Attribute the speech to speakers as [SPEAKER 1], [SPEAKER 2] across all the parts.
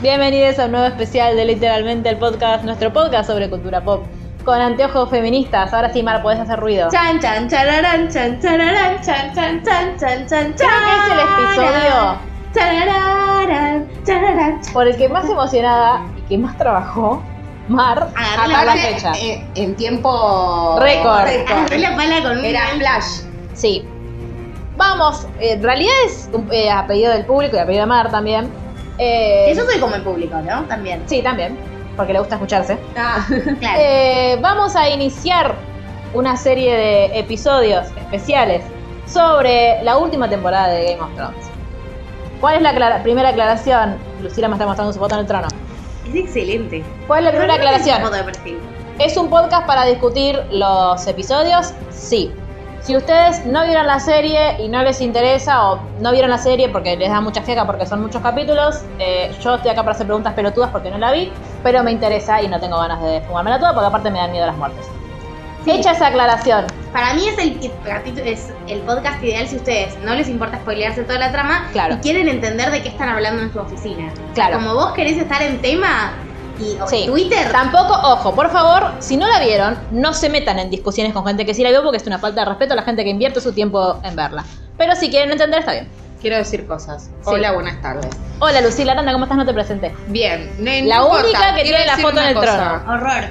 [SPEAKER 1] Bienvenidos a un nuevo especial de Literalmente el Podcast, nuestro podcast sobre cultura pop, con anteojos feministas. Ahora sí, Mar, podés hacer ruido.
[SPEAKER 2] Chan, chan, chararán, chan, chararán, chan, chan, chan, chan,
[SPEAKER 1] Creo
[SPEAKER 2] chan,
[SPEAKER 1] que es el episodio
[SPEAKER 2] Chararán, chararán, chan.
[SPEAKER 1] por el que más emocionada y que más trabajó Mar hasta
[SPEAKER 3] Agarré
[SPEAKER 1] la
[SPEAKER 3] pala,
[SPEAKER 1] fecha.
[SPEAKER 3] eh, en
[SPEAKER 2] Oh,
[SPEAKER 3] tiempo
[SPEAKER 1] Récord. Ah,
[SPEAKER 2] Agarré la pala con un
[SPEAKER 3] Era flash.
[SPEAKER 1] Sí. Vamos, eh, en realidad es un- eh, a pedido del público y a pedido de Mar también. Eh,
[SPEAKER 2] Yo soy como el público, ¿no? También.
[SPEAKER 1] Sí, también, porque le gusta escucharse.
[SPEAKER 2] Ah, claro.
[SPEAKER 1] Eh, vamos a iniciar una serie de episodios especiales sobre la última temporada de Game of Thrones. ¿Cuál es la aclara- primera aclaración? Lucila me está mostrando su foto en el trono.
[SPEAKER 2] Es excelente.
[SPEAKER 1] ¿Cuál es la primera
[SPEAKER 2] Foto
[SPEAKER 1] aclaración?
[SPEAKER 2] de perfil.
[SPEAKER 1] ¿Es un podcast para discutir los episodios? Sí. Si ustedes no vieron la serie y no les interesa o no vieron la serie porque les da mucha fiaca porque son muchos capítulos, eh, yo estoy acá para hacer preguntas pelotudas porque no la vi, pero me interesa y no tengo ganas de fumármela toda porque aparte me dan miedo las muertes.
[SPEAKER 2] Sí.
[SPEAKER 1] Hecha esa aclaración,
[SPEAKER 2] Para mí es el, capítulo- es el podcast ideal si ustedes no les importa spoilearse toda la trama
[SPEAKER 1] Claro.
[SPEAKER 2] y quieren entender de qué están hablando en su oficina.
[SPEAKER 1] Claro.
[SPEAKER 2] Como vos querés estar en tema y o
[SPEAKER 1] Sí.
[SPEAKER 2] en Twitter,
[SPEAKER 1] Tampoco, ojo, por favor, si no la vieron, no se metan en discusiones con gente que sí la vio porque es una falta de respeto a la gente que invierte su tiempo en verla. Pero si quieren entender, está bien.
[SPEAKER 3] Quiero decir cosas. Hola, buenas tardes.
[SPEAKER 1] Hola Lucila Aranda, ¿cómo estás? No te presenté.
[SPEAKER 3] Bien. no
[SPEAKER 1] La
[SPEAKER 3] importa,
[SPEAKER 1] única que
[SPEAKER 3] quiero
[SPEAKER 1] tiene la
[SPEAKER 3] decir
[SPEAKER 1] foto
[SPEAKER 3] una
[SPEAKER 1] en el
[SPEAKER 3] cosa.
[SPEAKER 2] horror.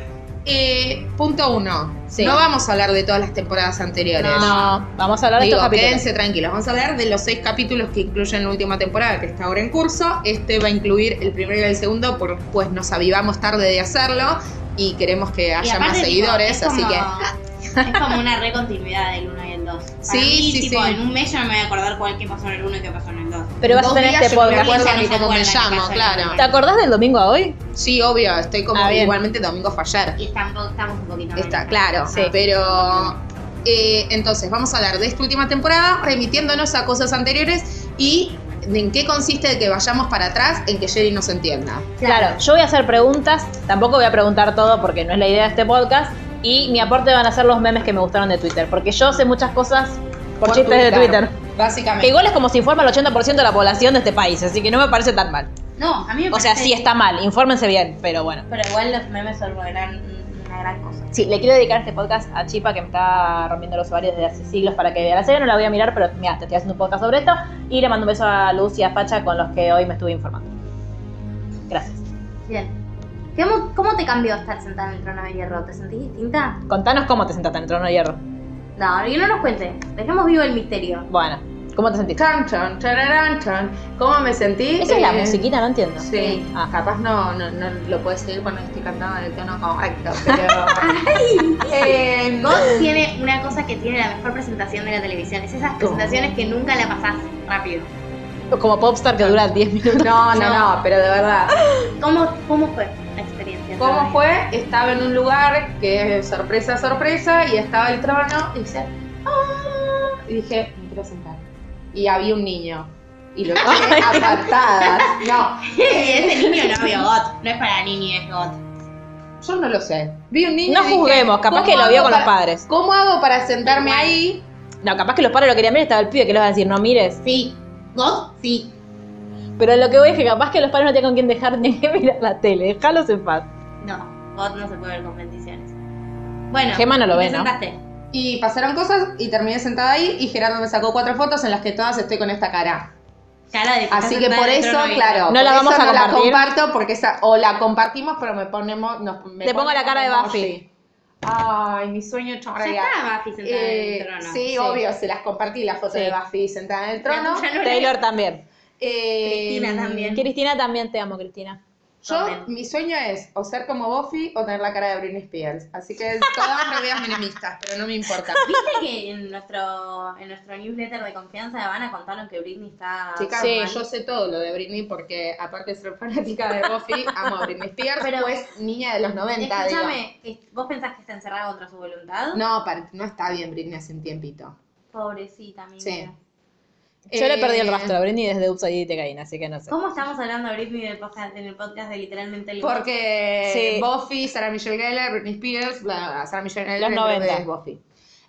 [SPEAKER 3] Eh, punto uno.
[SPEAKER 1] Sí.
[SPEAKER 3] No vamos a hablar de todas las temporadas anteriores.
[SPEAKER 1] No, vamos a hablar de
[SPEAKER 3] Digo,
[SPEAKER 1] estos capítulos.
[SPEAKER 3] quédense tranquilos. Vamos a hablar de los seis capítulos que incluyen la última temporada que está ahora en curso. Este va a incluir el primero y el segundo, por, pues nos avivamos tarde de hacerlo y queremos que
[SPEAKER 2] Y
[SPEAKER 3] haya
[SPEAKER 2] aparte,
[SPEAKER 3] más
[SPEAKER 2] tipo,
[SPEAKER 3] seguidores,
[SPEAKER 2] es como-
[SPEAKER 3] así que.
[SPEAKER 2] Es como una recontinuidad del 1 y el 2. Para
[SPEAKER 3] Sí,
[SPEAKER 2] mí,
[SPEAKER 3] sí,
[SPEAKER 2] tipo,
[SPEAKER 3] sí.
[SPEAKER 2] en un mes yo no me voy a acordar cuál que pasó en el 1 y qué pasó en el 2.
[SPEAKER 1] Pero vas a
[SPEAKER 3] Dos
[SPEAKER 1] tener
[SPEAKER 3] días
[SPEAKER 1] este
[SPEAKER 3] yo no me
[SPEAKER 1] podcast.
[SPEAKER 3] acuerdo
[SPEAKER 2] Ya no
[SPEAKER 3] ni
[SPEAKER 2] se
[SPEAKER 3] cómo me
[SPEAKER 2] acuerdan qué
[SPEAKER 3] llamo,
[SPEAKER 2] pasó en
[SPEAKER 3] claro.
[SPEAKER 2] el
[SPEAKER 1] ¿Te acordás del domingo a hoy?
[SPEAKER 3] Sí, obvio, estoy como
[SPEAKER 1] Ah, bien.
[SPEAKER 3] igualmente domingo fue ayer.
[SPEAKER 2] Y estamos, estamos un poquito más.
[SPEAKER 3] Está claro, pero eh, entonces vamos a hablar de esta última temporada remitiéndonos a cosas anteriores y de en qué consiste que vayamos para atrás en que Jerry nos entienda.
[SPEAKER 1] Claro. yo voy a hacer preguntas, tampoco voy a preguntar todo porque no es la idea de este podcast. Y mi aporte van a ser los memes que me gustaron de Twitter, porque yo sé muchas cosas por, chistes de Twitter.
[SPEAKER 3] Básicamente.
[SPEAKER 1] Que igual es como se informa el 80% de la población de este país, así que no me parece tan mal.
[SPEAKER 2] No, a mí me
[SPEAKER 1] O sea,
[SPEAKER 2] parece-
[SPEAKER 1] sí está mal, infórmense bien, pero bueno.
[SPEAKER 2] Pero igual los memes son una gran, una gran cosa.
[SPEAKER 1] Sí, le quiero dedicar este podcast a Chipa, que me está rompiendo los ovarios desde hace siglos para que vea la serie. No la voy a mirar, pero mira, te estoy haciendo un podcast sobre esto. Y le mando un beso a Luz y a Facha, con los que hoy me estuve informando. Gracias.
[SPEAKER 2] Bien. ¿Cómo, cómo te cambió estar sentada en el trono de hierro? ¿Te sentís distinta?
[SPEAKER 1] Contanos cómo te sentaste en el trono de hierro.
[SPEAKER 2] No, que no nos cuente. Dejemos vivo el misterio.
[SPEAKER 1] Bueno, ¿cómo te sentiste?
[SPEAKER 3] Chan, chan, chararán, chan. ¿Cómo me sentí?
[SPEAKER 1] Esa es la
[SPEAKER 3] Eh,
[SPEAKER 1] musiquita, no entiendo.
[SPEAKER 3] Sí,
[SPEAKER 1] Ah.
[SPEAKER 3] capaz no, no, no lo puedes seguir cuando estoy cantando en el tono correcto, pero. Eh, no-
[SPEAKER 2] Vos tiene una cosa que tiene la mejor presentación de la televisión. Es esas presentaciones que nunca la pasás rápido.
[SPEAKER 1] Como popstar que dura 10 minutos.
[SPEAKER 3] no, no, no, pero de verdad.
[SPEAKER 2] ¿Cómo, cómo fue la experiencia?
[SPEAKER 3] ¿Cómo fue? Estaba en un lugar que es sorpresa, sorpresa, y estaba el trono, y dice, "Ah", y dije, me quiero sentar. Y había un niño, y lo llevé a patadas. No,
[SPEAKER 2] Ese niño no vio GOT. No es para Nini, es GOT.
[SPEAKER 3] yo no lo sé. Vi un niño
[SPEAKER 1] No
[SPEAKER 3] y dije,
[SPEAKER 1] juzguemos, capaz
[SPEAKER 3] "¿Cómo
[SPEAKER 1] que lo vio
[SPEAKER 3] hago
[SPEAKER 1] con los
[SPEAKER 3] para-
[SPEAKER 1] padres.
[SPEAKER 3] ¿Cómo hago para sentarme
[SPEAKER 2] Igual.
[SPEAKER 3] ahí?
[SPEAKER 1] No, capaz que los padres lo querían ver y estaba el pibe que les va a decir, no mires.
[SPEAKER 2] Sí. ¿GOT? Sí.
[SPEAKER 1] Pero lo que voy es que capaz que los padres no tienen con quién dejar de mirar la tele. Déjalos en paz.
[SPEAKER 2] No, GOT no se puede ver con bendiciones. Bueno.
[SPEAKER 1] Gemma no lo ve,
[SPEAKER 2] te
[SPEAKER 1] ¿no?
[SPEAKER 2] sentaste.
[SPEAKER 3] Y pasaron cosas y terminé sentada ahí y Gerardo me sacó cuatro fotos en las que todas estoy con esta cara.
[SPEAKER 2] Cara de estás
[SPEAKER 3] Así que
[SPEAKER 2] sentada
[SPEAKER 3] por
[SPEAKER 2] en el
[SPEAKER 3] eso,
[SPEAKER 2] trono de hierro.
[SPEAKER 3] claro,
[SPEAKER 1] No
[SPEAKER 3] por
[SPEAKER 1] la
[SPEAKER 3] eso
[SPEAKER 1] vamos a
[SPEAKER 3] no la
[SPEAKER 1] compartir.
[SPEAKER 3] comparto porque esa o la compartimos pero me ponemos nos, me
[SPEAKER 1] Te pongo la
[SPEAKER 3] ponen
[SPEAKER 1] cara de
[SPEAKER 3] emoji.
[SPEAKER 1] Buffy.
[SPEAKER 3] Ay, mi sueño chorrea.
[SPEAKER 2] Ya estaba Buffy sentada
[SPEAKER 3] Eh,
[SPEAKER 2] en el trono.
[SPEAKER 3] sí, obvio, se las compartí las fotos
[SPEAKER 1] Sí.
[SPEAKER 3] de Buffy sentada en el
[SPEAKER 2] La
[SPEAKER 3] trono.
[SPEAKER 2] tuya no la-
[SPEAKER 1] Taylor también.
[SPEAKER 3] Eh,
[SPEAKER 2] Cristina también.
[SPEAKER 1] Cristina también te amo, Cristina.
[SPEAKER 3] Yo,
[SPEAKER 2] Tomen.
[SPEAKER 3] mi sueño es o ser como Buffy o tener la cara de Britney Spears. Así que todas revidas minimistas, pero no me importa.
[SPEAKER 2] ¿Viste que en nuestro, en nuestro newsletter de confianza de Habana contaron que Britney está...
[SPEAKER 3] Chicas,
[SPEAKER 1] Sí.
[SPEAKER 3] yo sé todo lo de Britney porque aparte de ser fanática de Buffy, amo a Britney Spears,
[SPEAKER 2] Pero-
[SPEAKER 3] pues niña de los 90, digo.
[SPEAKER 2] Escúchame, ¿est- ¿vos pensás que está encerrada contra su voluntad?
[SPEAKER 3] No, para- no está bien Britney hace un tiempito.
[SPEAKER 2] Pobrecita, mi
[SPEAKER 3] Sí.
[SPEAKER 2] vida.
[SPEAKER 1] Yo le perdí el
[SPEAKER 3] Eh,
[SPEAKER 1] rastro a Britney desde Upside Down y Tecaína, así que no sé.
[SPEAKER 2] ¿Cómo estamos hablando de Britney en el podcast, en el podcast de literalmente el
[SPEAKER 3] Porque
[SPEAKER 1] Sí.
[SPEAKER 3] Buffy, Sarah Michelle Gellar, Britney Spears, bla, bla, bla, Sarah Michelle Gellar
[SPEAKER 1] Los
[SPEAKER 3] creo que
[SPEAKER 1] 90.
[SPEAKER 3] es Buffy.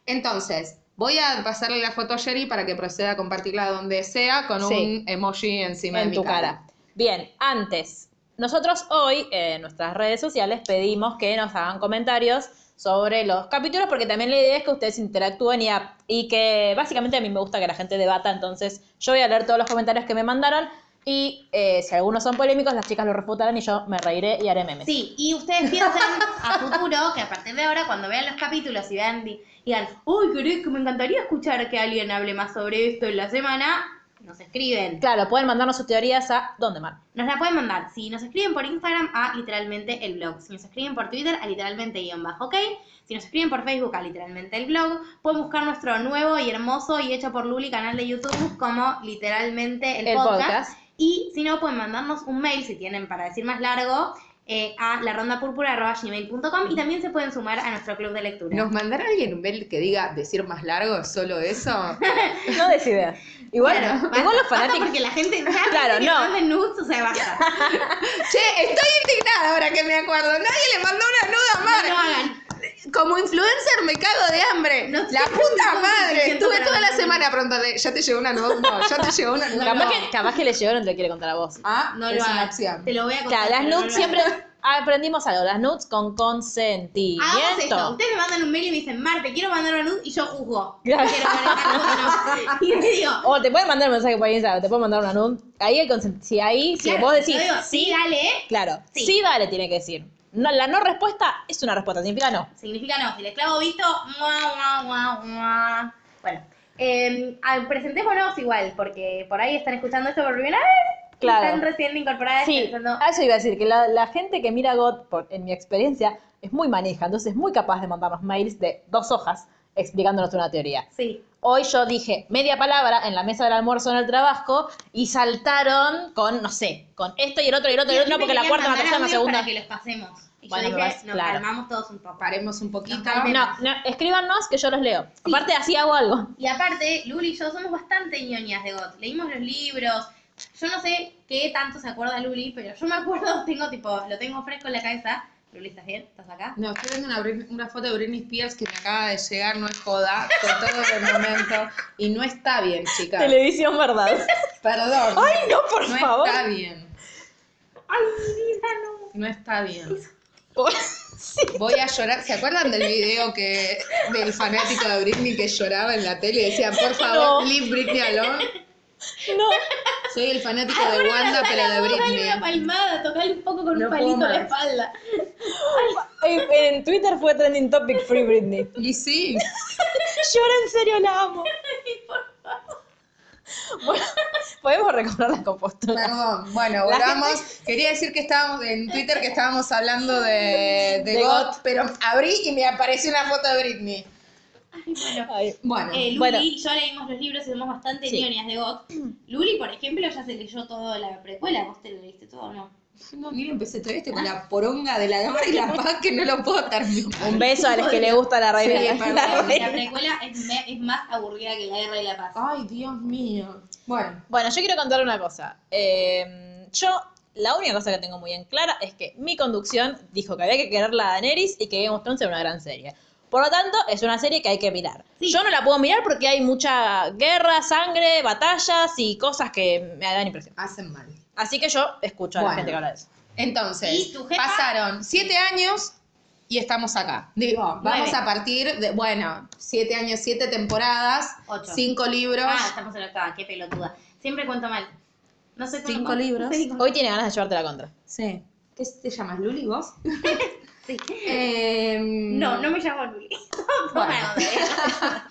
[SPEAKER 3] Entonces, voy a pasarle la foto a Sherry para que proceda a compartirla donde sea con
[SPEAKER 1] Sí.
[SPEAKER 3] un emoji encima
[SPEAKER 1] en
[SPEAKER 3] de mi
[SPEAKER 1] tu cara. Bien, antes, nosotros hoy eh, en nuestras redes sociales pedimos que nos hagan comentarios sobre los capítulos, porque también la idea es que ustedes interactúen y, a- y que básicamente a mí me gusta que la gente debata, entonces yo voy a leer todos los comentarios que me mandaron y eh, si algunos son polémicos, las chicas los refutarán y yo me reiré y haré memes.
[SPEAKER 2] Sí, y ustedes piensan a futuro que a partir de ahora, cuando vean los capítulos y vean, di- digan, uy, querés que me encantaría escuchar que alguien hable más sobre esto en la semana, nos escriben.
[SPEAKER 1] Claro, pueden mandarnos sus teorías a ¿dónde, Mar?
[SPEAKER 2] Nos la pueden mandar. Si nos escriben por Instagram, a literalmente el blog. Si nos escriben por Twitter, a literalmente guión bajo, ok. Si nos escriben por Facebook, a literalmente el blog. Pueden buscar nuestro nuevo y hermoso y hecho por Luli canal de YouTube como literalmente el,
[SPEAKER 1] El
[SPEAKER 2] podcast.
[SPEAKER 1] podcast.
[SPEAKER 2] Y si no, pueden mandarnos un mail, si tienen para decir más largo, eh, a larondapurpura.gmail.com y también se pueden sumar a nuestro club de lectura.
[SPEAKER 3] ¿Nos mandará alguien un mail que diga decir más largo, solo eso?
[SPEAKER 1] No decide. Igual,
[SPEAKER 2] Claro, basta,
[SPEAKER 1] igual los
[SPEAKER 2] basta
[SPEAKER 1] fanáticos...
[SPEAKER 2] porque la gente, ya
[SPEAKER 1] Claro,
[SPEAKER 2] gente que
[SPEAKER 1] no.
[SPEAKER 2] manda nudes, o sea, basta.
[SPEAKER 3] che, estoy indignada ahora que me acuerdo. Nadie le mandó una nuda a Mar.
[SPEAKER 2] No lo hagan.
[SPEAKER 3] Como influencer me cago de hambre.
[SPEAKER 2] No
[SPEAKER 3] la
[SPEAKER 2] sé,
[SPEAKER 3] puta
[SPEAKER 2] no sé,
[SPEAKER 3] madre.
[SPEAKER 2] siento
[SPEAKER 3] Estuve
[SPEAKER 2] para
[SPEAKER 3] toda la
[SPEAKER 2] mí.
[SPEAKER 3] semana preguntándole, ¿ya te llegó una nuda? No, ¿ya te llegó una nuda?
[SPEAKER 1] Capaz,
[SPEAKER 3] No.
[SPEAKER 1] que, capaz que le llegaron, te lo quiere contar a vos.
[SPEAKER 3] Ah,
[SPEAKER 2] No
[SPEAKER 3] es
[SPEAKER 2] lo
[SPEAKER 3] una
[SPEAKER 2] hagan.
[SPEAKER 3] opción.
[SPEAKER 2] Te lo voy a contar.
[SPEAKER 1] Claro, las
[SPEAKER 2] pero no
[SPEAKER 1] nudes
[SPEAKER 2] lo hagan.
[SPEAKER 1] siempre aprendimos algo, las nudes con
[SPEAKER 2] Hagamos esto.
[SPEAKER 1] consentimiento.
[SPEAKER 2] Ustedes me mandan un mail y me dicen, Mar, te quiero mandar una nude y yo juzgo.
[SPEAKER 1] Claro.
[SPEAKER 2] Quiero mandar una nude. Y le digo,
[SPEAKER 1] O te pueden mandar un mensaje por Instagram, te pueden mandar una nude. Ahí el consentimiento, si ahí, si
[SPEAKER 2] claro,
[SPEAKER 1] vos decís
[SPEAKER 2] yo digo, sí,
[SPEAKER 1] sí,
[SPEAKER 2] dale. ¿eh?
[SPEAKER 1] claro,
[SPEAKER 2] Sí.
[SPEAKER 1] sí. dale, tiene que decir. No, la no respuesta es una respuesta, significa no.
[SPEAKER 2] Significa no. Si le clavo visto, mua, mua, mua, mua. Bueno, eh, ah, presentémonos igual, porque por ahí están escuchando esto por primera vez.
[SPEAKER 1] Claro.
[SPEAKER 2] Están recién incorporadas.
[SPEAKER 1] Sí,
[SPEAKER 2] pensando,
[SPEAKER 1] a eso iba a decir, que la, la gente que mira God, por- en mi experiencia, es muy manija, entonces es muy capaz de mandarnos mails de dos hojas explicándonos una teoría.
[SPEAKER 2] sí.
[SPEAKER 1] Hoy yo dije media palabra en la mesa del almuerzo en el trabajo y saltaron con, no sé, con esto y el otro y el otro y el otro, porque
[SPEAKER 2] Siempre
[SPEAKER 1] la
[SPEAKER 2] querían
[SPEAKER 1] cuarta, la tercera,
[SPEAKER 2] mandar
[SPEAKER 1] la
[SPEAKER 2] audios
[SPEAKER 1] segunda.
[SPEAKER 2] Para que los pasemos. Y
[SPEAKER 1] Bueno,
[SPEAKER 2] yo
[SPEAKER 1] me
[SPEAKER 2] dije,
[SPEAKER 1] vas-
[SPEAKER 2] nos
[SPEAKER 1] claro.
[SPEAKER 2] calmamos todos un poco.
[SPEAKER 3] Paremos un poquito.
[SPEAKER 1] No, no, escríbanos que yo los leo.
[SPEAKER 2] Sí.
[SPEAKER 1] Aparte, así hago algo.
[SPEAKER 2] Y aparte, Luli y yo somos bastante ñoñas de GOT. Leímos los libros. Yo no sé qué tanto se acuerda Luli, pero yo me acuerdo, tengo tipo, lo tengo fresco en la cabeza. Luli, ¿estás bien? ¿Estás acá?
[SPEAKER 3] No, estoy viendo una, Britney- una foto de Britney Spears que me acaba de llegar, no es joda, con todo el momento. Y no está bien, chicas.
[SPEAKER 1] Televisión, ¿verdad?
[SPEAKER 3] Perdón.
[SPEAKER 1] Ay, no, por
[SPEAKER 3] no
[SPEAKER 1] favor.
[SPEAKER 3] está bien.
[SPEAKER 2] Ay, mi vida, no.
[SPEAKER 3] No está bien.
[SPEAKER 1] Por-
[SPEAKER 3] Voy a llorar. ¿Se acuerdan del video que del fanático de Britney que lloraba en la tele y decía, por favor,
[SPEAKER 1] No.
[SPEAKER 3] leave Britney alone?
[SPEAKER 1] No,
[SPEAKER 3] Soy el fanático de Wanda, pero de
[SPEAKER 2] Dale una
[SPEAKER 3] Britney.
[SPEAKER 2] palmada, tocale un poco con
[SPEAKER 3] No
[SPEAKER 2] un palito
[SPEAKER 3] puedo
[SPEAKER 2] a la
[SPEAKER 3] más.
[SPEAKER 2] espalda.
[SPEAKER 1] en, en Twitter fue trending topic Free Britney.
[SPEAKER 3] Y sí,
[SPEAKER 1] Llora, en serio, la amo. Bueno, podemos recobrar la compostura.
[SPEAKER 3] perdón. Bueno, volvamos. Quería decir que estábamos en Twitter que estábamos hablando de, de,
[SPEAKER 1] De
[SPEAKER 3] God,
[SPEAKER 1] God.
[SPEAKER 3] pero abrí y me apareció una foto de Britney.
[SPEAKER 1] Ay.
[SPEAKER 3] Bueno,
[SPEAKER 2] Eh, Luli
[SPEAKER 1] Bueno.
[SPEAKER 2] y yo leímos los libros y somos bastante
[SPEAKER 1] Sí.
[SPEAKER 2] ñoñas de GOT. Luli, por ejemplo, ya se leyó toda la precuela. ¿Vos te lo leíste todo o no?
[SPEAKER 3] no, mira, empecé todo esto con la poronga de la dama y la paz que no lo puedo terminar.
[SPEAKER 1] Un beso a los que le gusta la reina.
[SPEAKER 3] Sí,
[SPEAKER 1] la
[SPEAKER 3] perdón.
[SPEAKER 1] reina.
[SPEAKER 2] La precuela es, me- es más aburrida que la guerra y la paz.
[SPEAKER 3] Ay, Dios mío. Bueno,
[SPEAKER 1] Bueno, yo quiero contar una cosa. Eh, yo, la única cosa que tengo muy en clara es que mi conducción dijo que había que quererla a Daenerys y que Game of Thrones era una gran serie. Por lo tanto, es una serie que hay que mirar.
[SPEAKER 2] Sí.
[SPEAKER 1] Yo no la puedo mirar porque hay mucha guerra, sangre, batallas y cosas que me dan impresión.
[SPEAKER 3] hacen mal.
[SPEAKER 1] Así que yo escucho a la
[SPEAKER 3] Bueno.
[SPEAKER 1] gente que habla de eso.
[SPEAKER 3] Entonces,
[SPEAKER 2] ¿Y tu jefa?
[SPEAKER 3] pasaron siete años y estamos acá. Digo, vamos
[SPEAKER 2] Nueve.
[SPEAKER 3] a partir de, bueno, siete años, siete temporadas,
[SPEAKER 2] Ocho.
[SPEAKER 3] cinco libros.
[SPEAKER 2] Ah, estamos en la octava, qué pelotuda. Siempre cuento mal. No sé cómo.
[SPEAKER 3] Cinco libros.
[SPEAKER 2] Sí, cómo-
[SPEAKER 1] Hoy tiene ganas de llevarte la contra.
[SPEAKER 3] sí. ¿Qué te llamas, Luli, vos?
[SPEAKER 2] sí.
[SPEAKER 3] Em,
[SPEAKER 2] No, no me llamo Luli.
[SPEAKER 3] Bueno.
[SPEAKER 2] Bueno.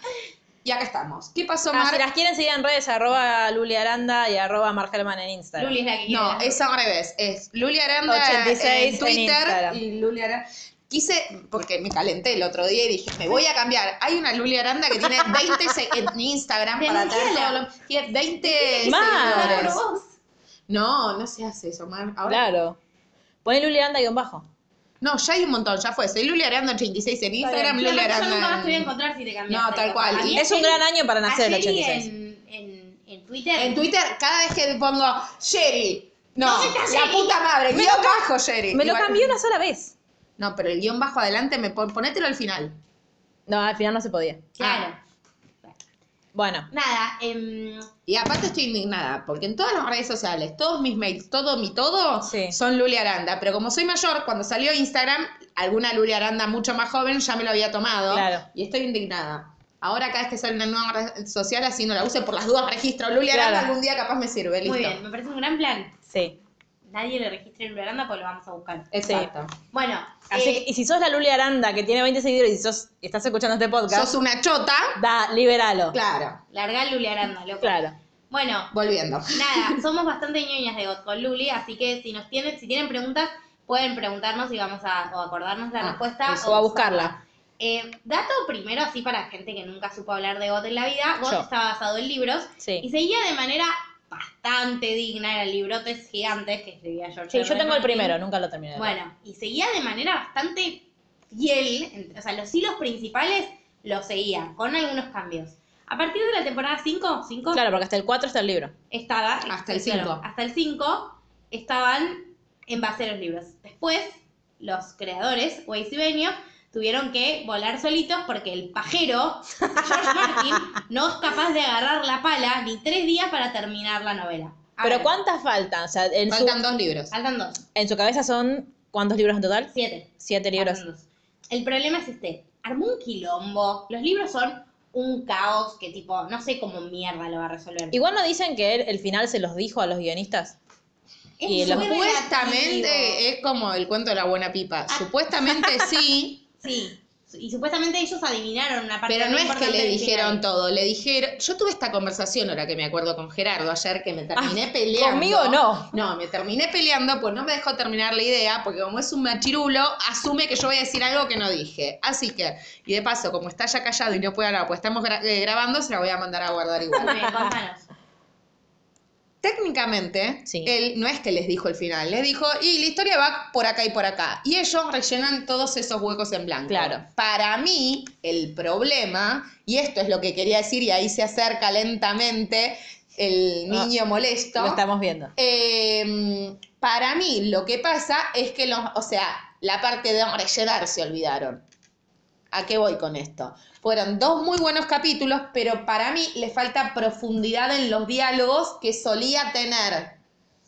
[SPEAKER 3] Y acá estamos. ¿Qué pasó,
[SPEAKER 1] Ah,
[SPEAKER 3] Mar?
[SPEAKER 1] si las quieren seguir en redes, arroba Luli Aranda y arroba Margelman en Instagram.
[SPEAKER 2] Luli es la que quiere.
[SPEAKER 3] No, es al revés. Es Luli Aranda
[SPEAKER 1] 86
[SPEAKER 3] en
[SPEAKER 1] en
[SPEAKER 3] Twitter
[SPEAKER 1] Instagram.
[SPEAKER 3] y Luli Aranda. Quise, porque me calenté el otro día y dije, me voy a cambiar. Hay una Luli Aranda que tiene 20 se- en Instagram para tener
[SPEAKER 2] Denunciala.
[SPEAKER 3] todo lo- Tiene 20
[SPEAKER 1] Mar.
[SPEAKER 2] Ah, por
[SPEAKER 3] seguidores.
[SPEAKER 2] vos.
[SPEAKER 3] No, no se hace eso, Mar. Ahora,
[SPEAKER 1] Claro. Poné Luli Aranda guión bajo.
[SPEAKER 3] No, ya hay un montón, ya fue. Soy Luli Aranda 86 en Instagram,
[SPEAKER 2] Claro,
[SPEAKER 3] Luli
[SPEAKER 2] Yo nunca más
[SPEAKER 3] Aranda.
[SPEAKER 2] te voy a
[SPEAKER 3] en-
[SPEAKER 2] encontrar si te cambiaste.
[SPEAKER 3] No, tal cual.
[SPEAKER 2] A mí
[SPEAKER 3] Y
[SPEAKER 1] Es un
[SPEAKER 2] ayer-
[SPEAKER 1] gran año para nacer el
[SPEAKER 2] ayer y
[SPEAKER 1] 86.
[SPEAKER 2] En, en, en Twitter.
[SPEAKER 3] En Twitter, cada vez que pongo Sherry. No,
[SPEAKER 2] ¿Dónde está
[SPEAKER 3] la
[SPEAKER 2] Sherry?
[SPEAKER 3] puta madre,
[SPEAKER 1] Me
[SPEAKER 3] guión
[SPEAKER 1] lo cam-
[SPEAKER 3] bajo, Sherry.
[SPEAKER 1] Me lo
[SPEAKER 3] Igual-
[SPEAKER 1] cambié una sola vez.
[SPEAKER 3] No, pero el guión bajo adelante, me pon- ponételo al final.
[SPEAKER 1] No, al final no se podía.
[SPEAKER 2] Claro.
[SPEAKER 1] Ah. Bueno.
[SPEAKER 2] Nada, em,
[SPEAKER 3] Y aparte estoy indignada, porque en todas las redes sociales, todos mis mails, todo mi todo,
[SPEAKER 1] Sí.
[SPEAKER 3] son Luli Aranda. Pero como soy mayor, cuando salió Instagram, alguna Luli Aranda mucho más joven ya me lo había tomado.
[SPEAKER 1] Claro.
[SPEAKER 3] Y estoy indignada. Ahora cada vez que sale una nueva red social, así no la use, por las dudas registro Luli
[SPEAKER 1] Claro.
[SPEAKER 3] Aranda, algún día capaz me sirve, listo.
[SPEAKER 2] muy bien, me parece un gran plan.
[SPEAKER 1] Sí.
[SPEAKER 2] Nadie le registre el Aranda porque lo vamos a buscar.
[SPEAKER 3] Exacto.
[SPEAKER 2] Bueno,
[SPEAKER 1] Así
[SPEAKER 2] eh,
[SPEAKER 1] que, y si sos la Luli Aranda que tiene 20 seguidores y sos, estás escuchando este podcast,
[SPEAKER 3] Sos una chota.
[SPEAKER 1] da, liberalo.
[SPEAKER 3] Claro.
[SPEAKER 2] larga el Luli Aranda, loco.
[SPEAKER 1] Claro.
[SPEAKER 2] Bueno,
[SPEAKER 3] Volviendo.
[SPEAKER 2] nada, somos bastante ñoñas de God con Luli, así que si nos tienen, si tienen preguntas, pueden preguntarnos y vamos a o acordarnos la
[SPEAKER 3] Ah,
[SPEAKER 2] respuesta.
[SPEAKER 3] eso,
[SPEAKER 1] O a buscarla.
[SPEAKER 2] Eh, dato primero, así para gente que nunca supo hablar de God en la vida, God
[SPEAKER 1] Yo.
[SPEAKER 2] está basado en libros y
[SPEAKER 1] Sí.
[SPEAKER 2] seguía de manera bastante digna, eran librotes gigantes que escribía George.
[SPEAKER 1] Sí,
[SPEAKER 2] R.
[SPEAKER 1] yo
[SPEAKER 2] R.
[SPEAKER 1] tengo el
[SPEAKER 2] Martin.
[SPEAKER 1] primero, nunca lo terminé. de leer.
[SPEAKER 2] Bueno, y seguía de manera bastante fiel, en- o sea, los hilos principales los seguía, con algunos cambios. A partir de la temporada 5, 5
[SPEAKER 1] Claro, porque hasta el 4 está el libro.
[SPEAKER 2] estaba... este,
[SPEAKER 3] Hasta el
[SPEAKER 2] claro,
[SPEAKER 3] cinco.
[SPEAKER 2] hasta el 5 estaban en base a los libros. Después, los creadores, Weiss y Benioff, tuvieron que volar solitos porque el pajero, George Martin, no es capaz de agarrar la pala ni tres días para terminar la novela. A
[SPEAKER 1] Pero
[SPEAKER 2] ver,
[SPEAKER 1] ¿cuántas faltan? O sea, en, su,
[SPEAKER 3] Faltan dos libros.
[SPEAKER 2] Faltan dos,
[SPEAKER 1] en su cabeza son ¿cuántos libros en total?
[SPEAKER 2] siete.
[SPEAKER 1] Siete libros.
[SPEAKER 2] Armando. El problema es este, armó un quilombo. Los libros son un caos que tipo, no sé cómo mierda lo va a resolver.
[SPEAKER 1] Igual no dicen que él- el final se los dijo a los guionistas.
[SPEAKER 2] Es
[SPEAKER 1] y
[SPEAKER 2] muy
[SPEAKER 1] los-
[SPEAKER 2] relativo.
[SPEAKER 3] Supuestamente es como el cuento de la buena pipa. Supuestamente sí,
[SPEAKER 2] Sí. Y supuestamente ellos adivinaron una parte
[SPEAKER 3] pero no
[SPEAKER 2] muy
[SPEAKER 3] es que
[SPEAKER 2] importante
[SPEAKER 3] le
[SPEAKER 2] del
[SPEAKER 3] dijeron
[SPEAKER 2] final.
[SPEAKER 3] todo. Le dijeron. Yo tuve esta conversación ahora que me acuerdo con Gerardo ayer que me terminé peleando.
[SPEAKER 1] ¿conmigo no?
[SPEAKER 3] No, me terminé peleando, pues no me dejó terminar la idea, porque como es un machirulo, asume que yo voy a decir algo que no dije. Así que, y de paso, como está ya callado y no puede hablar, pues estamos gra- eh, grabando, se la voy a mandar a guardar igual.
[SPEAKER 2] Muy bien, contanos.
[SPEAKER 3] Técnicamente,
[SPEAKER 1] Sí.
[SPEAKER 3] él no es que les dijo el final, les dijo, y la historia va por acá y por acá. Y ellos rellenan todos esos huecos en blanco.
[SPEAKER 1] Claro.
[SPEAKER 3] Para mí, el problema, y esto es lo que quería decir, y ahí se acerca lentamente el
[SPEAKER 1] Ah,
[SPEAKER 3] niño molesto.
[SPEAKER 1] Lo estamos viendo.
[SPEAKER 3] Eh, para mí, lo que pasa es que los, o sea, la parte de rellenar se olvidaron. ¿A qué voy con esto? Fueron dos muy buenos capítulos, pero para mí le falta profundidad en los diálogos que solía tener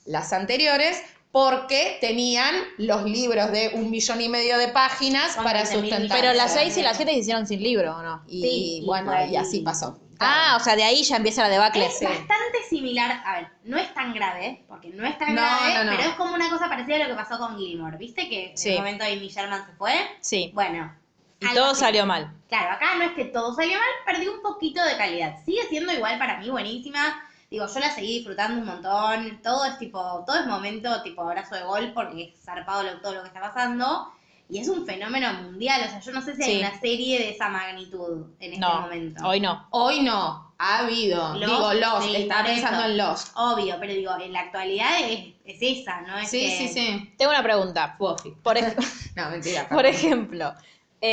[SPEAKER 3] las anteriores, porque tenían los libros de un millón y medio de páginas
[SPEAKER 2] Son
[SPEAKER 3] para
[SPEAKER 2] 20.000
[SPEAKER 3] sustentar.
[SPEAKER 1] Pero las
[SPEAKER 2] sí.
[SPEAKER 1] seis y las siete se hicieron sin libro, ¿o no?
[SPEAKER 3] Y
[SPEAKER 2] Sí,
[SPEAKER 3] bueno,
[SPEAKER 2] y-
[SPEAKER 3] y así pasó.
[SPEAKER 1] Ah, o sea, de ahí ya empieza la debacle.
[SPEAKER 2] Es bastante similar, a ver, no es tan grave, porque no es tan
[SPEAKER 3] No,
[SPEAKER 2] grave,
[SPEAKER 3] no, no.
[SPEAKER 2] pero es como una cosa parecida a lo que pasó con Gilmore. ¿Viste que en
[SPEAKER 1] Sí.
[SPEAKER 2] el momento Amy Sherman se fue?
[SPEAKER 1] Sí.
[SPEAKER 2] Bueno.
[SPEAKER 1] Y
[SPEAKER 2] algo
[SPEAKER 1] todo
[SPEAKER 2] así.
[SPEAKER 1] salió mal.
[SPEAKER 2] Claro, acá no es que todo salió mal, perdió un poquito de calidad. Sigue siendo igual para mí buenísima. Digo, yo la seguí disfrutando un montón. Todo es tipo, todo es momento tipo abrazo de gol porque es zarpado lo- todo lo que está pasando. Y es un fenómeno mundial. O sea, yo no sé si hay
[SPEAKER 1] Sí.
[SPEAKER 2] una serie de esa magnitud en este
[SPEAKER 1] No,
[SPEAKER 2] momento.
[SPEAKER 1] hoy no.
[SPEAKER 3] Hoy no, ha habido.
[SPEAKER 2] Lost,
[SPEAKER 3] Digo, los,
[SPEAKER 2] sí,
[SPEAKER 3] estaba
[SPEAKER 2] por eso.
[SPEAKER 3] pensando en los.
[SPEAKER 2] Obvio, pero digo, en la actualidad es, es esa, ¿no? Es
[SPEAKER 3] Sí,
[SPEAKER 2] que-
[SPEAKER 3] sí, sí.
[SPEAKER 1] Tengo una pregunta.
[SPEAKER 3] Buffy.
[SPEAKER 1] Por, ej-
[SPEAKER 3] No, mentira.
[SPEAKER 1] por ejemplo,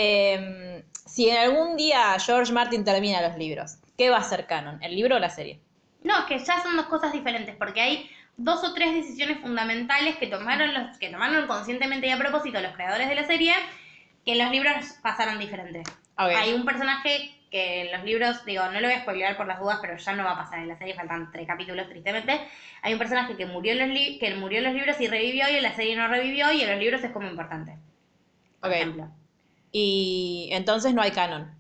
[SPEAKER 1] eh, si en algún día George Martin termina los libros, ¿qué va a ser canon? ¿El libro o la serie?
[SPEAKER 2] No, es que ya son dos cosas diferentes, porque hay dos o tres decisiones fundamentales que tomaron los, que tomaron conscientemente y a propósito los creadores de la serie, que en los libros pasaron diferente.
[SPEAKER 1] Ok.
[SPEAKER 2] Hay un personaje que en los libros, digo, no lo voy a spoilear por las dudas, pero ya no va a pasar en la serie, faltan tres capítulos tristemente. Hay un personaje que murió en los li- que murió en los libros y revivió y en la serie no revivió y en los libros es como importante. Por
[SPEAKER 1] Ok.
[SPEAKER 2] ejemplo.
[SPEAKER 1] Y entonces no hay canon.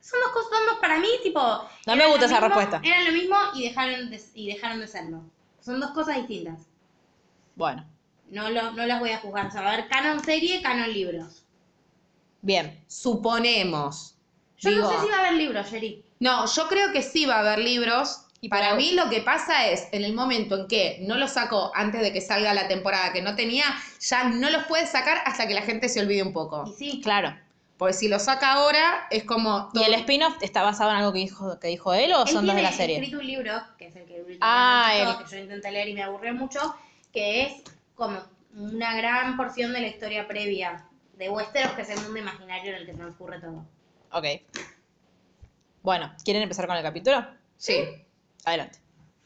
[SPEAKER 2] Son dos cosas, son dos para mí, tipo.
[SPEAKER 1] me
[SPEAKER 2] eran
[SPEAKER 1] gusta
[SPEAKER 2] lo
[SPEAKER 1] esa
[SPEAKER 2] mismo-
[SPEAKER 1] respuesta.
[SPEAKER 2] Eran lo mismo y dejaron de, y dejaron de serlo. Son dos cosas distintas.
[SPEAKER 1] Bueno,
[SPEAKER 2] No, lo, no las voy a juzgar. O sea, va a haber canon serie, canon libros.
[SPEAKER 1] e-, bien.
[SPEAKER 3] Suponemos.
[SPEAKER 2] Yo no
[SPEAKER 3] digo,
[SPEAKER 2] sé si va a haber libros, Jerry.
[SPEAKER 3] No, yo creo que sí va a haber libros. Y para mí lo que pasa es, en el momento en que no los sacó antes de que salga la temporada que no tenía, ya no los puede sacar hasta que la gente se olvide un
[SPEAKER 1] Y
[SPEAKER 3] poco.
[SPEAKER 1] sí, claro.
[SPEAKER 3] Porque si los saca ahora, es como...
[SPEAKER 1] ¿Y el spin-off está basado en algo que dijo, que dijo él o
[SPEAKER 2] Él
[SPEAKER 1] son dos de
[SPEAKER 2] tiene
[SPEAKER 1] la serie?
[SPEAKER 2] escrito un libro, que es el que, Britney
[SPEAKER 1] Ah,
[SPEAKER 2] me mandó,
[SPEAKER 1] el-
[SPEAKER 2] que yo intenté leer y me aburrió mucho, que es como una gran porción de la historia previa de Westeros, que es el mundo imaginario en el que transcurre todo.
[SPEAKER 1] Ok. Bueno, ¿quieren empezar con el capítulo?
[SPEAKER 3] Sí,
[SPEAKER 1] Adelante.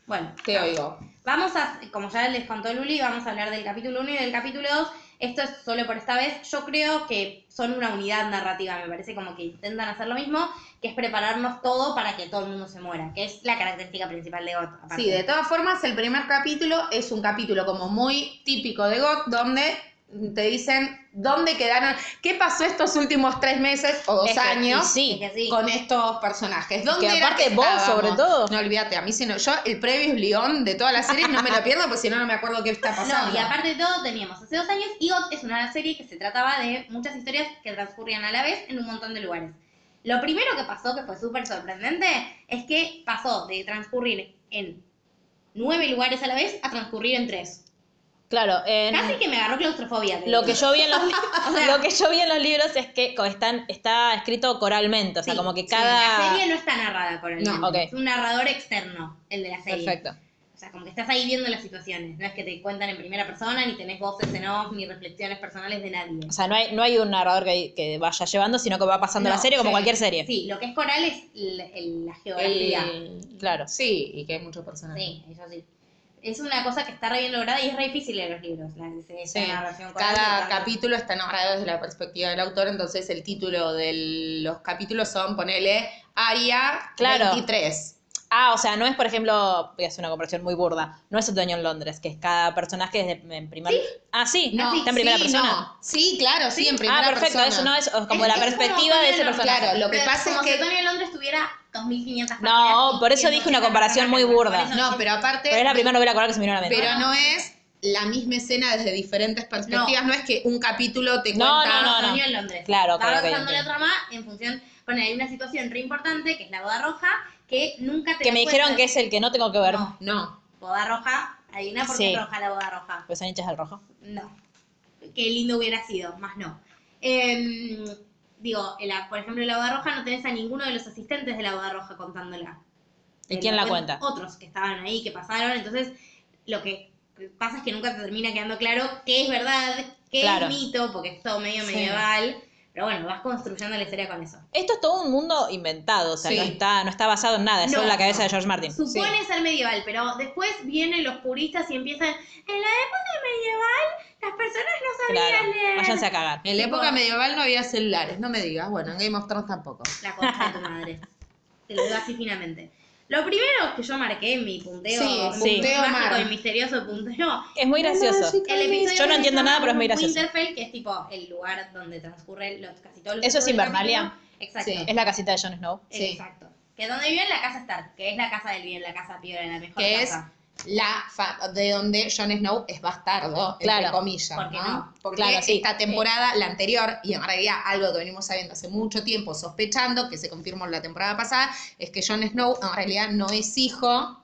[SPEAKER 2] Bueno,
[SPEAKER 3] te oigo.
[SPEAKER 2] Vamos a, como ya les contó Luli, vamos a hablar del capítulo 1 y del capítulo 2. Esto es solo por esta vez. Yo creo que son una unidad narrativa, me parece como que intentan hacer lo mismo, que es prepararnos todo para que todo el mundo se muera, que es la característica principal de Got. aparte.
[SPEAKER 3] Sí, de todas formas, el primer capítulo es un capítulo como muy típico de GOT, donde te dicen dónde quedaron, qué pasó estos últimos tres meses o dos
[SPEAKER 1] Es que-
[SPEAKER 3] años
[SPEAKER 1] y sí.
[SPEAKER 2] Es que sí.
[SPEAKER 3] con estos personajes. ¿Dónde
[SPEAKER 1] Que
[SPEAKER 3] era
[SPEAKER 1] aparte vos,
[SPEAKER 3] estábamos?
[SPEAKER 1] sobre todo.
[SPEAKER 3] No olvídate, a mí si no, yo el previo león de toda la serie no me lo pierdo porque si no, no me acuerdo qué está pasando.
[SPEAKER 2] No, y aparte de todo, teníamos hace dos años, y Got es una serie que se trataba de muchas historias que transcurrían a la vez en un montón de lugares. Lo primero que pasó, que fue súper sorprendente, es que pasó de transcurrir en nueve lugares a la vez a transcurrir en tres.
[SPEAKER 1] Claro, en-
[SPEAKER 2] Casi que me agarró claustrofobia. te
[SPEAKER 1] lo
[SPEAKER 2] digo.
[SPEAKER 1] que yo vi en los li-
[SPEAKER 2] O sea-
[SPEAKER 1] lo que yo vi en los libros es que co- están está escrito coralmente, o sea,
[SPEAKER 2] Sí,
[SPEAKER 1] como que
[SPEAKER 2] sí,
[SPEAKER 1] cada
[SPEAKER 2] La serie no está narrada por el
[SPEAKER 3] No,
[SPEAKER 2] nombre,
[SPEAKER 1] ok.
[SPEAKER 2] Es un narrador externo, el de la serie.
[SPEAKER 1] Perfecto.
[SPEAKER 2] O sea, como que estás ahí viendo las situaciones. No es que te cuentan en primera persona, ni tenés voces en off, ni reflexiones personales de nadie.
[SPEAKER 1] O sea, no hay, no hay un narrador que, que vaya llevando, sino que va pasando
[SPEAKER 3] No,
[SPEAKER 1] la serie como
[SPEAKER 3] sí,
[SPEAKER 1] cualquier serie.
[SPEAKER 2] Sí, lo que es coral es el- el- la geografía.
[SPEAKER 1] El- claro.
[SPEAKER 3] Sí, y que hay muchos personajes.
[SPEAKER 2] Sí, eso sí. Es una cosa que está re bien lograda y es re difícil en los libros. La, esa
[SPEAKER 3] Sí.
[SPEAKER 2] narración coral
[SPEAKER 3] Cada
[SPEAKER 2] de
[SPEAKER 3] capítulo está narrado desde la perspectiva del autor, entonces el título de los capítulos son, ponele, Aria
[SPEAKER 1] Claro.
[SPEAKER 3] 23.
[SPEAKER 1] Ah, o sea, no es, por ejemplo, voy a hacer una comparación muy burda, no es el dueño en Londres, que es cada personaje es de- en primer... Ah, sí,
[SPEAKER 3] No,
[SPEAKER 1] está en primera
[SPEAKER 3] sí,
[SPEAKER 1] persona.
[SPEAKER 3] no. Sí, claro, sí, en primera
[SPEAKER 1] Ah, perfecto,
[SPEAKER 3] persona.
[SPEAKER 1] eso no es o- como
[SPEAKER 2] Es-
[SPEAKER 1] la
[SPEAKER 2] es
[SPEAKER 1] perspectiva
[SPEAKER 2] como
[SPEAKER 1] de ese
[SPEAKER 2] Tony Londres,
[SPEAKER 1] personaje.
[SPEAKER 3] Claro, lo que
[SPEAKER 2] Pero
[SPEAKER 3] pasa es
[SPEAKER 2] como
[SPEAKER 3] que-
[SPEAKER 2] si Tony en Londres tuviera 2.500
[SPEAKER 1] No,
[SPEAKER 2] páginas y
[SPEAKER 1] por eso dije una
[SPEAKER 2] 180
[SPEAKER 1] comparación muy
[SPEAKER 2] personajes,
[SPEAKER 1] burda.
[SPEAKER 2] por eso
[SPEAKER 3] No, pero aparte.
[SPEAKER 1] Pero es la primera novela coral que se me vino a la mente.
[SPEAKER 3] pero no es la misma escena desde diferentes perspectivas. No, es que un capítulo te
[SPEAKER 1] No, no, no,
[SPEAKER 3] cuenta.
[SPEAKER 1] no.
[SPEAKER 2] Antonio en Londres.
[SPEAKER 1] Claro, claro,
[SPEAKER 2] Va
[SPEAKER 1] ok,
[SPEAKER 2] avanzando la
[SPEAKER 1] entiendo.
[SPEAKER 2] trama en función. Bueno, hay una situación re importante que es la boda roja, que nunca te
[SPEAKER 1] que
[SPEAKER 2] das
[SPEAKER 1] me dijeron
[SPEAKER 2] cuenta.
[SPEAKER 1] que es el que no tengo que ver.
[SPEAKER 2] No,
[SPEAKER 3] No.
[SPEAKER 2] boda roja, adivina por qué
[SPEAKER 1] Sí.
[SPEAKER 2] es roja la boda roja.
[SPEAKER 1] Pues son hinchas del rojo.
[SPEAKER 2] No. Qué lindo hubiera sido, más no. Em, digo, en la- por ejemplo, en la boda roja no tenés a ninguno de los asistentes de la boda roja contándola.
[SPEAKER 1] ¿Y
[SPEAKER 2] Eh,
[SPEAKER 1] quién
[SPEAKER 2] lo
[SPEAKER 1] la cuenta?
[SPEAKER 2] Otros que estaban ahí, que pasaron. Entonces, lo que pasa es que nunca te termina quedando claro qué es verdad, qué
[SPEAKER 1] Claro.
[SPEAKER 2] es mito, porque es todo medio
[SPEAKER 3] Sí.
[SPEAKER 2] medieval. Pero bueno, vas construyendo la historia con eso.
[SPEAKER 1] Esto es todo un mundo inventado, o sea,
[SPEAKER 3] Sí.
[SPEAKER 1] no, está, no está basado en nada, es
[SPEAKER 2] No.
[SPEAKER 1] solo la cabeza de George Martin.
[SPEAKER 2] Supone ser medieval, pero después vienen los puristas y empiezan. En la época medieval, las personas no sabían
[SPEAKER 1] Claro,
[SPEAKER 2] leer.
[SPEAKER 1] váyanse a cagar.
[SPEAKER 3] En la época medieval no había celulares, no me digas. Bueno, en Game of Thrones tampoco.
[SPEAKER 2] La concha de tu madre. Te lo digo así finamente. Lo primero que yo marqué en mi punteo,
[SPEAKER 3] Sí,
[SPEAKER 2] mi
[SPEAKER 1] sí.
[SPEAKER 3] Punteo
[SPEAKER 2] mágico
[SPEAKER 3] mar.
[SPEAKER 2] y misterioso punteo,
[SPEAKER 1] Es muy gracioso.
[SPEAKER 2] el episodio
[SPEAKER 1] Yo no
[SPEAKER 2] que
[SPEAKER 1] entiendo
[SPEAKER 2] se
[SPEAKER 1] nada, pero es muy
[SPEAKER 2] llama
[SPEAKER 1] gracioso.
[SPEAKER 2] Winterfell, que es tipo el lugar donde transcurre los, casi todos los
[SPEAKER 1] Eso es
[SPEAKER 2] episodios del
[SPEAKER 1] Invernalia.
[SPEAKER 2] capítulo. Exacto.
[SPEAKER 3] Sí.
[SPEAKER 1] Es la casita de Jon Snow.
[SPEAKER 3] Sí.
[SPEAKER 2] Exacto. Que donde vive en la casa Stark, que es la casa del bien, la casa piedra, la mejor
[SPEAKER 3] Que
[SPEAKER 2] casa.
[SPEAKER 3] La fa- de donde Jon Snow es bastardo, entre
[SPEAKER 1] Claro.
[SPEAKER 3] comillas,
[SPEAKER 2] ¿Por qué
[SPEAKER 3] ¿no?
[SPEAKER 2] no?
[SPEAKER 3] Porque
[SPEAKER 1] Claro, sí.
[SPEAKER 3] esta temporada, la anterior, y en realidad algo que venimos sabiendo hace mucho tiempo, sospechando, que se confirmó la temporada pasada, es que Jon Snow en realidad no es hijo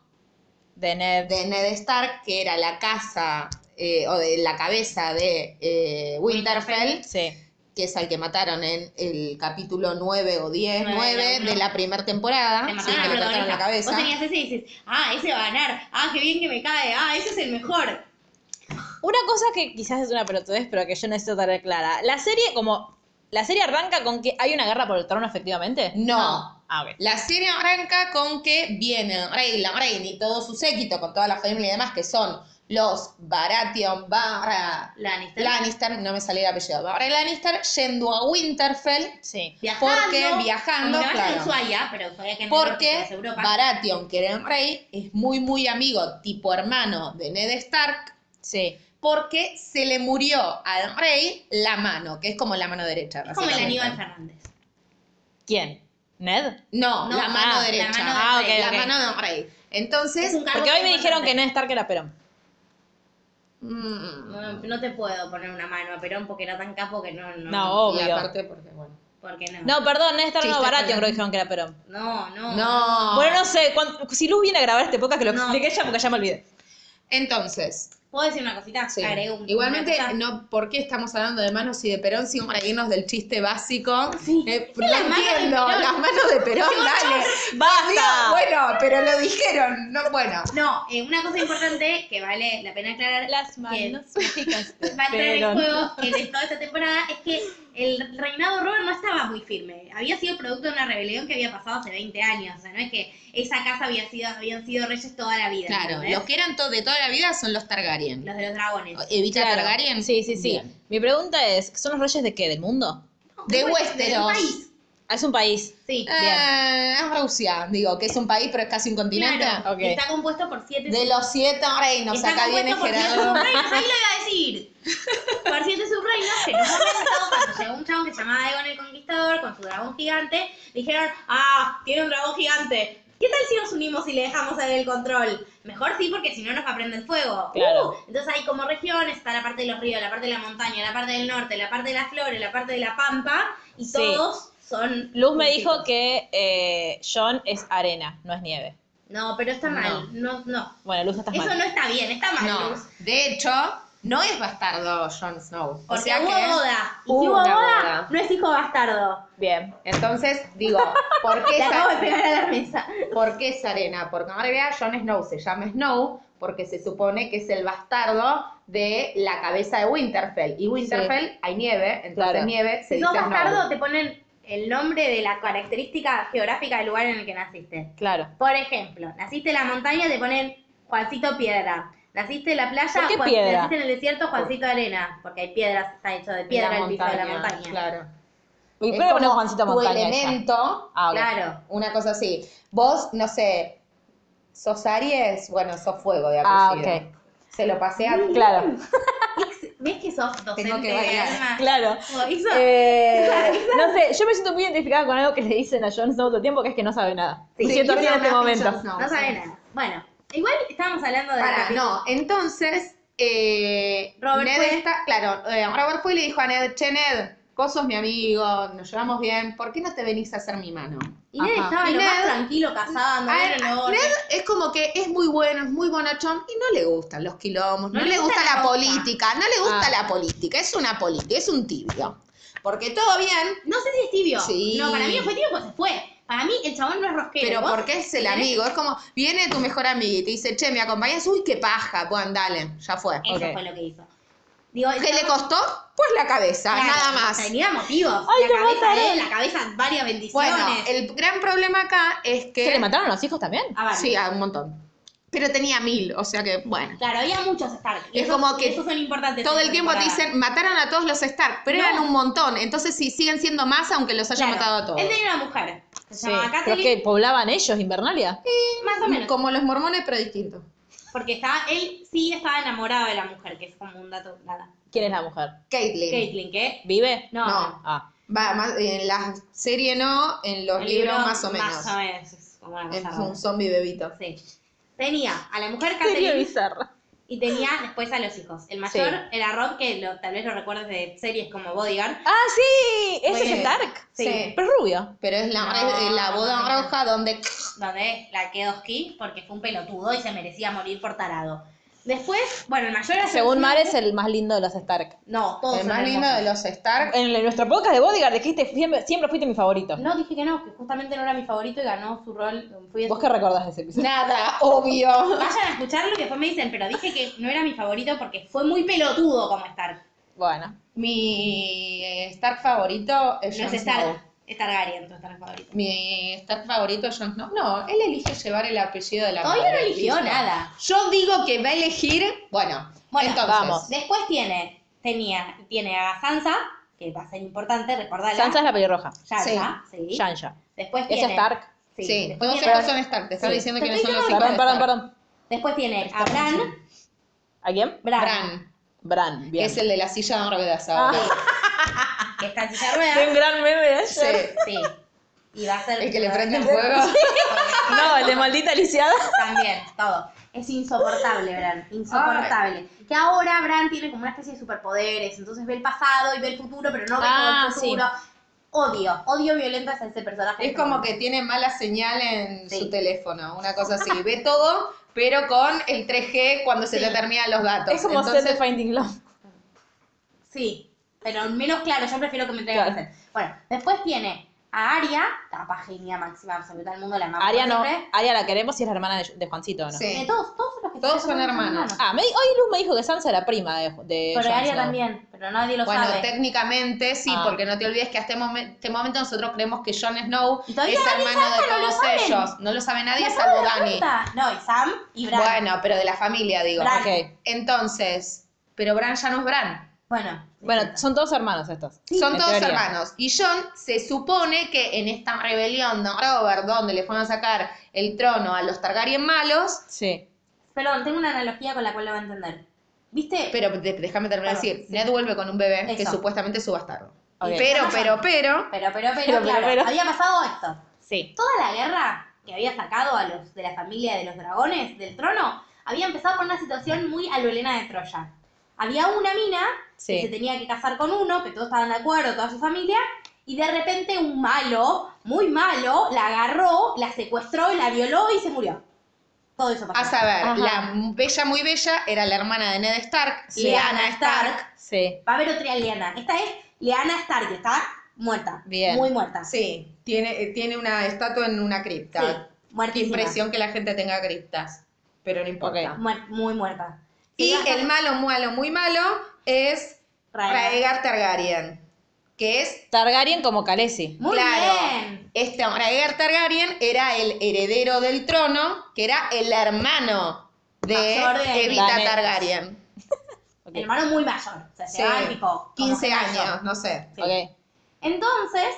[SPEAKER 1] De Ned.
[SPEAKER 3] de Ned Stark, que era la casa eh, o de la cabeza de eh, Winterfell,
[SPEAKER 1] Sí.
[SPEAKER 3] que es al que mataron en el capítulo 9 o 10,
[SPEAKER 2] Nueve,
[SPEAKER 3] 9
[SPEAKER 2] uno.
[SPEAKER 3] de la primera temporada,
[SPEAKER 2] Te
[SPEAKER 3] sí,
[SPEAKER 2] mataron
[SPEAKER 3] que
[SPEAKER 2] al
[SPEAKER 3] le cortaron
[SPEAKER 2] protagonista.
[SPEAKER 3] la cabeza.
[SPEAKER 2] Vos tenías ese y dices, ah, ese va a ganar, ah, qué bien que me cae, ah, ese es el mejor.
[SPEAKER 1] Una cosa que quizás es una pelotudez, pero que yo necesito tener clara. La serie, como. La serie arranca con que hay una guerra por el trono, efectivamente.
[SPEAKER 3] No.
[SPEAKER 1] Ah, ok.
[SPEAKER 3] La serie arranca con que vienen Rey, la Reina y todo su séquito, con toda la familia y demás, que son los Baratheon barra
[SPEAKER 2] Lannister.
[SPEAKER 3] Lannister, no me salía el apellido, barra Lannister, yendo a Winterfell,
[SPEAKER 1] Sí.
[SPEAKER 3] porque viajando,
[SPEAKER 2] aunque vaya en
[SPEAKER 3] claro.
[SPEAKER 2] Ushuaia, pero Ushuaia que es
[SPEAKER 3] Porque
[SPEAKER 2] es Europa.
[SPEAKER 3] Baratheon, que era el rey, es muy, muy amigo, tipo hermano de Ned Stark,
[SPEAKER 1] Sí.
[SPEAKER 3] porque se le murió al rey la mano, que es como la mano derecha.
[SPEAKER 2] es como el
[SPEAKER 3] básicamente.
[SPEAKER 2] Aníbal Fernández.
[SPEAKER 1] ¿Quién? ¿Ned?
[SPEAKER 3] No,
[SPEAKER 2] No,
[SPEAKER 3] la mano
[SPEAKER 1] ah, la
[SPEAKER 3] derecha.
[SPEAKER 2] mano del
[SPEAKER 1] Ah, ok,
[SPEAKER 2] rey,
[SPEAKER 3] la
[SPEAKER 1] ok.
[SPEAKER 3] mano de un rey. Entonces,
[SPEAKER 2] Es un cargo
[SPEAKER 1] Porque hoy me
[SPEAKER 2] muy
[SPEAKER 1] dijeron que
[SPEAKER 2] importante.
[SPEAKER 1] Ned Stark era Perón.
[SPEAKER 3] mm,
[SPEAKER 2] mm, No, no te puedo poner una mano a Perón porque era tan capo que no. No,
[SPEAKER 1] No,
[SPEAKER 3] y
[SPEAKER 1] obvio.
[SPEAKER 3] aparte porque, bueno.
[SPEAKER 2] Porque no.
[SPEAKER 1] No, perdón, Néstor
[SPEAKER 3] Chiste,
[SPEAKER 1] no, Baratio
[SPEAKER 3] perdón.
[SPEAKER 1] creo que dijeron que era Perón.
[SPEAKER 2] No, no.
[SPEAKER 3] No.
[SPEAKER 1] Bueno, no sé, cuan- si Luz viene a grabar este podcast, que lo
[SPEAKER 2] No.
[SPEAKER 1] explique ella porque ya me olvidé.
[SPEAKER 3] Entonces,
[SPEAKER 2] ¿Puedo decir una cosita?
[SPEAKER 3] sí.
[SPEAKER 2] Agrego un-
[SPEAKER 3] igualmente,
[SPEAKER 2] una cosa.
[SPEAKER 3] no, ¿por qué estamos hablando de manos y de Perón si para irnos del chiste básico?
[SPEAKER 2] Sí.
[SPEAKER 3] Eh,
[SPEAKER 2] Las
[SPEAKER 3] no
[SPEAKER 2] manos de
[SPEAKER 3] entiendo,
[SPEAKER 2] Perón.
[SPEAKER 3] las manos de Perón, dale.
[SPEAKER 1] ¡Basta!
[SPEAKER 3] Bueno, pero lo dijeron, no, bueno.
[SPEAKER 2] No, eh, una cosa importante que vale la pena aclarar.
[SPEAKER 4] Las
[SPEAKER 2] que
[SPEAKER 4] manos mágicas.
[SPEAKER 2] Va a entrar en
[SPEAKER 1] Pero
[SPEAKER 2] juego el de toda esta temporada es que el reinado de Robert no estaba muy firme. Había sido producto de una rebelión que había pasado hace 20 años. O sea, no es que esa casa había sido, habían sido reyes toda la vida.
[SPEAKER 3] Claro,
[SPEAKER 2] ¿entendés?
[SPEAKER 3] los que eran to- de toda la vida son los Targaryen.
[SPEAKER 2] ¿eh?
[SPEAKER 3] Eh,
[SPEAKER 2] Los de los dragones.
[SPEAKER 3] Evita
[SPEAKER 1] Claro.
[SPEAKER 3] Targaryen.
[SPEAKER 1] Sí, sí, sí.
[SPEAKER 3] Bien.
[SPEAKER 1] Mi pregunta es, ¿son los reyes de qué? ¿Del mundo?
[SPEAKER 3] De
[SPEAKER 2] Bueno,
[SPEAKER 3] Westeros.
[SPEAKER 2] un pues, país.
[SPEAKER 1] Ah, es un país.
[SPEAKER 2] Sí.
[SPEAKER 3] Eh, es Rusia, digo, que es un país, pero es casi un continente.
[SPEAKER 2] Claro,
[SPEAKER 1] ok.
[SPEAKER 2] Está compuesto por siete
[SPEAKER 3] De los siete reinos,
[SPEAKER 2] Está
[SPEAKER 3] acá viene
[SPEAKER 2] compuesto por siete
[SPEAKER 3] Gerardo.
[SPEAKER 2] subreinos, ahí lo iba a decir. Por siete subreinos, que en un momento, cuando llegó un chabón que se llamaba Egon el Conquistador con su dragón gigante, dijeron, ah, tiene un dragón gigante. ¿Qué tal si nos unimos y le dejamos a él el control? Mejor sí, porque si no nos va a prender fuego.
[SPEAKER 1] Claro.
[SPEAKER 2] Uh, entonces hay como regiones, está la parte de los ríos, la parte de la montaña, la parte del norte, la parte de las flores, la parte de la pampa, y
[SPEAKER 1] Sí.
[SPEAKER 2] todos son...
[SPEAKER 1] Luz me
[SPEAKER 2] juntitos.
[SPEAKER 1] dijo que eh, John es arena, no es nieve.
[SPEAKER 2] No, pero está mal. No, no.
[SPEAKER 1] Bueno, Luz, estás
[SPEAKER 2] Eso
[SPEAKER 1] mal.
[SPEAKER 2] no está bien, está mal,
[SPEAKER 3] No,
[SPEAKER 2] Luz.
[SPEAKER 3] de hecho, no es bastardo Jon Snow. O
[SPEAKER 2] Porque
[SPEAKER 3] sea
[SPEAKER 2] hubo
[SPEAKER 3] que.
[SPEAKER 2] boda. Y
[SPEAKER 3] hubo
[SPEAKER 2] si hubo
[SPEAKER 3] una
[SPEAKER 2] boda,
[SPEAKER 3] boda.
[SPEAKER 2] no es hijo bastardo.
[SPEAKER 1] Bien.
[SPEAKER 3] Entonces, digo, ¿por qué,
[SPEAKER 2] Le
[SPEAKER 3] esa-
[SPEAKER 2] acabo de pegar a la mesa.
[SPEAKER 3] por qué es arena? Porque en realidad Jon Snow se llama Snow porque se supone que es el bastardo de la cabeza de Winterfell. Y Winterfell hay nieve, entonces
[SPEAKER 1] Claro.
[SPEAKER 3] nieve se
[SPEAKER 2] Si
[SPEAKER 3] dice
[SPEAKER 2] sos
[SPEAKER 3] Snow.
[SPEAKER 2] bastardo, te ponen el nombre de la característica geográfica del lugar en el que naciste.
[SPEAKER 1] Claro.
[SPEAKER 2] Por ejemplo, naciste en la montaña, te ponen Juancito Piedra. Naciste en la playa,
[SPEAKER 1] ¿Por qué
[SPEAKER 2] Juan-
[SPEAKER 1] piedra?
[SPEAKER 2] naciste en el desierto, Juancito Arena. Porque hay piedras, está hecho de piedra el piso de la montaña.
[SPEAKER 3] Claro.
[SPEAKER 1] ¿Y por
[SPEAKER 3] Es
[SPEAKER 1] qué pones
[SPEAKER 3] como
[SPEAKER 1] Juancito
[SPEAKER 3] tu
[SPEAKER 1] Montaña ella?
[SPEAKER 3] elemento,
[SPEAKER 1] Ah, ok.
[SPEAKER 2] Claro.
[SPEAKER 3] una cosa así. Vos, no sé, sos Aries, bueno, sos fuego de
[SPEAKER 1] Ah,
[SPEAKER 3] apellido. Se lo pasé a...
[SPEAKER 1] Claro,
[SPEAKER 2] ¿Ves que sos docente
[SPEAKER 3] Tengo que
[SPEAKER 2] de
[SPEAKER 3] bailar.
[SPEAKER 2] alma? Oh,
[SPEAKER 1] claro.
[SPEAKER 2] Como hizo-
[SPEAKER 1] Eh, no sé, yo me siento muy identificada con algo que le dicen a Jon Snow todo el tiempo, que es que no sabe nada.
[SPEAKER 3] Sí,
[SPEAKER 1] me siento
[SPEAKER 3] yo
[SPEAKER 1] así en este
[SPEAKER 3] no,
[SPEAKER 1] momento.
[SPEAKER 3] yo
[SPEAKER 2] no sabe nada. Bueno, igual estábamos hablando de...
[SPEAKER 3] Pará, no. Entonces, eh,
[SPEAKER 2] Robert
[SPEAKER 3] Ned
[SPEAKER 2] fue-
[SPEAKER 3] está- claro, eh, Robert fue y le dijo a Ned, che, Ned, vos sos mi amigo, nos llevamos bien, ¿por qué no te venís a hacer mi mano?
[SPEAKER 2] Y Ned
[SPEAKER 5] Ajá.
[SPEAKER 2] estaba lo
[SPEAKER 3] Y
[SPEAKER 2] más
[SPEAKER 3] Ned-
[SPEAKER 2] tranquilo, casado, andando
[SPEAKER 3] Ay,
[SPEAKER 2] en el horno.
[SPEAKER 3] Ned es como que es muy bueno, es muy bonachón y no le gustan los quilombos, no, le gusta, la
[SPEAKER 2] ropa.
[SPEAKER 3] política, no le gusta
[SPEAKER 1] Ah.
[SPEAKER 3] la política, es una política, es un tibio. Porque todo bien,
[SPEAKER 2] No sé si es tibio.
[SPEAKER 3] Sí.
[SPEAKER 2] No, para mí no fue tibio porque se fue. Para mí el chabón no es rosquero.
[SPEAKER 3] Pero
[SPEAKER 2] ¿Vos?
[SPEAKER 3] porque es el
[SPEAKER 2] ¿Tenés?
[SPEAKER 3] amigo, es como, viene tu mejor amigo y te dice, che, ¿me acompañas? Uy, qué paja, bueno, dale, ya fue.
[SPEAKER 2] Eso
[SPEAKER 1] Ok.
[SPEAKER 2] fue lo que hizo. Digo, el
[SPEAKER 3] ¿Qué le
[SPEAKER 2] chabón-
[SPEAKER 3] costó? Pues la cabeza,
[SPEAKER 2] Claro,
[SPEAKER 3] nada más.
[SPEAKER 2] Tenía motivos.
[SPEAKER 1] Ay,
[SPEAKER 2] la
[SPEAKER 1] lo
[SPEAKER 2] cabeza de
[SPEAKER 1] mataron.
[SPEAKER 2] él, la cabeza, varias bendiciones.
[SPEAKER 3] Bueno, el gran problema acá es
[SPEAKER 1] ¿Qué le
[SPEAKER 3] que...
[SPEAKER 1] mataron a los hijos también?
[SPEAKER 2] A ver,
[SPEAKER 3] Sí, a un montón. Pero tenía mil, o sea que, bueno.
[SPEAKER 2] Claro, había muchos Stark. y
[SPEAKER 3] Es
[SPEAKER 2] esos-
[SPEAKER 3] como que
[SPEAKER 2] esos son importantes.
[SPEAKER 3] Todo
[SPEAKER 2] en
[SPEAKER 3] el tiempo te
[SPEAKER 2] temporada.
[SPEAKER 3] dicen, mataron a todos los Stark, pero
[SPEAKER 2] No.
[SPEAKER 3] eran un montón. Entonces sí, siguen siendo más aunque los hayan
[SPEAKER 2] Claro,
[SPEAKER 3] matado a todos.
[SPEAKER 2] Él tenía una mujer. Se
[SPEAKER 1] Sí.
[SPEAKER 2] llamaba
[SPEAKER 1] ¿Pero
[SPEAKER 2] Catelyn.
[SPEAKER 1] que poblaban ellos Invernalia?
[SPEAKER 2] Más o menos.
[SPEAKER 3] Como los mormones, pero distinto.
[SPEAKER 2] Porque estaba, él sí estaba enamorado de la mujer, que es como un dato. Nada.
[SPEAKER 1] ¿Quién es la mujer?
[SPEAKER 3] Caitlyn.
[SPEAKER 2] Caitlyn, ¿qué?
[SPEAKER 1] ¿Vive?
[SPEAKER 2] No.
[SPEAKER 3] No.
[SPEAKER 1] Ah,
[SPEAKER 3] Va, más- en la serie no, en los
[SPEAKER 2] el
[SPEAKER 3] libros
[SPEAKER 2] libro,
[SPEAKER 3] más o menos.
[SPEAKER 2] Más o menos. Es como una
[SPEAKER 3] Es
[SPEAKER 2] cosa
[SPEAKER 3] un zombie bebito.
[SPEAKER 2] rara. Sí. Tenía a la mujer
[SPEAKER 1] sería
[SPEAKER 2] Catelyn.
[SPEAKER 1] bizarra.
[SPEAKER 2] Y tenía después a los hijos. El mayor
[SPEAKER 1] Sí.
[SPEAKER 2] era Rob, que lo- tal vez lo recuerdes de series como Bodyguard.
[SPEAKER 1] Ah, sí, ese
[SPEAKER 3] Bueno.
[SPEAKER 1] es Stark.
[SPEAKER 3] Sí.
[SPEAKER 1] Pero es rubio.
[SPEAKER 3] Pero es la,
[SPEAKER 2] No,
[SPEAKER 3] eh, la boda
[SPEAKER 2] no, no.
[SPEAKER 3] roja donde...
[SPEAKER 2] Donde la Kedowski, porque fue un pelotudo y se merecía morir por tarado. Después, bueno, el mayor era...
[SPEAKER 1] Según Mar es el más lindo de los Stark.
[SPEAKER 2] No, todos
[SPEAKER 3] El
[SPEAKER 2] son
[SPEAKER 3] más lindo
[SPEAKER 2] hermosos.
[SPEAKER 3] de los Stark.
[SPEAKER 1] En el- nuestro podcast de Bodyguard dijiste siempre, siempre fuiste mi favorito.
[SPEAKER 2] No, dije que no, que justamente no era mi favorito y ganó su rol. um, Fui de-
[SPEAKER 1] ¿Vos qué recordás de ese episodio?
[SPEAKER 3] Nada, obvio.
[SPEAKER 2] Vayan a escucharlo que después me dicen, pero dije que no era mi favorito porque fue muy pelotudo como Stark.
[SPEAKER 1] Bueno.
[SPEAKER 3] Mi eh, Stark favorito es
[SPEAKER 2] No
[SPEAKER 3] Jon
[SPEAKER 2] es
[SPEAKER 3] Snow.
[SPEAKER 2] Stark, es Targaryen, tu Stark favorito.
[SPEAKER 3] Mi Stark favorito es Jon Snow. No, él elige llevar el apellido de la
[SPEAKER 2] Todavía no
[SPEAKER 3] madre,
[SPEAKER 2] eligió
[SPEAKER 3] listo.
[SPEAKER 2] nada.
[SPEAKER 3] Yo digo que va a elegir... Bueno,
[SPEAKER 2] Bueno,
[SPEAKER 3] entonces...
[SPEAKER 1] vamos.
[SPEAKER 2] Después tiene, tenía, tiene a Sansa, que va a ser importante, recordarla.
[SPEAKER 1] Sansa es la pelirroja.
[SPEAKER 2] Sansa, sí.
[SPEAKER 1] Shanja.
[SPEAKER 2] Después
[SPEAKER 1] Ese
[SPEAKER 2] tiene.
[SPEAKER 1] es Stark.
[SPEAKER 3] Sí,
[SPEAKER 2] Después
[SPEAKER 3] todos
[SPEAKER 2] tiene,
[SPEAKER 3] ellos son Stark. Te estaba
[SPEAKER 1] Sí.
[SPEAKER 3] diciendo
[SPEAKER 2] Te
[SPEAKER 3] quiénes
[SPEAKER 2] estoy
[SPEAKER 3] son los hijos
[SPEAKER 2] diciendo
[SPEAKER 3] de
[SPEAKER 1] Perdón, perdón,
[SPEAKER 3] Stark.
[SPEAKER 1] perdón.
[SPEAKER 2] después tiene a Bran.
[SPEAKER 1] ¿A quién?
[SPEAKER 2] Bran,
[SPEAKER 3] Bran,
[SPEAKER 1] Bran,
[SPEAKER 3] que
[SPEAKER 1] bien.
[SPEAKER 3] es el de la silla de ruedas ahora.
[SPEAKER 2] Ah. que está en silla de ruedas.
[SPEAKER 1] Qué un gran meme de
[SPEAKER 3] Sí,
[SPEAKER 1] ayer.
[SPEAKER 2] Sí. Y va a ser.
[SPEAKER 3] el que le
[SPEAKER 2] va a
[SPEAKER 3] prende el
[SPEAKER 2] ser-
[SPEAKER 3] fuego.
[SPEAKER 1] No, el de maldita lisiada.
[SPEAKER 2] También, todo. Es insoportable, Bran. Insoportable. Que ahora Bran tiene como una especie de superpoderes. Entonces ve el pasado y ve el futuro, pero no ve
[SPEAKER 1] Ah,
[SPEAKER 2] todo el futuro. odio, odio violentas a ese personaje.
[SPEAKER 3] Es como que tiene mala señal en
[SPEAKER 2] Sí.
[SPEAKER 3] su teléfono, una cosa así. Ve todo, pero con el 3G cuando se
[SPEAKER 2] Sí.
[SPEAKER 3] le terminan los datos.
[SPEAKER 6] Es como
[SPEAKER 3] Entonces,
[SPEAKER 6] set de Finding Love.
[SPEAKER 2] Sí, pero menos claro, yo prefiero que me traigan
[SPEAKER 6] Claro.
[SPEAKER 2] Marcel. Bueno, después tiene a Aria, capa genia máxima absoluta del mundo, la amamos
[SPEAKER 6] Aria no,
[SPEAKER 2] siempre.
[SPEAKER 6] Aria la queremos y es la hermana de, de Juancito, ¿no?
[SPEAKER 3] sí.
[SPEAKER 2] Eh, todos, todos los que
[SPEAKER 3] Todos son hermanos.
[SPEAKER 6] Ah, me, di- hoy Luz me dijo que Sansa era prima de, de
[SPEAKER 2] Pero
[SPEAKER 6] Jon
[SPEAKER 2] Aria
[SPEAKER 6] Snow.
[SPEAKER 2] también, pero nadie lo
[SPEAKER 3] Bueno,
[SPEAKER 2] sabe.
[SPEAKER 3] técnicamente sí,
[SPEAKER 6] Ah.
[SPEAKER 3] porque no te olvides que hasta este, momen- este momento nosotros creemos que Jon Snow
[SPEAKER 2] Y
[SPEAKER 3] es
[SPEAKER 2] todavía nadie
[SPEAKER 3] hermano
[SPEAKER 2] sabe,
[SPEAKER 3] de
[SPEAKER 2] no lo
[SPEAKER 3] todos
[SPEAKER 2] saben.
[SPEAKER 3] ellos. No lo sabe nadie
[SPEAKER 2] Me acabo
[SPEAKER 3] salvo
[SPEAKER 2] de dar
[SPEAKER 3] Dani.
[SPEAKER 2] cuenta. No, y Sam y Bran. Bueno,
[SPEAKER 3] Bueno, pero de la familia, digo.
[SPEAKER 2] Bran.
[SPEAKER 6] Ok.
[SPEAKER 3] Entonces, pero Bran ya no es Bran.
[SPEAKER 6] Bueno, son todos hermanos estos.
[SPEAKER 3] Son
[SPEAKER 6] en
[SPEAKER 3] todos
[SPEAKER 6] teoría.
[SPEAKER 3] hermanos. Y John se supone que en esta rebelión de Robert, donde le fueron a sacar el trono a los Targaryen malos,
[SPEAKER 6] Sí.
[SPEAKER 2] Perdón, tengo una analogía con la cual lo va a entender. ¿Viste?
[SPEAKER 3] pero de- déjame terminar de
[SPEAKER 2] Perdón,
[SPEAKER 3] decir,
[SPEAKER 2] sí.
[SPEAKER 3] Ned vuelve con un bebé que
[SPEAKER 2] Eso.
[SPEAKER 3] supuestamente es su bastardo.
[SPEAKER 6] Ok.
[SPEAKER 3] Pero,
[SPEAKER 2] Amazon.
[SPEAKER 3] pero, pero,
[SPEAKER 2] Pero, pero, pero,
[SPEAKER 6] Pero, pero,
[SPEAKER 2] claro,
[SPEAKER 6] pero.
[SPEAKER 2] había pasado esto.
[SPEAKER 6] Sí.
[SPEAKER 2] Toda la guerra que había sacado a los de la familia de los dragones del trono había empezado con una situación muy a lo Elena de Troya. Había una mina que se
[SPEAKER 6] Sí.
[SPEAKER 2] tenía que casar con uno, que todos estaban de acuerdo, toda su familia, y de repente un malo, muy malo, la agarró, la secuestró, la violó y se murió. Todo eso pasó.
[SPEAKER 3] a saber,
[SPEAKER 6] Ajá.
[SPEAKER 3] la bella muy bella era la hermana de Ned Stark,
[SPEAKER 2] Sí.
[SPEAKER 3] Lyanna Stark.
[SPEAKER 6] Sí.
[SPEAKER 2] Va a haber otra Leana. Esta es Leana Stark, que está muerta.
[SPEAKER 6] Bien.
[SPEAKER 2] Muy muerta.
[SPEAKER 3] Sí, tiene, eh, tiene una estatua en una cripta.
[SPEAKER 2] Sí,
[SPEAKER 3] Qué
[SPEAKER 2] muertísima.
[SPEAKER 3] impresión que la gente tenga criptas, pero no importa.
[SPEAKER 6] Ok.
[SPEAKER 2] Muer- muy muerta.
[SPEAKER 3] Y
[SPEAKER 2] Sí,
[SPEAKER 3] el malo, malo, muy malo es
[SPEAKER 2] Rhaegar.
[SPEAKER 3] Raegar Targaryen, que es
[SPEAKER 6] Targaryen como Khaleesi.
[SPEAKER 2] Muy
[SPEAKER 3] Claro.
[SPEAKER 2] bien.
[SPEAKER 3] Este Raegar Targaryen era el heredero del trono, que era el hermano de
[SPEAKER 2] Mayor de
[SPEAKER 3] Evita
[SPEAKER 6] Daenerys.
[SPEAKER 3] Targaryen.
[SPEAKER 6] Ok.
[SPEAKER 2] El hermano muy mayor. O sea, se
[SPEAKER 3] Sí,
[SPEAKER 2] llevaban tipo como
[SPEAKER 3] 15
[SPEAKER 2] gemelos.
[SPEAKER 3] años, no sé.
[SPEAKER 2] Sí.
[SPEAKER 6] Ok.
[SPEAKER 2] Entonces,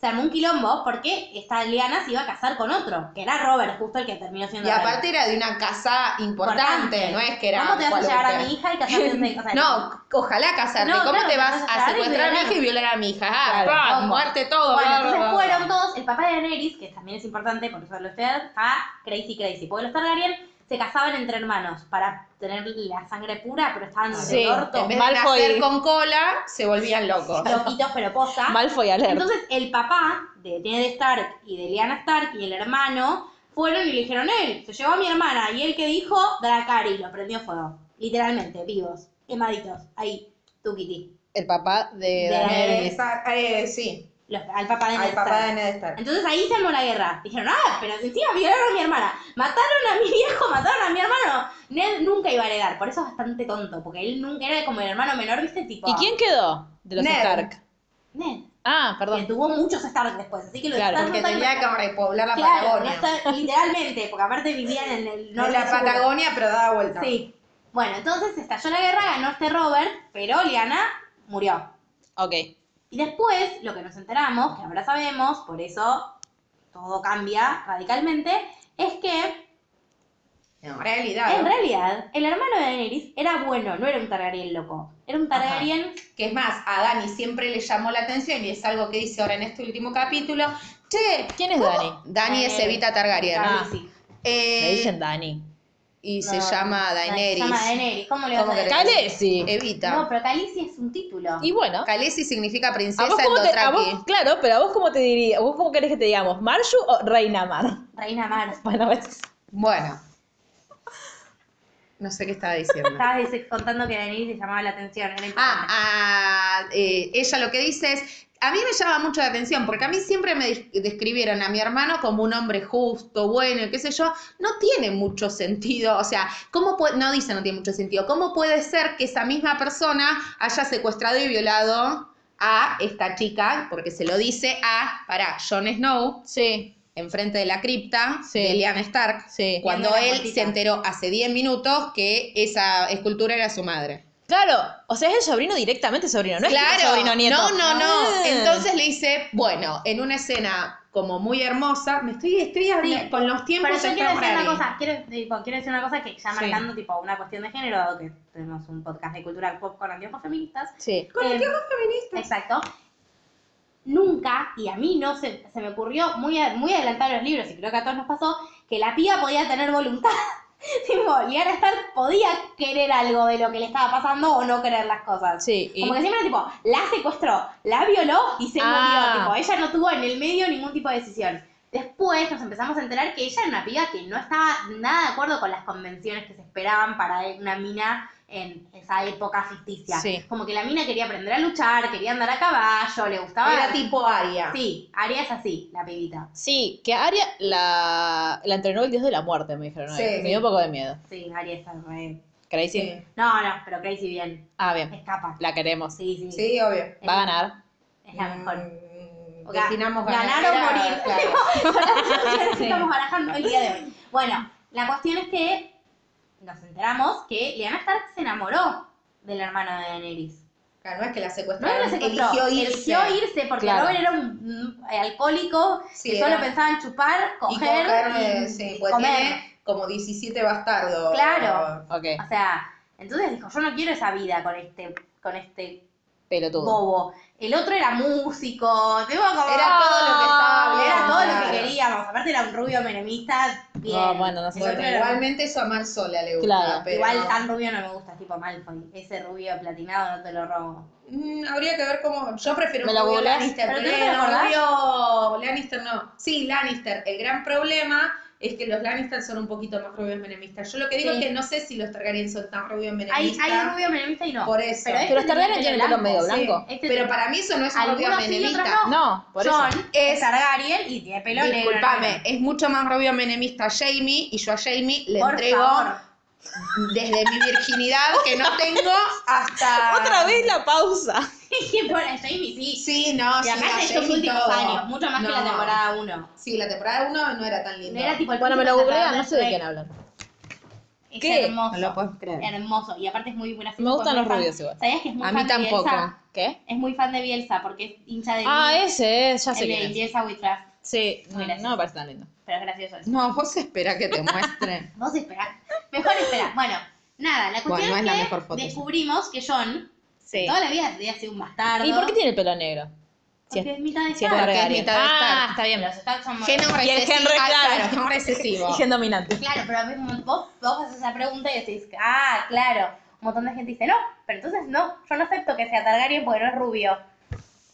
[SPEAKER 2] se armó un quilombo porque esta Liana se iba a casar con otro, que era Robert, justo el que terminó siendo
[SPEAKER 3] Y
[SPEAKER 2] rey.
[SPEAKER 3] aparte era de una casa importante, no es que era...
[SPEAKER 2] ¿Cómo te vas a llevar a
[SPEAKER 3] cualquiera.
[SPEAKER 2] mi hija y casarte con o sea,
[SPEAKER 3] No, ojalá casarte.
[SPEAKER 2] No,
[SPEAKER 3] ¿Cómo
[SPEAKER 2] claro,
[SPEAKER 3] te
[SPEAKER 2] te
[SPEAKER 3] vas a
[SPEAKER 2] y
[SPEAKER 3] secuestrar a
[SPEAKER 2] violar a
[SPEAKER 3] mi hija y
[SPEAKER 2] mi-
[SPEAKER 3] violar a mi hija? Ah,
[SPEAKER 6] Claro,
[SPEAKER 3] pa,
[SPEAKER 2] ojo.
[SPEAKER 3] muerte todo.
[SPEAKER 2] Bueno,
[SPEAKER 3] bla,
[SPEAKER 2] entonces
[SPEAKER 3] bla, bla.
[SPEAKER 2] fueron todos, el papá de Daenerys, que también es importante, por eso lo estoy está crazy crazy, porque los Targaryen se casaban entre hermanos para tener la sangre pura, pero estaban
[SPEAKER 6] Sí.
[SPEAKER 2] del orto,
[SPEAKER 3] En vez de
[SPEAKER 6] Malfoy.
[SPEAKER 3] nacer con cola, se volvían locos.
[SPEAKER 2] loquitos pero posta.
[SPEAKER 6] Malfoy alert.
[SPEAKER 2] Entonces el papá de Ned Stark y de Lyanna Stark y el hermano fueron y le dijeron él, se llevó a mi hermana y él que dijo Dracari, lo prendió fuego, literalmente, vivos, quemaditos, ahí, tuquiti,
[SPEAKER 6] el papá de
[SPEAKER 2] De
[SPEAKER 3] Eh,
[SPEAKER 6] Daenerys.
[SPEAKER 3] esa- eh, sí,
[SPEAKER 2] los- al papá de
[SPEAKER 3] al
[SPEAKER 2] Ned
[SPEAKER 3] papá
[SPEAKER 2] Stark.
[SPEAKER 3] de Ned Stark.
[SPEAKER 2] Entonces ahí se armó la guerra. Dijeron, ah, pero encima violaron a mi hermana. Mataron a mi viejo, mataron a mi hermano. Ned nunca iba a heredar, por eso es bastante tonto, porque él nunca era como el hermano menor, ¿viste? Tipo,
[SPEAKER 6] ¿Y quién quedó de los
[SPEAKER 3] Ned.
[SPEAKER 6] Stark?
[SPEAKER 2] Ned.
[SPEAKER 6] Ah,
[SPEAKER 2] Que
[SPEAKER 6] perdón.
[SPEAKER 2] tuvo muchos Stark después, así que lo de
[SPEAKER 6] Claro,
[SPEAKER 2] Stark no
[SPEAKER 3] Porque
[SPEAKER 2] están-
[SPEAKER 3] tenía que repoblar la
[SPEAKER 2] Claro, no
[SPEAKER 3] Patagonia.
[SPEAKER 2] está- literalmente, porque aparte vivían en el
[SPEAKER 3] No
[SPEAKER 2] norte.
[SPEAKER 3] la
[SPEAKER 2] sur.
[SPEAKER 3] Patagonia, pero daba vuelta.
[SPEAKER 2] Sí. Bueno, entonces estalló la guerra, ganó este Robert, pero Liana murió.
[SPEAKER 6] Ok.
[SPEAKER 2] Y después, lo que nos enteramos, que ahora sabemos, por eso todo cambia radicalmente, es que
[SPEAKER 3] En realidad,
[SPEAKER 2] en realidad el hermano de Daenerys era bueno, no era un Targaryen loco. Era un Targaryen.
[SPEAKER 3] que es más, a Dani siempre le llamó la atención y es algo que dice ahora en este último capítulo. Che,
[SPEAKER 6] ¿Quién es Dani?
[SPEAKER 3] Dani es
[SPEAKER 2] Daenerys.
[SPEAKER 3] Evita Targaryen.
[SPEAKER 2] Targaryen, sí.
[SPEAKER 3] Eh,
[SPEAKER 6] Me dicen Dani.
[SPEAKER 3] y se
[SPEAKER 2] Ah. No,
[SPEAKER 3] llama
[SPEAKER 2] Se
[SPEAKER 3] Daenerys.
[SPEAKER 2] llama Daenerys. ¿Cómo le vas
[SPEAKER 3] ¿Cómo
[SPEAKER 2] a decir?
[SPEAKER 6] Khaleesi.
[SPEAKER 3] Evita.
[SPEAKER 2] No, pero Khaleesi es un título.
[SPEAKER 6] Y bueno.
[SPEAKER 3] Khaleesi significa
[SPEAKER 6] ¿A vos
[SPEAKER 3] princesa en
[SPEAKER 6] cómo te, a
[SPEAKER 3] Dothraki.
[SPEAKER 6] vos, claro, pero a vos cómo te diría, ¿A vos cómo querés que te digamos, Marshu o Reina Mar.
[SPEAKER 2] Reina Mar.
[SPEAKER 6] Bueno, ves.
[SPEAKER 3] Bueno. No sé qué estaba diciendo.
[SPEAKER 2] Estabas dice- contando que Daenerys le llamaba la atención. Era importante.
[SPEAKER 3] Ah, ah, eh, ella lo que dice es, a mí me llama mucho la atención, porque a mí siempre me des- describieron a mi hermano como un hombre justo, bueno, y qué sé yo, no tiene mucho sentido, o sea, ¿cómo puede, no dice no tiene mucho sentido, ¿cómo puede ser que esa misma persona haya secuestrado y violado a esta chica, porque se lo dice a, para, Jon Snow,
[SPEAKER 6] Sí,
[SPEAKER 3] enfrente de la cripta
[SPEAKER 6] Sí.
[SPEAKER 3] de Lyanna Stark,
[SPEAKER 6] sí.
[SPEAKER 3] cuando
[SPEAKER 2] Dando la
[SPEAKER 3] él
[SPEAKER 2] vueltita.
[SPEAKER 3] se enteró hace 10 minutos que esa escultura era su madre.
[SPEAKER 6] Claro, o sea, es el sobrino directamente sobrino, no es tipo sobrino nieto.
[SPEAKER 3] No, no, no.
[SPEAKER 6] Ah.
[SPEAKER 3] Entonces le dice, bueno, en una escena como muy hermosa, me estoy, estoy
[SPEAKER 2] Sí.
[SPEAKER 3] con los tiempos
[SPEAKER 2] Pero yo quiero
[SPEAKER 3] estoy
[SPEAKER 2] decir una
[SPEAKER 3] rari.
[SPEAKER 2] cosa, quiero, tipo, quiero decir una cosa que ya
[SPEAKER 3] Sí.
[SPEAKER 2] marcando tipo una cuestión de género, dado que tenemos un podcast de cultura pop con anteojos feministas.
[SPEAKER 6] Sí.
[SPEAKER 3] Con
[SPEAKER 2] Eh,
[SPEAKER 3] anteojos feministas.
[SPEAKER 2] Exacto. Nunca, y a mí no se, se me ocurrió muy, a- muy adelantado en los libros, y creo que a todos nos pasó, que la pía podía tener voluntad. tipo, Liana Stark podía querer algo de lo que le estaba pasando o no querer las cosas.
[SPEAKER 1] Sí, y-
[SPEAKER 2] Como que siempre, tipo, la secuestró, la violó y se
[SPEAKER 1] Ah.
[SPEAKER 2] murió. Tipo, ella no tuvo en el medio ningún tipo de decisión. Después nos empezamos a enterar que ella era una piba que no estaba nada de acuerdo con las convenciones que se esperaban para una mina en esa época ficticia.
[SPEAKER 1] Sí.
[SPEAKER 2] Como que la mina quería aprender a luchar, quería andar a caballo, le gustaba...
[SPEAKER 3] Era tipo Aria.
[SPEAKER 2] Sí, Aria es así, la pibita.
[SPEAKER 1] Sí, que Aria la, la entrenó el dios de la muerte, me dijeron.
[SPEAKER 3] Sí.
[SPEAKER 1] ahí. Me dio un poco de miedo.
[SPEAKER 2] Sí, Aria es al revés.
[SPEAKER 1] Crazy.
[SPEAKER 2] No, no, pero Crazy bien.
[SPEAKER 1] Ah, bien.
[SPEAKER 2] Escapa.
[SPEAKER 1] La queremos.
[SPEAKER 2] Sí, sí.
[SPEAKER 3] Sí, obvio.
[SPEAKER 2] Es
[SPEAKER 1] Va a
[SPEAKER 2] la-
[SPEAKER 1] ganar.
[SPEAKER 2] Es la mejor.
[SPEAKER 3] Mm,
[SPEAKER 2] Ga-
[SPEAKER 3] Definamos
[SPEAKER 2] ganar o
[SPEAKER 3] era-
[SPEAKER 2] morir.
[SPEAKER 3] claro.
[SPEAKER 2] Sí. Estamos barajando el día de hoy. Bueno, la cuestión es que nos enteramos que Lyanna Stark se enamoró del hermano de Daenerys.
[SPEAKER 3] Claro, no es que la
[SPEAKER 2] No no
[SPEAKER 3] secuestraron.
[SPEAKER 2] la secuestró,
[SPEAKER 3] eligió irse.
[SPEAKER 2] eligió irse porque
[SPEAKER 1] Claro.
[SPEAKER 2] Robert era un mm, alcohólico
[SPEAKER 3] Sí,
[SPEAKER 2] que solo
[SPEAKER 3] era-
[SPEAKER 2] pensaba en chupar,
[SPEAKER 3] y
[SPEAKER 2] coger
[SPEAKER 3] coger,
[SPEAKER 2] y,
[SPEAKER 3] sí,
[SPEAKER 2] y
[SPEAKER 3] pues
[SPEAKER 2] comer.
[SPEAKER 3] tiene como 17 bastardos.
[SPEAKER 2] Claro.
[SPEAKER 1] Ok.
[SPEAKER 2] O sea, entonces dijo, yo no quiero esa vida con este, con este
[SPEAKER 1] Pelotudo.
[SPEAKER 2] bobo. El otro era músico, tipo como-
[SPEAKER 3] Era todo lo que estaba hablando.
[SPEAKER 2] Era todo lo
[SPEAKER 3] Claro.
[SPEAKER 2] que queríamos. Aparte era un rubio menemista, bien.
[SPEAKER 1] No, bueno, no sé.
[SPEAKER 2] El otro
[SPEAKER 3] Bueno,
[SPEAKER 2] era-
[SPEAKER 3] igualmente eso a Mar Sola le gusta.
[SPEAKER 1] Claro.
[SPEAKER 3] pero-
[SPEAKER 2] Igual tan rubio no me gusta, tipo Malfoy. Ese rubio platinado no te lo robo.
[SPEAKER 3] Mm, habría que ver cómo. Yo prefiero
[SPEAKER 1] ¿Me
[SPEAKER 3] un
[SPEAKER 1] lo
[SPEAKER 3] rubio
[SPEAKER 1] googleás?
[SPEAKER 3] Lannister.
[SPEAKER 2] ¿Pero
[SPEAKER 3] Pero
[SPEAKER 2] tú no te
[SPEAKER 3] no,
[SPEAKER 2] acordás?
[SPEAKER 3] rubio Lannister no. Sí, Lannister. El gran problema es que los Lannister son un poquito más rubios menemistas. Yo lo que digo
[SPEAKER 2] Sí.
[SPEAKER 3] es que no sé si los Targaryen son tan rubios
[SPEAKER 2] Hay,
[SPEAKER 3] menemistas.
[SPEAKER 2] hay un rubio menemista y no.
[SPEAKER 3] Por eso.
[SPEAKER 2] Pero, este
[SPEAKER 1] Pero los
[SPEAKER 2] tenía
[SPEAKER 1] Targaryen tienen
[SPEAKER 2] pelo
[SPEAKER 1] el pelo medio
[SPEAKER 2] blanco,
[SPEAKER 1] blanco.
[SPEAKER 2] sí. Este
[SPEAKER 3] Pero para mí eso no es un rubio
[SPEAKER 2] Algunos sí, otros
[SPEAKER 3] menemista.
[SPEAKER 2] no.
[SPEAKER 1] No, por
[SPEAKER 2] John
[SPEAKER 1] eso.
[SPEAKER 2] es Targaryen y tiene pelo negro.
[SPEAKER 3] Disculpame, es mucho más rubio menemista Jamie y yo a Jamie le
[SPEAKER 2] Por
[SPEAKER 3] entrego
[SPEAKER 2] favor.
[SPEAKER 3] desde mi virginidad que no tengo hasta.
[SPEAKER 1] Otra vez la pausa.
[SPEAKER 2] Y por Jamie sí.
[SPEAKER 3] Sí, no,
[SPEAKER 2] Y
[SPEAKER 3] sí,
[SPEAKER 2] acá este
[SPEAKER 3] a
[SPEAKER 2] en estos
[SPEAKER 3] Jamie
[SPEAKER 2] últimos
[SPEAKER 3] todo.
[SPEAKER 2] años, mucho más que la
[SPEAKER 3] No.
[SPEAKER 2] temporada 1.
[SPEAKER 3] Sí, la temporada 1 no era tan
[SPEAKER 2] No
[SPEAKER 3] linda.
[SPEAKER 2] era tipo el
[SPEAKER 1] Bueno, me lo
[SPEAKER 2] príncipe
[SPEAKER 1] googlean,
[SPEAKER 2] Salvador
[SPEAKER 1] no sé de
[SPEAKER 2] Rey.
[SPEAKER 1] quién hablan.
[SPEAKER 2] Es
[SPEAKER 1] ¿Qué?
[SPEAKER 2] hermoso.
[SPEAKER 3] No lo puedo creer.
[SPEAKER 2] Hermoso. Y aparte es muy gracioso.
[SPEAKER 1] Me gustan
[SPEAKER 2] es muy
[SPEAKER 1] los
[SPEAKER 2] fan-
[SPEAKER 1] rubios igual.
[SPEAKER 2] ¿Sabías que es muy
[SPEAKER 3] A
[SPEAKER 2] fan
[SPEAKER 3] mí
[SPEAKER 2] de Bielsa?
[SPEAKER 3] tampoco.
[SPEAKER 1] ¿Qué?
[SPEAKER 2] Es muy fan de Bielsa porque es hincha de
[SPEAKER 1] Ah,
[SPEAKER 2] Bielsa,
[SPEAKER 1] ese es, ya sé
[SPEAKER 2] el de
[SPEAKER 1] quién es.
[SPEAKER 2] Bielsa We Trust.
[SPEAKER 1] Sí, no,
[SPEAKER 2] Muy gracioso.
[SPEAKER 1] no me parece tan lindo.
[SPEAKER 2] Pero es gracioso eso.
[SPEAKER 3] No, vos espera que te muestre.
[SPEAKER 2] Vos esperás. Mejor esperá. Bueno, nada, la cuestión
[SPEAKER 3] Bueno,
[SPEAKER 2] es,
[SPEAKER 3] es la
[SPEAKER 2] que
[SPEAKER 3] mejor foto,
[SPEAKER 2] descubrimos que John
[SPEAKER 1] Sí.
[SPEAKER 2] toda la vida había sido un bastardo.
[SPEAKER 1] ¿Y por qué tiene el pelo negro? Si
[SPEAKER 2] Porque
[SPEAKER 1] es-
[SPEAKER 2] es mitad de
[SPEAKER 1] si es
[SPEAKER 2] Stark.
[SPEAKER 3] Porque es
[SPEAKER 1] Targaryen.
[SPEAKER 3] mitad de
[SPEAKER 1] Ah,
[SPEAKER 3] Stark.
[SPEAKER 1] está bien.
[SPEAKER 2] Los Stark son
[SPEAKER 3] Gen
[SPEAKER 2] monos.
[SPEAKER 1] Eh, Y el
[SPEAKER 3] recesivo.
[SPEAKER 1] gen re
[SPEAKER 3] Ah,
[SPEAKER 1] claro.
[SPEAKER 3] gen recesivo.
[SPEAKER 1] Y gen dominante.
[SPEAKER 2] Claro, pero a veces mon- vos, vos haces esa pregunta y decís, ah, claro. Un montón de gente dice, no, pero entonces no, yo no acepto que sea Targaryen porque no es rubio.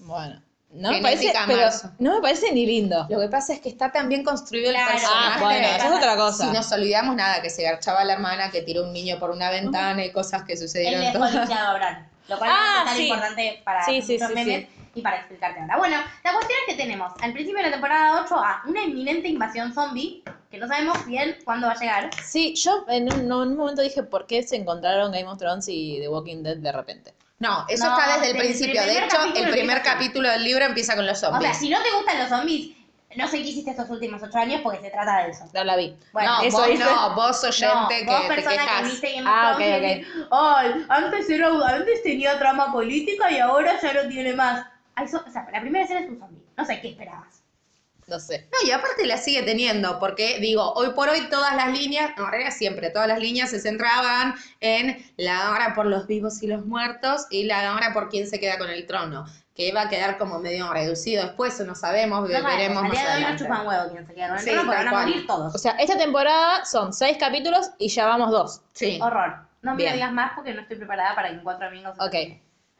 [SPEAKER 1] Bueno. No me, parece,
[SPEAKER 3] Genética
[SPEAKER 1] pero
[SPEAKER 3] Marzo.
[SPEAKER 1] no me parece ni lindo.
[SPEAKER 3] Lo que pasa es que está tan bien construido
[SPEAKER 2] Claro.
[SPEAKER 3] el personaje.
[SPEAKER 1] Ah, bueno, eso es otra cosa.
[SPEAKER 3] Si nos olvidamos nada, que se garchaba la hermana, que tiró un niño por una ventana y cosas que
[SPEAKER 2] El
[SPEAKER 3] sucedieron todas.
[SPEAKER 2] despolichado Bran. Lo cual
[SPEAKER 1] Ah,
[SPEAKER 2] es tan
[SPEAKER 1] sí.
[SPEAKER 2] importante para
[SPEAKER 1] Sí, sí,
[SPEAKER 2] muchos
[SPEAKER 1] sí,
[SPEAKER 2] memes y para explicarte ahora. Bueno, la cuestión es que tenemos al principio de la temporada 8 a una inminente invasión zombie que no sabemos bien cuándo va a llegar.
[SPEAKER 1] Sí, yo en un, no, en un momento dije por qué se encontraron Game of Thrones y The Walking Dead de repente.
[SPEAKER 3] No, eso
[SPEAKER 2] No,
[SPEAKER 3] está desde
[SPEAKER 2] desde
[SPEAKER 3] el
[SPEAKER 2] el
[SPEAKER 3] principio. De
[SPEAKER 2] primer
[SPEAKER 3] hecho,
[SPEAKER 2] capítulo
[SPEAKER 3] el primer
[SPEAKER 2] empieza así.
[SPEAKER 3] capítulo del libro empieza con los
[SPEAKER 2] O sea,
[SPEAKER 3] zombies.
[SPEAKER 2] si no te gustan los zombies, no sé qué hiciste estos últimos 8 años porque se trata de eso.
[SPEAKER 1] No la vi.
[SPEAKER 2] Bueno,
[SPEAKER 3] no,
[SPEAKER 1] eso
[SPEAKER 3] vos
[SPEAKER 1] dice-
[SPEAKER 3] no, vos oyente
[SPEAKER 2] no, vos
[SPEAKER 3] que te
[SPEAKER 2] persona
[SPEAKER 3] quejas.
[SPEAKER 2] que viste Game of
[SPEAKER 1] Ah,
[SPEAKER 2] Thrones
[SPEAKER 1] ok,
[SPEAKER 2] y
[SPEAKER 1] ok.
[SPEAKER 2] decís, ay, antes, era, antes tenía trama política y ahora ya no tiene más. Ay, so- o sea, la primera escena es un zombie. No sé qué esperabas.
[SPEAKER 1] No sé.
[SPEAKER 3] No, y aparte la sigue teniendo, porque digo, hoy por hoy todas las líneas, no, en realidad siempre, todas las líneas se centraban en la hora por los vivos y los muertos y la hora por quién se queda con el trono, que va a quedar como medio reducido después, eso no sabemos,
[SPEAKER 2] No, sabemos,
[SPEAKER 3] veremos
[SPEAKER 2] al
[SPEAKER 3] más
[SPEAKER 2] día de hoy no
[SPEAKER 3] adelante.
[SPEAKER 2] chupan huevo quien se queda con el
[SPEAKER 3] Sí,
[SPEAKER 2] trono porque
[SPEAKER 3] tal
[SPEAKER 2] van a
[SPEAKER 3] cual.
[SPEAKER 2] morir todos.
[SPEAKER 1] O sea, esta temporada son seis capítulos y ya vamos dos.
[SPEAKER 3] Sí.
[SPEAKER 2] Horror. No me
[SPEAKER 1] Bien.
[SPEAKER 2] lo digas más porque no estoy preparada para que en cuatro amigos.
[SPEAKER 1] Ok.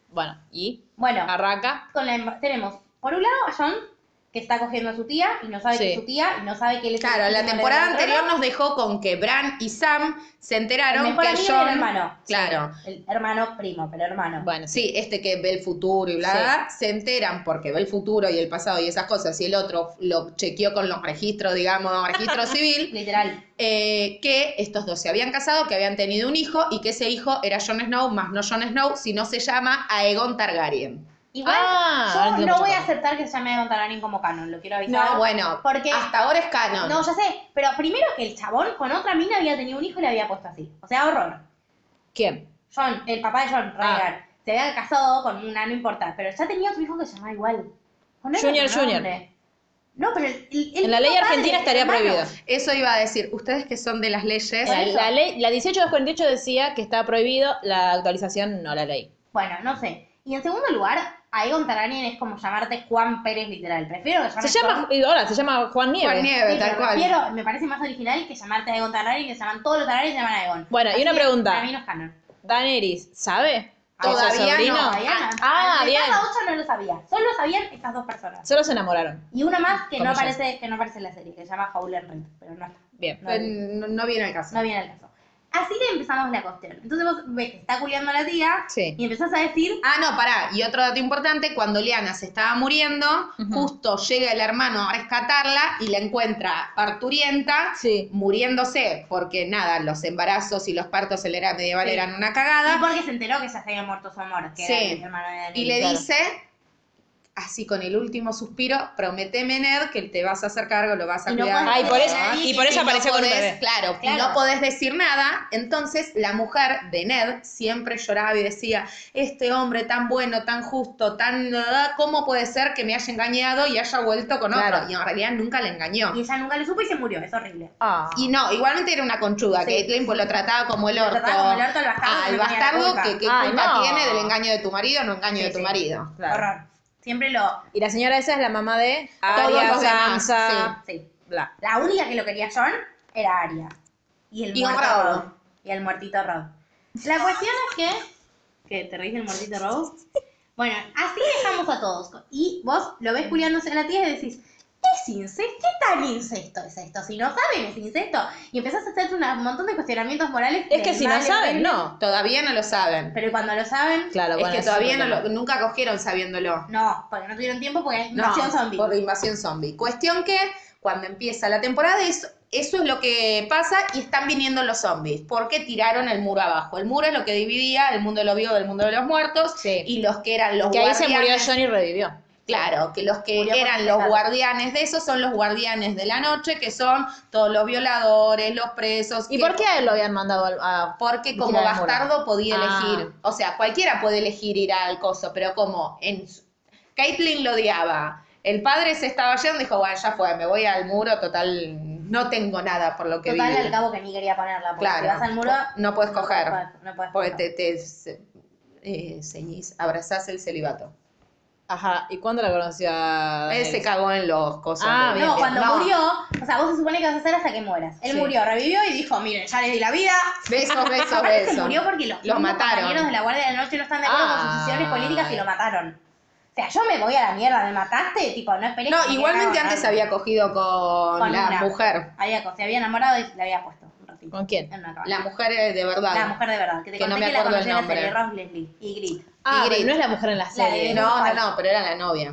[SPEAKER 1] Bueno, y
[SPEAKER 2] Bueno,
[SPEAKER 1] arranca.
[SPEAKER 2] con la inv- tenemos por un lado a John, que está cogiendo a su tía y no sabe
[SPEAKER 1] Sí.
[SPEAKER 2] que es su tía y no sabe que él es el
[SPEAKER 3] Claro, la
[SPEAKER 2] último
[SPEAKER 3] temporada
[SPEAKER 2] heredero del
[SPEAKER 3] anterior
[SPEAKER 2] trono.
[SPEAKER 3] nos dejó con que Bran y Sam se
[SPEAKER 2] El
[SPEAKER 3] enteraron
[SPEAKER 2] mejor
[SPEAKER 3] que
[SPEAKER 2] amigo
[SPEAKER 3] John...
[SPEAKER 2] del hermano.
[SPEAKER 3] Claro.
[SPEAKER 2] El hermano primo, pero hermano.
[SPEAKER 1] Bueno, sí.
[SPEAKER 3] Sí, este que ve el futuro y bla,
[SPEAKER 1] Sí.
[SPEAKER 3] bla, se enteran porque ve el futuro y el pasado y esas cosas, y el otro lo chequeó con los registros, digamos, registro civil,
[SPEAKER 2] Literal.
[SPEAKER 3] eh, que estos dos se habían casado, que habían tenido un hijo y que ese hijo era Jon Snow, más no Jon Snow, sino se llama Aegon Targaryen.
[SPEAKER 2] Igual,
[SPEAKER 1] Ah, ahora
[SPEAKER 2] yo
[SPEAKER 1] entiendo
[SPEAKER 2] no
[SPEAKER 1] por
[SPEAKER 2] voy
[SPEAKER 1] qué.
[SPEAKER 2] a aceptar que se llame Don Targaryen como canon, lo quiero avisar.
[SPEAKER 3] No, bueno,
[SPEAKER 2] Porque-
[SPEAKER 3] hasta ahora es canon.
[SPEAKER 2] No, ya sé, pero primero que el chabón con otra mina había tenido un hijo y le había puesto así. O sea, horror.
[SPEAKER 1] ¿Quién?
[SPEAKER 2] John, el papá de John,
[SPEAKER 1] Ah.
[SPEAKER 2] Rhaegar, se había casado con una, no importa, pero ya tenía otro hijo que se llamaba igual. Ponele
[SPEAKER 1] Junior,
[SPEAKER 2] otro nombre.
[SPEAKER 1] Junior.
[SPEAKER 2] No, pero el, el- el
[SPEAKER 1] En la ley
[SPEAKER 2] mismo padre,
[SPEAKER 1] argentina estaría
[SPEAKER 2] hermano.
[SPEAKER 1] prohibido.
[SPEAKER 3] Eso iba a decir, ustedes que son de las leyes,
[SPEAKER 1] La, la ley, la 18 decía que está prohibido, la actualización no la ley.
[SPEAKER 2] Bueno, no sé. Y en segundo lugar, a Egon Targaryen es como llamarte Juan Pérez literal. Prefiero que
[SPEAKER 6] Se llama, y ahora se llama Juan Nieves.
[SPEAKER 3] Juan Nieve, tal cual.
[SPEAKER 2] Prefiero, me parece más original que llamarte a Egon Targaryen, que se llaman todos los Targaryen se llaman a Egon.
[SPEAKER 6] Bueno, y
[SPEAKER 2] Así
[SPEAKER 6] una
[SPEAKER 2] que
[SPEAKER 6] pregunta.
[SPEAKER 2] Para mí no es canon.
[SPEAKER 6] Daenerys, ¿sabe? ¿Es su
[SPEAKER 3] Todavía no,
[SPEAKER 6] sobrino?
[SPEAKER 2] Todavía no.
[SPEAKER 6] Ah,
[SPEAKER 2] Al
[SPEAKER 6] bien.
[SPEAKER 2] empezar la ocho no lo sabía. Solo sabían estas dos personas.
[SPEAKER 6] Solo se enamoraron.
[SPEAKER 2] Y una más que no
[SPEAKER 6] Como yo.
[SPEAKER 2] aparece, que no aparece en la serie, que se llama Howler Reed, pero no está.
[SPEAKER 6] Bien.
[SPEAKER 2] No, no,
[SPEAKER 3] No, no viene al caso.
[SPEAKER 2] no viene al caso. Así que empezamos la cuestión. Entonces vos ves que está culiando a la tía
[SPEAKER 6] Sí.
[SPEAKER 2] y empezás a decir,
[SPEAKER 3] Ah, no, pará. Y otro dato importante, cuando Liana se estaba muriendo, justo llega el hermano a rescatarla y la encuentra parturienta,
[SPEAKER 6] Sí.
[SPEAKER 3] muriéndose, porque nada, los embarazos y los partos en la era medieval
[SPEAKER 2] Sí.
[SPEAKER 3] eran una
[SPEAKER 2] y
[SPEAKER 3] cagada.
[SPEAKER 2] "Ah, porque se enteró que ya se había muerto su amor, que
[SPEAKER 3] Sí.
[SPEAKER 2] era el hermano de Daniel.
[SPEAKER 3] Y, le
[SPEAKER 2] Claro.
[SPEAKER 3] dice, así con el último suspiro, prometeme, Ned, que te vas a hacer cargo, lo vas a
[SPEAKER 2] Y no
[SPEAKER 3] cuidar.
[SPEAKER 2] puedes Ay, por
[SPEAKER 6] eso- y por eso
[SPEAKER 3] no
[SPEAKER 6] apareció con un
[SPEAKER 3] podés-
[SPEAKER 6] bebé.
[SPEAKER 3] Claro, y
[SPEAKER 2] Claro.
[SPEAKER 3] no podés decir nada. Entonces, la mujer de Ned siempre lloraba y decía, este hombre tan bueno, tan justo, tan... ah, ¿Cómo puede ser que me haya engañado y haya vuelto con
[SPEAKER 6] Claro.
[SPEAKER 3] otro? Y en realidad nunca le engañó.
[SPEAKER 2] Y ella nunca lo supo y se murió, es horrible.
[SPEAKER 6] Ah.
[SPEAKER 3] Y no, igualmente era una conchuda,
[SPEAKER 2] Sí.
[SPEAKER 3] que Clayton lo trataba como el
[SPEAKER 2] Lo
[SPEAKER 3] orto.
[SPEAKER 2] trataba como el orto al bastardo
[SPEAKER 3] Ah,
[SPEAKER 2] que
[SPEAKER 3] el
[SPEAKER 2] no tenía
[SPEAKER 3] bastardo
[SPEAKER 2] culpa.
[SPEAKER 3] que qué
[SPEAKER 6] Ay,
[SPEAKER 3] culpa
[SPEAKER 6] no.
[SPEAKER 3] tiene del engaño de tu marido, no engaño
[SPEAKER 2] Sí,
[SPEAKER 3] de tu
[SPEAKER 2] sí.
[SPEAKER 3] marido.
[SPEAKER 6] Claro.
[SPEAKER 2] Horror. Siempre lo...
[SPEAKER 6] Y la señora esa es la mamá de
[SPEAKER 3] Todos
[SPEAKER 6] Arya,
[SPEAKER 3] los demás,
[SPEAKER 6] Sansa,
[SPEAKER 2] Sí.
[SPEAKER 6] bla.
[SPEAKER 2] La única que lo quería John era Aria. Y el
[SPEAKER 3] Y
[SPEAKER 2] muerto
[SPEAKER 3] Rob.
[SPEAKER 2] Rob. Y el muertito Rob. La cuestión es que. ¿Qué? ¿Te reís del muertito Rob? Bueno, así dejamos a todos. Y vos lo ves culiándose a la tía y decís. ¿Es incesto? ¿Qué tan incesto es esto? Si no saben, es incesto. Y empezás a hacerte una- un montón de cuestionamientos morales.
[SPEAKER 6] Es que si no
[SPEAKER 2] terribles,
[SPEAKER 6] saben, no.
[SPEAKER 3] Todavía no lo saben.
[SPEAKER 2] Pero cuando lo saben,
[SPEAKER 6] Claro,
[SPEAKER 3] es
[SPEAKER 6] bueno,
[SPEAKER 3] que
[SPEAKER 6] ese
[SPEAKER 3] todavía
[SPEAKER 6] el
[SPEAKER 3] no
[SPEAKER 6] problema.
[SPEAKER 3] lo- nunca cogieron sabiéndolo.
[SPEAKER 2] no, porque no tuvieron tiempo porque es
[SPEAKER 3] No,
[SPEAKER 2] invasión zombie.
[SPEAKER 3] Por invasión zombie. Cuestión que cuando empieza la temporada eso, eso es lo que pasa y están viniendo los zombies. Porque tiraron el muro abajo. El muro es lo que dividía el mundo de los vivos del mundo de los muertos
[SPEAKER 6] Sí.
[SPEAKER 3] y los que eran los
[SPEAKER 6] Que ahí se murió
[SPEAKER 3] guardianes-
[SPEAKER 6] John y revivió.
[SPEAKER 3] Claro, que los que
[SPEAKER 2] Murió por
[SPEAKER 3] eran
[SPEAKER 2] pecado.
[SPEAKER 3] los guardianes de eso son los guardianes de la noche, que son todos los violadores, los presos.
[SPEAKER 6] ¿Y
[SPEAKER 3] que-
[SPEAKER 6] por qué a él lo habían mandado al- a...
[SPEAKER 3] Porque como
[SPEAKER 6] Vigilar el muro.
[SPEAKER 3] bastardo podía
[SPEAKER 6] Ah.
[SPEAKER 3] elegir. O sea, cualquiera puede elegir ir al coso, pero como en su- Caitlyn lo odiaba. El padre se estaba yendo y dijo, bueno, ya fue, me voy al muro, total, no tengo nada por lo que
[SPEAKER 2] Total,
[SPEAKER 3] vivir".
[SPEAKER 2] al cabo que ni quería ponerla. Porque
[SPEAKER 3] Claro.
[SPEAKER 2] si vas al muro.
[SPEAKER 3] No puedes coger.
[SPEAKER 2] No puedes
[SPEAKER 3] Porque
[SPEAKER 2] coger.
[SPEAKER 3] te, te ce- eh, ceñís, abrazás el celibato.
[SPEAKER 6] Ajá, ¿y cuándo la conoció a
[SPEAKER 3] Él se cagó en los cosos.
[SPEAKER 6] Ah,
[SPEAKER 3] de-
[SPEAKER 6] bien,
[SPEAKER 2] No,
[SPEAKER 6] bien.
[SPEAKER 2] cuando murió, o sea, vos se supone que vas a hacer hasta que mueras. Él
[SPEAKER 6] Sí.
[SPEAKER 2] murió, revivió y dijo, miren, ya les di la vida.
[SPEAKER 3] Besos, besos,
[SPEAKER 2] Aparte se
[SPEAKER 3] besos.
[SPEAKER 2] murió porque los,
[SPEAKER 3] Lo
[SPEAKER 2] mismos
[SPEAKER 3] mataron.
[SPEAKER 2] compañeros de la Guardia de la Noche no están de acuerdo con sus
[SPEAKER 6] Ah.
[SPEAKER 2] decisiones políticas y lo mataron. O sea, yo me voy a la mierda, me mataste, tipo, no esperé. que
[SPEAKER 3] No,
[SPEAKER 2] me
[SPEAKER 3] igualmente
[SPEAKER 2] quedara
[SPEAKER 3] antes
[SPEAKER 2] con
[SPEAKER 3] había cogido con,
[SPEAKER 2] Con
[SPEAKER 3] la
[SPEAKER 2] una.
[SPEAKER 3] mujer.
[SPEAKER 2] Había, co- se había enamorado y la había puesto un ratito.
[SPEAKER 6] ¿Con quién?
[SPEAKER 2] En una cabana.
[SPEAKER 3] La mujer eh, de verdad.
[SPEAKER 2] La mujer de verdad, que te
[SPEAKER 3] Que no
[SPEAKER 2] conté
[SPEAKER 3] me
[SPEAKER 2] que la
[SPEAKER 3] acuerdo el
[SPEAKER 2] conocí en la
[SPEAKER 3] nombre.
[SPEAKER 2] serie Ross Leslie y Grit.
[SPEAKER 6] Ah,
[SPEAKER 3] Y
[SPEAKER 6] pero
[SPEAKER 3] Grit.
[SPEAKER 6] no es la mujer en la
[SPEAKER 2] La de-
[SPEAKER 6] serie.
[SPEAKER 3] No, no, no, pero era la novia.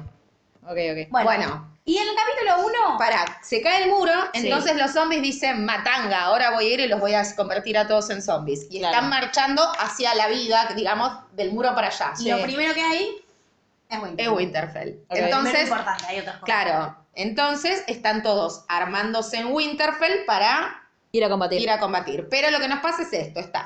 [SPEAKER 6] Ok, ok.
[SPEAKER 2] Bueno,
[SPEAKER 3] Bueno.
[SPEAKER 2] Y en el capítulo 1,
[SPEAKER 3] Pará, se cae el muro,
[SPEAKER 6] Sí.
[SPEAKER 3] entonces los zombies dicen, matanga, ahora voy a ir y los voy a convertir a todos en zombies. Y
[SPEAKER 6] Claro.
[SPEAKER 3] están marchando hacia la vida, digamos, del muro para allá.
[SPEAKER 2] lo primero que hay es Winter.
[SPEAKER 3] Es Winterfell.
[SPEAKER 6] Ok.
[SPEAKER 2] Entonces,
[SPEAKER 3] Entonces,
[SPEAKER 2] importante, hay otras cosas.
[SPEAKER 3] claro, entonces están todos armándose en Winterfell para
[SPEAKER 6] Ir a combatir.
[SPEAKER 3] ir a combatir. Pero lo que nos pasa es esto, está.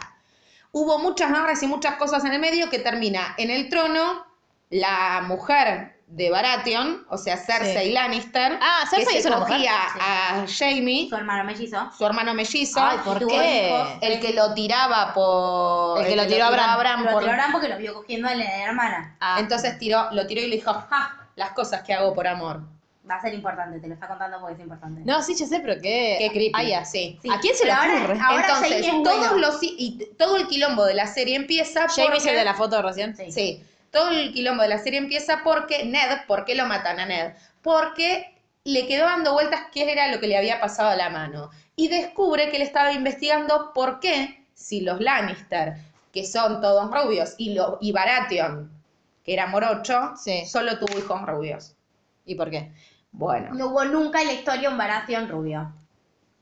[SPEAKER 3] Hubo muchas garras y muchas cosas en el medio que termina en el trono la mujer de Baratheon, o sea, Cersei Lannister,
[SPEAKER 6] Ah, Cersei
[SPEAKER 3] que
[SPEAKER 6] es
[SPEAKER 3] se
[SPEAKER 6] una mujer.
[SPEAKER 3] cogía a Jamie,
[SPEAKER 2] Su hermano mellizo.
[SPEAKER 3] su hermano mellizo,
[SPEAKER 6] Ay, ¿por
[SPEAKER 3] que-
[SPEAKER 6] qué?
[SPEAKER 3] el que lo tiraba por
[SPEAKER 6] El que lo tiró a
[SPEAKER 3] tiraba
[SPEAKER 6] Bran.
[SPEAKER 2] Lo
[SPEAKER 3] por-
[SPEAKER 2] tiraron porque lo vio cogiendo a la hermana.
[SPEAKER 6] Ah.
[SPEAKER 3] Entonces tiró, lo tiró y le dijo, "Ja, las cosas que hago por amor.
[SPEAKER 2] Va a ser importante, te lo está contando porque es importante.
[SPEAKER 6] No, sí, ya sé, pero qué...
[SPEAKER 3] Qué creepy.
[SPEAKER 6] Ay, ya.
[SPEAKER 3] sí.
[SPEAKER 2] Sí,
[SPEAKER 6] Eh, ¿A quién se le
[SPEAKER 2] pero ahora-
[SPEAKER 6] ocurre?
[SPEAKER 2] ahora
[SPEAKER 3] Entonces,
[SPEAKER 2] Jamie es
[SPEAKER 3] todos
[SPEAKER 2] bueno.
[SPEAKER 3] los y todo el quilombo de la serie empieza
[SPEAKER 6] Jamie es el
[SPEAKER 3] porque-
[SPEAKER 6] de la foto recién.
[SPEAKER 2] Sí.
[SPEAKER 3] Sí, todo el quilombo de la serie empieza porque Ned, ¿por qué lo matan a Ned? Porque le quedó dando vueltas qué era lo que le había pasado a la mano. Y descubre que le estaba investigando por qué, si los Lannister, que son todos rubios, y, lo, y Baratheon, que era morocho,
[SPEAKER 6] Sí.
[SPEAKER 3] solo tuvo hijos rubios.
[SPEAKER 6] ¿Y por qué?
[SPEAKER 3] Bueno.
[SPEAKER 2] No hubo nunca en la historia un Baratheon rubio.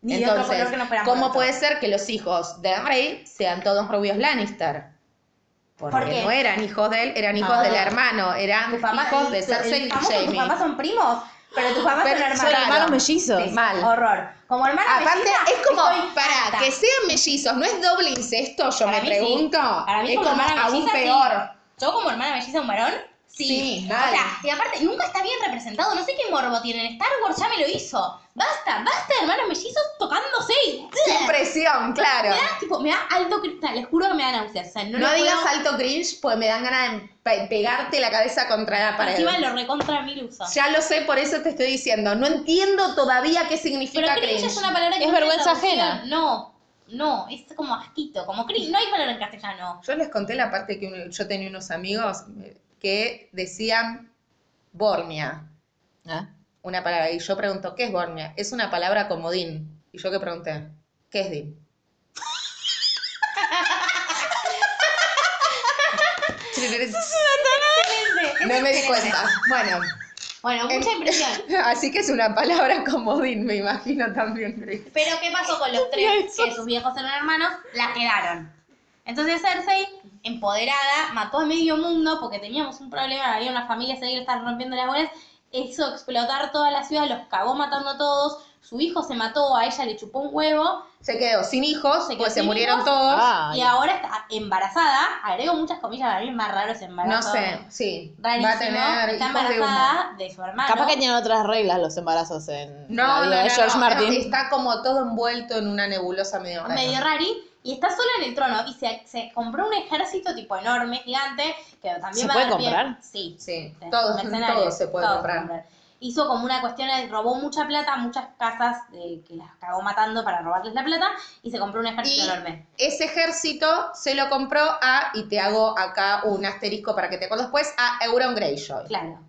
[SPEAKER 2] Ni de otro
[SPEAKER 3] Entonces,
[SPEAKER 2] color que no fuera
[SPEAKER 3] ¿cómo
[SPEAKER 2] morado.
[SPEAKER 3] puede ser que los hijos de Rey sean todos rubios Lannister? Porque
[SPEAKER 2] ¿Por qué?
[SPEAKER 3] no eran hijos de él, eran hijos
[SPEAKER 2] Ah.
[SPEAKER 3] del hermano, eran
[SPEAKER 2] Tu papá-
[SPEAKER 3] hijos de
[SPEAKER 2] el-
[SPEAKER 3] Cersei
[SPEAKER 2] el
[SPEAKER 3] y
[SPEAKER 2] famoso, Tus
[SPEAKER 3] Jaime.
[SPEAKER 2] papás son primos, pero tus papás
[SPEAKER 3] Pero
[SPEAKER 2] son hermanos.
[SPEAKER 3] son hermanos
[SPEAKER 6] mellizos.
[SPEAKER 3] Mal.
[SPEAKER 2] Horror. Como hermana
[SPEAKER 3] Aparte,
[SPEAKER 2] melliza,
[SPEAKER 3] es como,
[SPEAKER 2] estoy
[SPEAKER 3] para,
[SPEAKER 2] harta.
[SPEAKER 3] que sean mellizos, ¿no es doble incesto? Yo
[SPEAKER 2] Para
[SPEAKER 3] me
[SPEAKER 2] mí sí.
[SPEAKER 3] pregunto.
[SPEAKER 2] Para mí
[SPEAKER 3] es
[SPEAKER 2] como
[SPEAKER 3] como
[SPEAKER 2] hermana
[SPEAKER 3] aún
[SPEAKER 2] melliza, sí.
[SPEAKER 3] peor.
[SPEAKER 2] Yo como hermana melliza un varón, Sí,
[SPEAKER 3] Sí,
[SPEAKER 2] o
[SPEAKER 3] dale.
[SPEAKER 2] sea, y aparte, nunca está bien representado. No sé qué morbo tienen. Star Wars ya me lo hizo. Basta, basta, de hermanos mellizos tocándose. y-
[SPEAKER 3] Sin presión, claro.
[SPEAKER 2] Me da, tipo, me da alto cristal. Les juro que me da náuseas. O sea, no,
[SPEAKER 3] No,
[SPEAKER 2] lo
[SPEAKER 3] digas
[SPEAKER 2] puedo-
[SPEAKER 3] alto cringe, pues me dan ganas de pe- pegarte la cabeza contra la pared.
[SPEAKER 2] Encima lo recontra mil uso.
[SPEAKER 3] Ya lo sé, por eso te estoy diciendo. No entiendo todavía qué
[SPEAKER 2] Pero
[SPEAKER 3] significa
[SPEAKER 2] cringe es una palabra que
[SPEAKER 6] Es
[SPEAKER 2] no tiene
[SPEAKER 6] vergüenza
[SPEAKER 2] traducción.
[SPEAKER 6] ajena.
[SPEAKER 2] No, no, es como asquito, como cringe. No hay palabra en castellano.
[SPEAKER 3] Yo les conté la parte que un- yo tenía unos amigos eh, que decían Bormia,
[SPEAKER 6] Ah.
[SPEAKER 3] una palabra. Y yo pregunto, ¿qué es Bormia? Es una palabra comodín. Y yo que pregunté, ¿qué es DIN? No me di cuenta. Bueno,
[SPEAKER 2] Bueno, mucha impresión.
[SPEAKER 3] así que es una palabra comodín, me imagino también, Cris.
[SPEAKER 2] Pero ¿qué pasó con los tres? Que sus viejos eran hermanos, la quedaron. Entonces Cersei, empoderada, mató a medio mundo porque teníamos un problema, había una familia seguir estar rompiendo las bolas, hizo explotar toda la ciudad, los cagó matando a todos, su hijo se mató, a ella le chupó un huevo
[SPEAKER 3] Se quedó sin hijos,
[SPEAKER 2] Se quedó
[SPEAKER 3] pues se
[SPEAKER 2] sin
[SPEAKER 3] murieron
[SPEAKER 2] hijos. Ah,
[SPEAKER 3] todos.
[SPEAKER 6] Ay.
[SPEAKER 2] y ahora está embarazada, agrego muchas comillas, para mí es más raro ese
[SPEAKER 3] no
[SPEAKER 2] embarazo.
[SPEAKER 3] sé, sí.
[SPEAKER 2] Rarísimo,
[SPEAKER 3] Va a tener
[SPEAKER 2] está
[SPEAKER 3] hijos de
[SPEAKER 2] embarazada de, su hermano.
[SPEAKER 6] Capaz que tienen otras reglas los embarazos en
[SPEAKER 3] No,
[SPEAKER 6] la
[SPEAKER 3] no,
[SPEAKER 6] vida
[SPEAKER 3] no,
[SPEAKER 6] de George
[SPEAKER 3] no,
[SPEAKER 6] Martin.
[SPEAKER 3] no, está como todo envuelto en una nebulosa medio rara.
[SPEAKER 2] medio rari, y está sola en el trono, y se, se compró un ejército tipo enorme, gigante, que
[SPEAKER 6] ¿Se
[SPEAKER 2] también va a
[SPEAKER 6] puede
[SPEAKER 2] dar pie-
[SPEAKER 6] comprar?
[SPEAKER 2] Sí,
[SPEAKER 3] Sí,
[SPEAKER 2] sí,
[SPEAKER 3] todo,
[SPEAKER 2] mercenarios,
[SPEAKER 3] todo se puede
[SPEAKER 2] todo
[SPEAKER 3] comprar.
[SPEAKER 2] Hizo como una cuestión, de- robó mucha plata, muchas casas de- que las cagó matando para robarles la plata, y se compró un ejército
[SPEAKER 3] Y-
[SPEAKER 2] enorme.
[SPEAKER 3] Ese ejército se lo compró a, y te hago acá un asterisco para que te acuerdes después, a Euron Greyjoy.
[SPEAKER 2] Claro.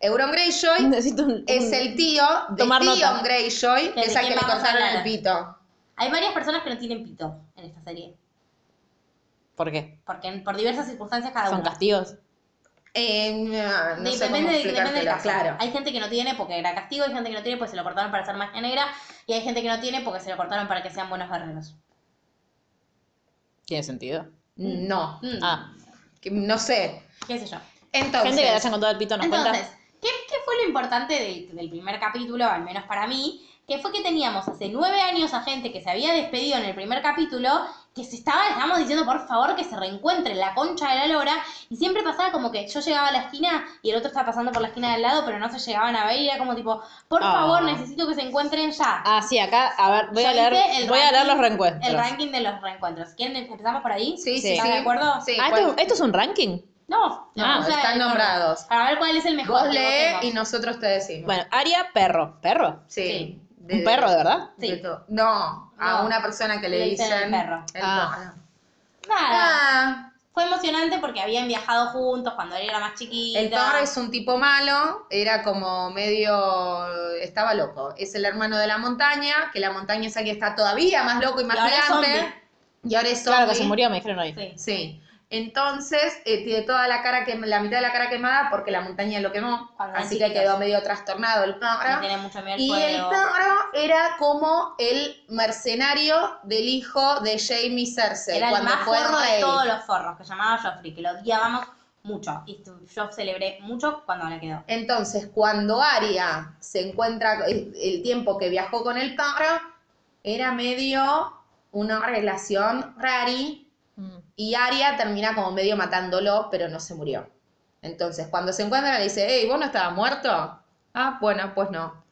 [SPEAKER 3] Euron Greyjoy
[SPEAKER 6] Necesito un,
[SPEAKER 3] es
[SPEAKER 6] un-
[SPEAKER 3] el tío de
[SPEAKER 6] Tomar
[SPEAKER 3] Theon
[SPEAKER 6] nota.
[SPEAKER 3] Greyjoy, que
[SPEAKER 2] ¿De
[SPEAKER 3] es al que
[SPEAKER 2] quién
[SPEAKER 3] le
[SPEAKER 2] vamos a
[SPEAKER 3] cortaron el
[SPEAKER 2] hablar?
[SPEAKER 3] pito.
[SPEAKER 2] Hay varias personas que no tienen pito en esta serie,
[SPEAKER 6] ¿Por qué?
[SPEAKER 2] porque en- por diversas circunstancias cada
[SPEAKER 6] ¿Son
[SPEAKER 2] uno.
[SPEAKER 6] castigos?
[SPEAKER 3] Eh, no, no
[SPEAKER 2] De-
[SPEAKER 3] sé cómo
[SPEAKER 2] depende, de- depende del
[SPEAKER 3] explicártelo,
[SPEAKER 2] caso.
[SPEAKER 3] claro.
[SPEAKER 2] Hay gente que no tiene porque era castigo, hay gente que no tiene porque se lo cortaron para hacer magia negra, y hay gente que no tiene porque se lo cortaron para que sean buenos guerreros.
[SPEAKER 6] ¿Tiene sentido?
[SPEAKER 3] No,
[SPEAKER 2] Mm,
[SPEAKER 6] Ah,
[SPEAKER 3] que- no sé.
[SPEAKER 2] qué sé yo.
[SPEAKER 3] Entonces,
[SPEAKER 6] gente que le hayan contado el pito nos
[SPEAKER 2] Entonces,
[SPEAKER 6] cuenta.
[SPEAKER 2] ¿qué, qué fue lo importante de- del primer capítulo, al menos para mí? Que fue que teníamos hace nueve años a gente que se había despedido en el primer capítulo, que se estaba, le estábamos diciendo por favor que se reencuentre en la concha de la lora, y siempre pasaba como que yo llegaba a la esquina y el otro estaba pasando por la esquina del lado, pero no se llegaban a ver, y era como tipo, por
[SPEAKER 6] Ah.
[SPEAKER 2] favor, necesito que se encuentren ya.
[SPEAKER 6] Ah, sí, acá, a ver, voy
[SPEAKER 2] Yo
[SPEAKER 6] a leer,
[SPEAKER 2] hice el
[SPEAKER 6] voy a leer
[SPEAKER 2] ranking-
[SPEAKER 6] los reencuentros.
[SPEAKER 2] El ranking de los reencuentros. ¿Quieren empezamos por ahí?
[SPEAKER 3] sí, sí,
[SPEAKER 6] Sí.
[SPEAKER 3] sí.
[SPEAKER 2] ¿Están de acuerdo?
[SPEAKER 3] Sí, pues.
[SPEAKER 6] Ah,
[SPEAKER 3] cual-
[SPEAKER 6] ¿esto, esto es un ranking?
[SPEAKER 2] No,
[SPEAKER 3] No,
[SPEAKER 2] o sea,
[SPEAKER 3] están
[SPEAKER 2] el-
[SPEAKER 3] nombrados.
[SPEAKER 2] Para ver cuál es el mejor.
[SPEAKER 3] Vos lee
[SPEAKER 2] Votemos.
[SPEAKER 3] y nosotros te decimos.
[SPEAKER 6] Bueno, Aria, perro. ¿Perro?
[SPEAKER 3] sí.
[SPEAKER 6] ¿Un perro, de verdad?
[SPEAKER 3] de
[SPEAKER 2] Sí.
[SPEAKER 3] todo. No, a
[SPEAKER 2] No.
[SPEAKER 3] una persona que le,
[SPEAKER 2] Le dicen
[SPEAKER 3] dicen
[SPEAKER 2] el perro.
[SPEAKER 6] Ah.
[SPEAKER 3] perro.
[SPEAKER 2] Nada.
[SPEAKER 3] Ah,
[SPEAKER 2] Fue emocionante porque habían viajado juntos cuando él era más chiquita.
[SPEAKER 3] el perro es un tipo malo, era como medio, estaba loco. Es el hermano de la montaña, que la montaña es aquí está todavía más loco y más
[SPEAKER 2] Y ahora es
[SPEAKER 3] gigante.
[SPEAKER 2] zombie.
[SPEAKER 3] Y ahora es
[SPEAKER 6] Claro, que
[SPEAKER 3] zombie.
[SPEAKER 6] se murió, me dijeron hoy.
[SPEAKER 2] Sí.
[SPEAKER 3] Sí. Entonces, eh, tiene toda la cara que la mitad de la cara quemada porque la montaña lo quemó.
[SPEAKER 2] Cuando eran
[SPEAKER 3] así que
[SPEAKER 2] chiquitos.
[SPEAKER 3] quedó medio trastornado el perro.
[SPEAKER 2] Le tiene mucho miedo al
[SPEAKER 3] Y el
[SPEAKER 2] fuego.
[SPEAKER 3] perro era como el mercenario del hijo de Jamie Cersei
[SPEAKER 2] Era el
[SPEAKER 3] cuando
[SPEAKER 2] más
[SPEAKER 3] fue
[SPEAKER 2] forro de
[SPEAKER 3] rey.
[SPEAKER 2] todos los forros, que llamaba Joffrey, que lo odiábamos mucho. Y tu- yo celebré mucho cuando le quedó.
[SPEAKER 3] Entonces, cuando Aria se encuentra el el tiempo que viajó con el perro, era medio una relación rari
[SPEAKER 6] Mm.
[SPEAKER 3] y Aria termina como medio matándolo, pero no se murió. Entonces, cuando se encuentran le dice, hey, ¿vos no estabas muerto? Ah, bueno, pues no.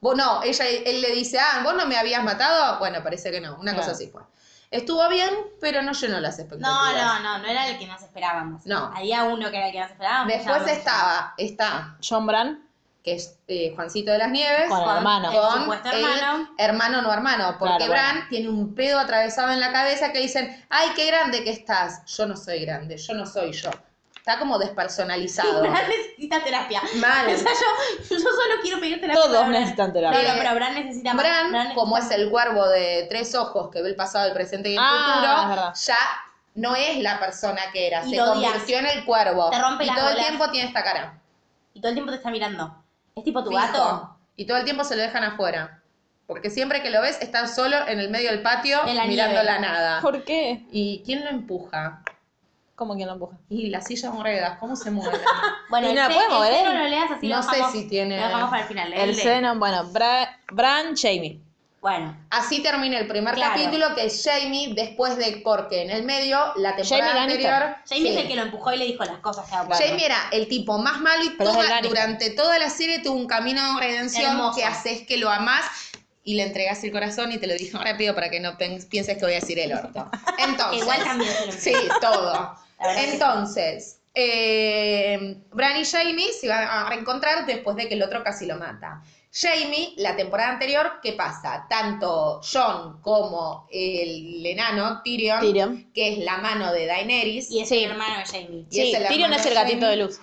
[SPEAKER 3] Vos no, ella, él le dice, ah, ¿vos no me habías matado? Bueno, parece que no, una
[SPEAKER 6] Claro.
[SPEAKER 3] cosa así fue. Estuvo bien, pero no llenó las
[SPEAKER 2] No,
[SPEAKER 3] expectativas.
[SPEAKER 2] no, no, no era el que nos esperábamos.
[SPEAKER 3] No.
[SPEAKER 2] Había uno que era el que nos esperábamos. ya
[SPEAKER 3] Después
[SPEAKER 2] hablamos.
[SPEAKER 3] estaba, está,
[SPEAKER 6] John Bran,
[SPEAKER 3] que es eh, Juancito de las Nieves,
[SPEAKER 6] Con el hermano.
[SPEAKER 2] El
[SPEAKER 3] con
[SPEAKER 2] supuesto
[SPEAKER 3] el
[SPEAKER 2] hermano.
[SPEAKER 3] hermano no hermano, porque
[SPEAKER 6] Claro,
[SPEAKER 3] Bran
[SPEAKER 6] bueno.
[SPEAKER 3] tiene un pedo atravesado en la cabeza que dicen, ay, qué grande que estás. Yo no soy grande, yo no soy yo. Está como despersonalizado.
[SPEAKER 2] Bran necesita terapia.
[SPEAKER 3] Mal.
[SPEAKER 2] O sea, yo, yo solo quiero pedir terapia. para
[SPEAKER 6] todos
[SPEAKER 2] Bran.
[SPEAKER 6] necesitan
[SPEAKER 2] No,
[SPEAKER 6] terapia.
[SPEAKER 2] no, pero Bran necesita más.
[SPEAKER 3] Eh, Bran,
[SPEAKER 2] Bran
[SPEAKER 3] como es
[SPEAKER 2] necesita-
[SPEAKER 3] el cuervo de tres ojos que ve el pasado, el presente y el
[SPEAKER 6] Ah, es
[SPEAKER 3] futuro,
[SPEAKER 6] verdad.
[SPEAKER 3] ya no es la persona que era,
[SPEAKER 2] Y
[SPEAKER 3] se
[SPEAKER 2] lo odias.
[SPEAKER 3] convirtió en el cuervo.
[SPEAKER 2] Te rompe
[SPEAKER 3] y
[SPEAKER 2] las
[SPEAKER 3] todo el
[SPEAKER 2] bolas.
[SPEAKER 3] tiempo tiene esta cara.
[SPEAKER 2] Y todo el tiempo te está mirando. Es tipo tu
[SPEAKER 3] Fijo.
[SPEAKER 2] gato.
[SPEAKER 3] Y todo el tiempo se lo dejan afuera. Porque siempre que lo ves, está solo en el medio del patio
[SPEAKER 2] En la
[SPEAKER 3] mirando
[SPEAKER 2] nieve.
[SPEAKER 3] la nada.
[SPEAKER 6] ¿Por qué?
[SPEAKER 3] ¿Y quién lo empuja?
[SPEAKER 6] ¿Cómo quién lo empuja?
[SPEAKER 3] Y las sillas ruedas, ¿cómo se mueven?
[SPEAKER 2] Bueno,
[SPEAKER 6] Y
[SPEAKER 2] el
[SPEAKER 6] no la
[SPEAKER 2] C-
[SPEAKER 6] puede
[SPEAKER 2] el
[SPEAKER 6] mover,
[SPEAKER 2] C no
[SPEAKER 6] ¿eh?
[SPEAKER 2] lo leas así.
[SPEAKER 3] No
[SPEAKER 2] lo
[SPEAKER 3] sé
[SPEAKER 2] dejamos-
[SPEAKER 3] si tiene-
[SPEAKER 2] Lo dejamos para el final.
[SPEAKER 6] El
[SPEAKER 2] Leele.
[SPEAKER 6] seno, bueno, Bra- Bran, Jamie.
[SPEAKER 2] Bueno,
[SPEAKER 3] Así termina el primer
[SPEAKER 2] Claro.
[SPEAKER 3] capítulo que es Jamie después de Corke en el medio, la temporada
[SPEAKER 6] Jamie Lannister.
[SPEAKER 3] anterior.
[SPEAKER 2] Jamie
[SPEAKER 3] sí.
[SPEAKER 2] es el que lo empujó y le dijo las cosas que hago.
[SPEAKER 3] Jamie era el tipo más malo y
[SPEAKER 6] Pero es
[SPEAKER 3] toda-
[SPEAKER 6] el Lannister.
[SPEAKER 3] durante toda la serie tuvo un camino de redención
[SPEAKER 2] Hermoso.
[SPEAKER 3] que haces que lo amás y le entregás el corazón y te lo dijo rápido para que no pen- pienses que voy a decir el orto. Entonces,
[SPEAKER 2] Igual también se lo
[SPEAKER 3] Sí, todo.
[SPEAKER 2] La verdad que sí.
[SPEAKER 3] Entonces, eh, Bran y Jamie se van a reencontrar después de que el otro casi lo mata. Jamie, la temporada anterior, ¿qué pasa? Tanto John como el enano Tyrion,
[SPEAKER 6] Tyrion.
[SPEAKER 3] que es la mano de Daenerys,
[SPEAKER 2] Y es el hermano de Jamie.
[SPEAKER 3] Y es
[SPEAKER 6] Sí,
[SPEAKER 3] el
[SPEAKER 6] Tyrion
[SPEAKER 3] hermano
[SPEAKER 6] es el
[SPEAKER 3] de
[SPEAKER 6] gatito
[SPEAKER 3] Jaime.
[SPEAKER 6] de luz.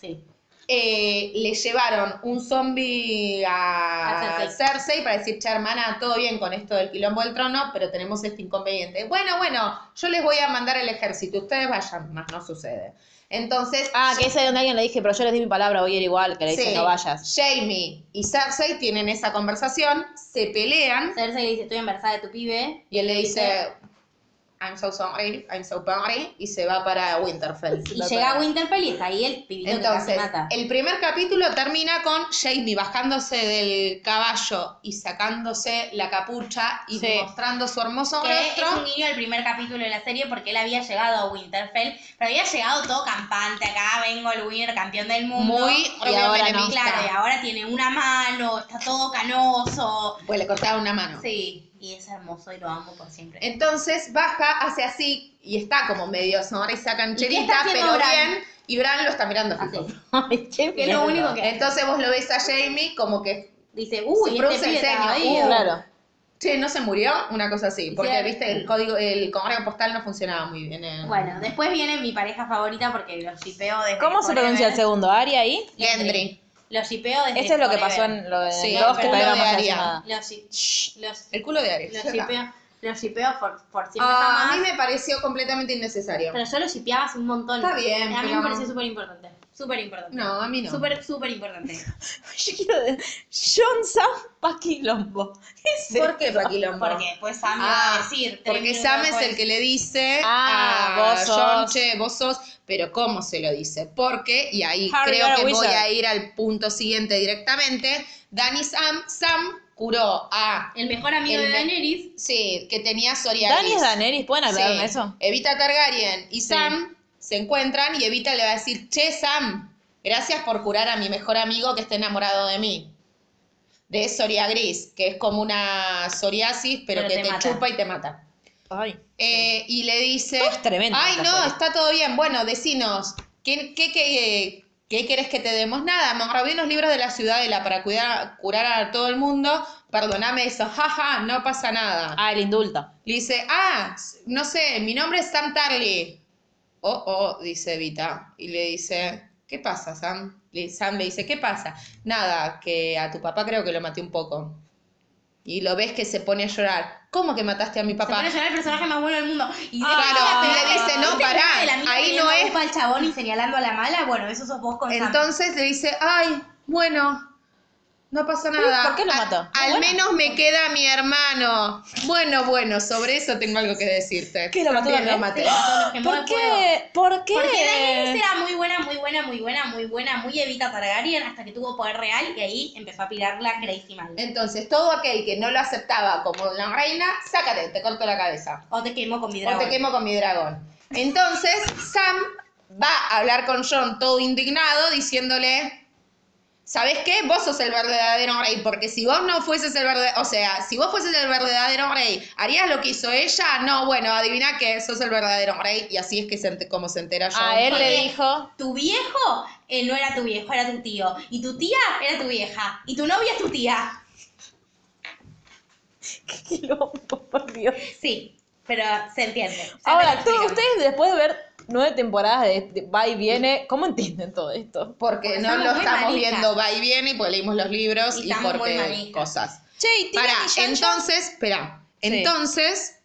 [SPEAKER 2] Sí.
[SPEAKER 3] eh, le llevaron un zombie a,
[SPEAKER 2] A Cersei.
[SPEAKER 3] Cersei. para decir, che, hermana, todo bien con esto del quilombo del trono, pero tenemos este inconveniente. Bueno, bueno, yo les voy a mandar el ejército, ustedes vayan, más no sucede. Entonces,
[SPEAKER 6] Ah, que ese es donde alguien le dije, pero yo les di mi palabra, voy a ir igual, que le dicen
[SPEAKER 3] sí,
[SPEAKER 6] no vayas.
[SPEAKER 3] Jamie y Cersei tienen esa conversación, se pelean,
[SPEAKER 2] Cersei le dice, estoy embarazada de tu pibe.
[SPEAKER 3] y él le dice, I'm so sorry, I'm so sorry, y se va para Winterfell.
[SPEAKER 2] Y llega a Winterfell y está ahí el pibito que
[SPEAKER 3] Entonces,
[SPEAKER 2] casi mata.
[SPEAKER 3] el primer capítulo termina con Jamie bajándose del caballo y sacándose la capucha y
[SPEAKER 6] Sí.
[SPEAKER 3] mostrando su hermoso
[SPEAKER 2] Que es un
[SPEAKER 3] rostro.
[SPEAKER 2] guiño del primer capítulo de la serie porque él había llegado a Winterfell, pero había llegado todo campante acá, vengo el winner campeón del mundo.
[SPEAKER 3] Muy
[SPEAKER 2] y
[SPEAKER 3] Romeo
[SPEAKER 2] ahora
[SPEAKER 3] Menemista.
[SPEAKER 2] Claro, y ahora tiene una mano, está todo canoso.
[SPEAKER 3] Pues le cortaba una mano.
[SPEAKER 2] Sí, y es hermoso y lo amo por siempre.
[SPEAKER 3] Entonces baja, hace así y está como medio sonrisa cancherita,
[SPEAKER 2] está haciendo
[SPEAKER 3] pero
[SPEAKER 2] Bran? Ah,
[SPEAKER 3] bien. Y Bran lo está mirando
[SPEAKER 2] Así.
[SPEAKER 3] fijo.
[SPEAKER 6] Ay, qué
[SPEAKER 2] Que es lo único que
[SPEAKER 3] Entonces vos lo ves a Jamie como que,
[SPEAKER 2] dice, uy,
[SPEAKER 3] Se
[SPEAKER 2] este
[SPEAKER 3] produce
[SPEAKER 2] pibe
[SPEAKER 3] el ceño,
[SPEAKER 2] está
[SPEAKER 3] uh,
[SPEAKER 2] ahí.
[SPEAKER 6] Claro.
[SPEAKER 3] che, no se murió, una cosa así. Porque
[SPEAKER 2] Cierto.
[SPEAKER 3] viste, el código, el correo postal no funcionaba muy bien. en-
[SPEAKER 2] Bueno, después viene mi pareja favorita porque los shipeo desde
[SPEAKER 6] ¿Cómo se
[SPEAKER 2] forever.
[SPEAKER 6] pronuncia el segundo? ¿Aria ahí?
[SPEAKER 3] Gendry.
[SPEAKER 2] Los shipeo desde
[SPEAKER 6] Eso es lo que
[SPEAKER 2] forever.
[SPEAKER 6] pasó en lo de
[SPEAKER 3] Sí,
[SPEAKER 6] dos
[SPEAKER 3] el
[SPEAKER 6] que
[SPEAKER 3] culo
[SPEAKER 6] traíamos
[SPEAKER 3] de
[SPEAKER 6] la
[SPEAKER 3] Aria.
[SPEAKER 6] llamada.
[SPEAKER 2] Los, shi- los,
[SPEAKER 3] El culo de Aries.
[SPEAKER 2] los shipeo, los shipeo por, por siempre
[SPEAKER 3] Ah,
[SPEAKER 2] jamás.
[SPEAKER 3] a mí me pareció completamente innecesario.
[SPEAKER 2] Pero yo lo shipeaba hace un montón.
[SPEAKER 3] Está bien,
[SPEAKER 2] A mí me
[SPEAKER 3] pero-
[SPEAKER 2] pareció súper importante. Súper importante.
[SPEAKER 3] No, a mí no.
[SPEAKER 2] Súper, súper importante.
[SPEAKER 6] Yo quiero decir, John Sam Paquilombo. Ese.
[SPEAKER 3] ¿Por qué Paquilombo?
[SPEAKER 2] Porque después Sam me va a
[SPEAKER 3] Ah,
[SPEAKER 2] decir. tres
[SPEAKER 3] porque
[SPEAKER 2] minutos
[SPEAKER 3] Sam es
[SPEAKER 2] después,
[SPEAKER 3] el que le dice
[SPEAKER 6] Ah,
[SPEAKER 3] a
[SPEAKER 6] vos
[SPEAKER 3] John,
[SPEAKER 6] sos.
[SPEAKER 3] che, vos sos, pero ¿cómo se lo dice? Porque, y ahí
[SPEAKER 6] Harry,
[SPEAKER 3] creo
[SPEAKER 6] you're
[SPEAKER 3] que
[SPEAKER 6] a
[SPEAKER 3] voy
[SPEAKER 6] wizard.
[SPEAKER 3] a ir al punto siguiente directamente, Danny Sam, Sam curó a,
[SPEAKER 2] El mejor amigo
[SPEAKER 3] el
[SPEAKER 2] de
[SPEAKER 3] me-
[SPEAKER 2] Daenerys.
[SPEAKER 3] sí, que tenía psoriasis.
[SPEAKER 6] Dani es Daenerys, ¿pueden aclararme
[SPEAKER 3] Sí.
[SPEAKER 6] eso?
[SPEAKER 3] Evita Targaryen y Sam se encuentran y Evita le va a decir, che, Sam, gracias por curar a mi mejor amigo que está enamorado de mí. De Soria Gris, que es como una psoriasis, pero,
[SPEAKER 2] Pero
[SPEAKER 3] que
[SPEAKER 2] te
[SPEAKER 3] te,
[SPEAKER 2] mata.
[SPEAKER 3] chupa y te mata.
[SPEAKER 6] Ay.
[SPEAKER 3] Eh, Y le dice,
[SPEAKER 6] Todo es tremendo.
[SPEAKER 3] ay
[SPEAKER 6] esta
[SPEAKER 3] no,
[SPEAKER 6] serie.
[SPEAKER 3] está todo bien, bueno, decinos, ¿qué, qué, qué, qué querés que te demos? Nada, me robé unos libros de la ciudadela para cuidar, curar a todo el mundo, perdoname eso, jaja, no pasa nada.
[SPEAKER 6] Ah, el indulto.
[SPEAKER 3] Le dice, ah, no sé, mi nombre es Sam Tarly. Oh, oh, dice Vita. Y le dice, ¿qué pasa, Sam? Le- Sam le dice, ¿qué pasa? Nada, que a tu papá creo que lo maté un poco. Y lo ves que se pone a llorar. ¿Cómo que mataste a mi
[SPEAKER 2] Se pone
[SPEAKER 3] papá?
[SPEAKER 2] a llorar el personaje más bueno del mundo. Y de-
[SPEAKER 3] Claro,
[SPEAKER 2] la-
[SPEAKER 3] y le dice, no,
[SPEAKER 2] ¿viste el
[SPEAKER 3] pará,
[SPEAKER 2] meme de la mina
[SPEAKER 3] ahí
[SPEAKER 2] pidiendo
[SPEAKER 3] no es-
[SPEAKER 2] culpa al chabón y señalando a la mala, bueno, eso sos vos con Sam.
[SPEAKER 3] Entonces le dice, ay, bueno, no pasa nada.
[SPEAKER 6] ¿por qué lo
[SPEAKER 3] Al-
[SPEAKER 6] mató?
[SPEAKER 3] Al,
[SPEAKER 6] Bueno.
[SPEAKER 3] menos me queda mi hermano. Bueno, bueno, sobre eso tengo algo que decirte.
[SPEAKER 6] ¿Qué, lo mató
[SPEAKER 3] También lo
[SPEAKER 6] también?
[SPEAKER 3] maté.
[SPEAKER 2] Todos los que
[SPEAKER 6] ¿Por
[SPEAKER 2] mueven fuego.
[SPEAKER 6] qué? ¿Por qué?
[SPEAKER 2] Porque Daenerys era muy buena, muy buena, muy buena, muy buena, muy Evita Targaryen, hasta que tuvo poder real y ahí empezó a pilarla Crazy Mal.
[SPEAKER 6] Eh,
[SPEAKER 3] Entonces, todo aquel que no lo aceptaba como la reina, sácate, te corto la cabeza.
[SPEAKER 2] O te quemó con mi
[SPEAKER 3] O
[SPEAKER 2] dragón.
[SPEAKER 3] te quemo con mi dragón. Entonces, Sam va a hablar con John todo indignado, diciéndole, ¿sabes qué? Vos sos el verdadero rey, porque si vos no fueses el verdadero, o sea, si vos fueses el verdadero rey, ¿harías lo que hizo ella? No, bueno, adivina que sos el verdadero rey, y así es que se ent- como se
[SPEAKER 2] Ah,
[SPEAKER 3] entera John.
[SPEAKER 6] A Ah, él
[SPEAKER 3] porque-
[SPEAKER 6] le dijo.
[SPEAKER 2] Tu viejo eh, no era tu viejo, era tu tío. Y tu tía era tu vieja. Y tu novia es tu tía.
[SPEAKER 6] Quilombo, por Dios.
[SPEAKER 2] Sí, pero se entiende. Ya te
[SPEAKER 6] Ahora,
[SPEAKER 2] lo
[SPEAKER 6] tú-
[SPEAKER 2] explicamos.
[SPEAKER 6] ustedes después de ver nueve temporadas de, de va y viene, ¿cómo entienden todo esto?
[SPEAKER 3] Porque,
[SPEAKER 2] Porque
[SPEAKER 3] no
[SPEAKER 2] somos
[SPEAKER 3] lo
[SPEAKER 2] muy
[SPEAKER 3] estamos
[SPEAKER 2] manijas.
[SPEAKER 3] viendo va y viene, y porque leímos los libros
[SPEAKER 2] Y
[SPEAKER 3] y,
[SPEAKER 2] estamos muy
[SPEAKER 3] porque
[SPEAKER 2] manijas.
[SPEAKER 3] cosas.
[SPEAKER 6] Che, y Tyrion
[SPEAKER 3] Para,
[SPEAKER 6] y Sansa-
[SPEAKER 3] entonces, espera, entonces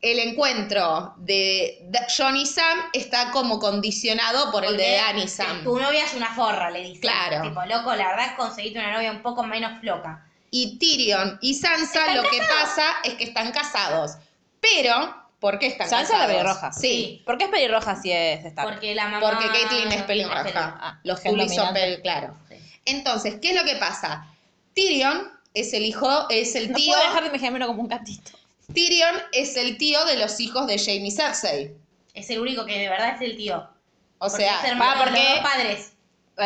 [SPEAKER 3] el encuentro de Da- John y Sam está como condicionado por el de
[SPEAKER 2] Porque
[SPEAKER 3] Dani Sam.
[SPEAKER 2] Tu novia es una forra, le dice.
[SPEAKER 3] Claro.
[SPEAKER 2] Tipo, loco, la verdad, conseguiste una novia un poco menos floca.
[SPEAKER 3] Y Tyrion y Sansa lo que pasa es que están casados. Pero, ¿por qué están
[SPEAKER 6] Sansa es la
[SPEAKER 3] casados?
[SPEAKER 6] pelirroja.
[SPEAKER 3] Sí,
[SPEAKER 6] ¿Por qué es pelirroja si es Stark?
[SPEAKER 2] Porque Ah, la mamá...
[SPEAKER 3] porque Caitlyn es
[SPEAKER 2] peligrosa.
[SPEAKER 3] pelirroja.
[SPEAKER 6] Ah,
[SPEAKER 3] Los
[SPEAKER 6] gen
[SPEAKER 3] Tully son
[SPEAKER 6] dominante.
[SPEAKER 3] pel- claro. Entonces, ¿qué es lo que pasa? Tyrion es el hijo, es el
[SPEAKER 1] No
[SPEAKER 3] tío.
[SPEAKER 1] puedo dejar de mi gemelo como un gatito.
[SPEAKER 3] Tyrion es el tío de los hijos de Jamie Cersei.
[SPEAKER 2] Es el único que de verdad es el tío.
[SPEAKER 3] O sea,
[SPEAKER 2] es hermano de
[SPEAKER 3] va
[SPEAKER 2] los
[SPEAKER 3] porque
[SPEAKER 2] dos padres.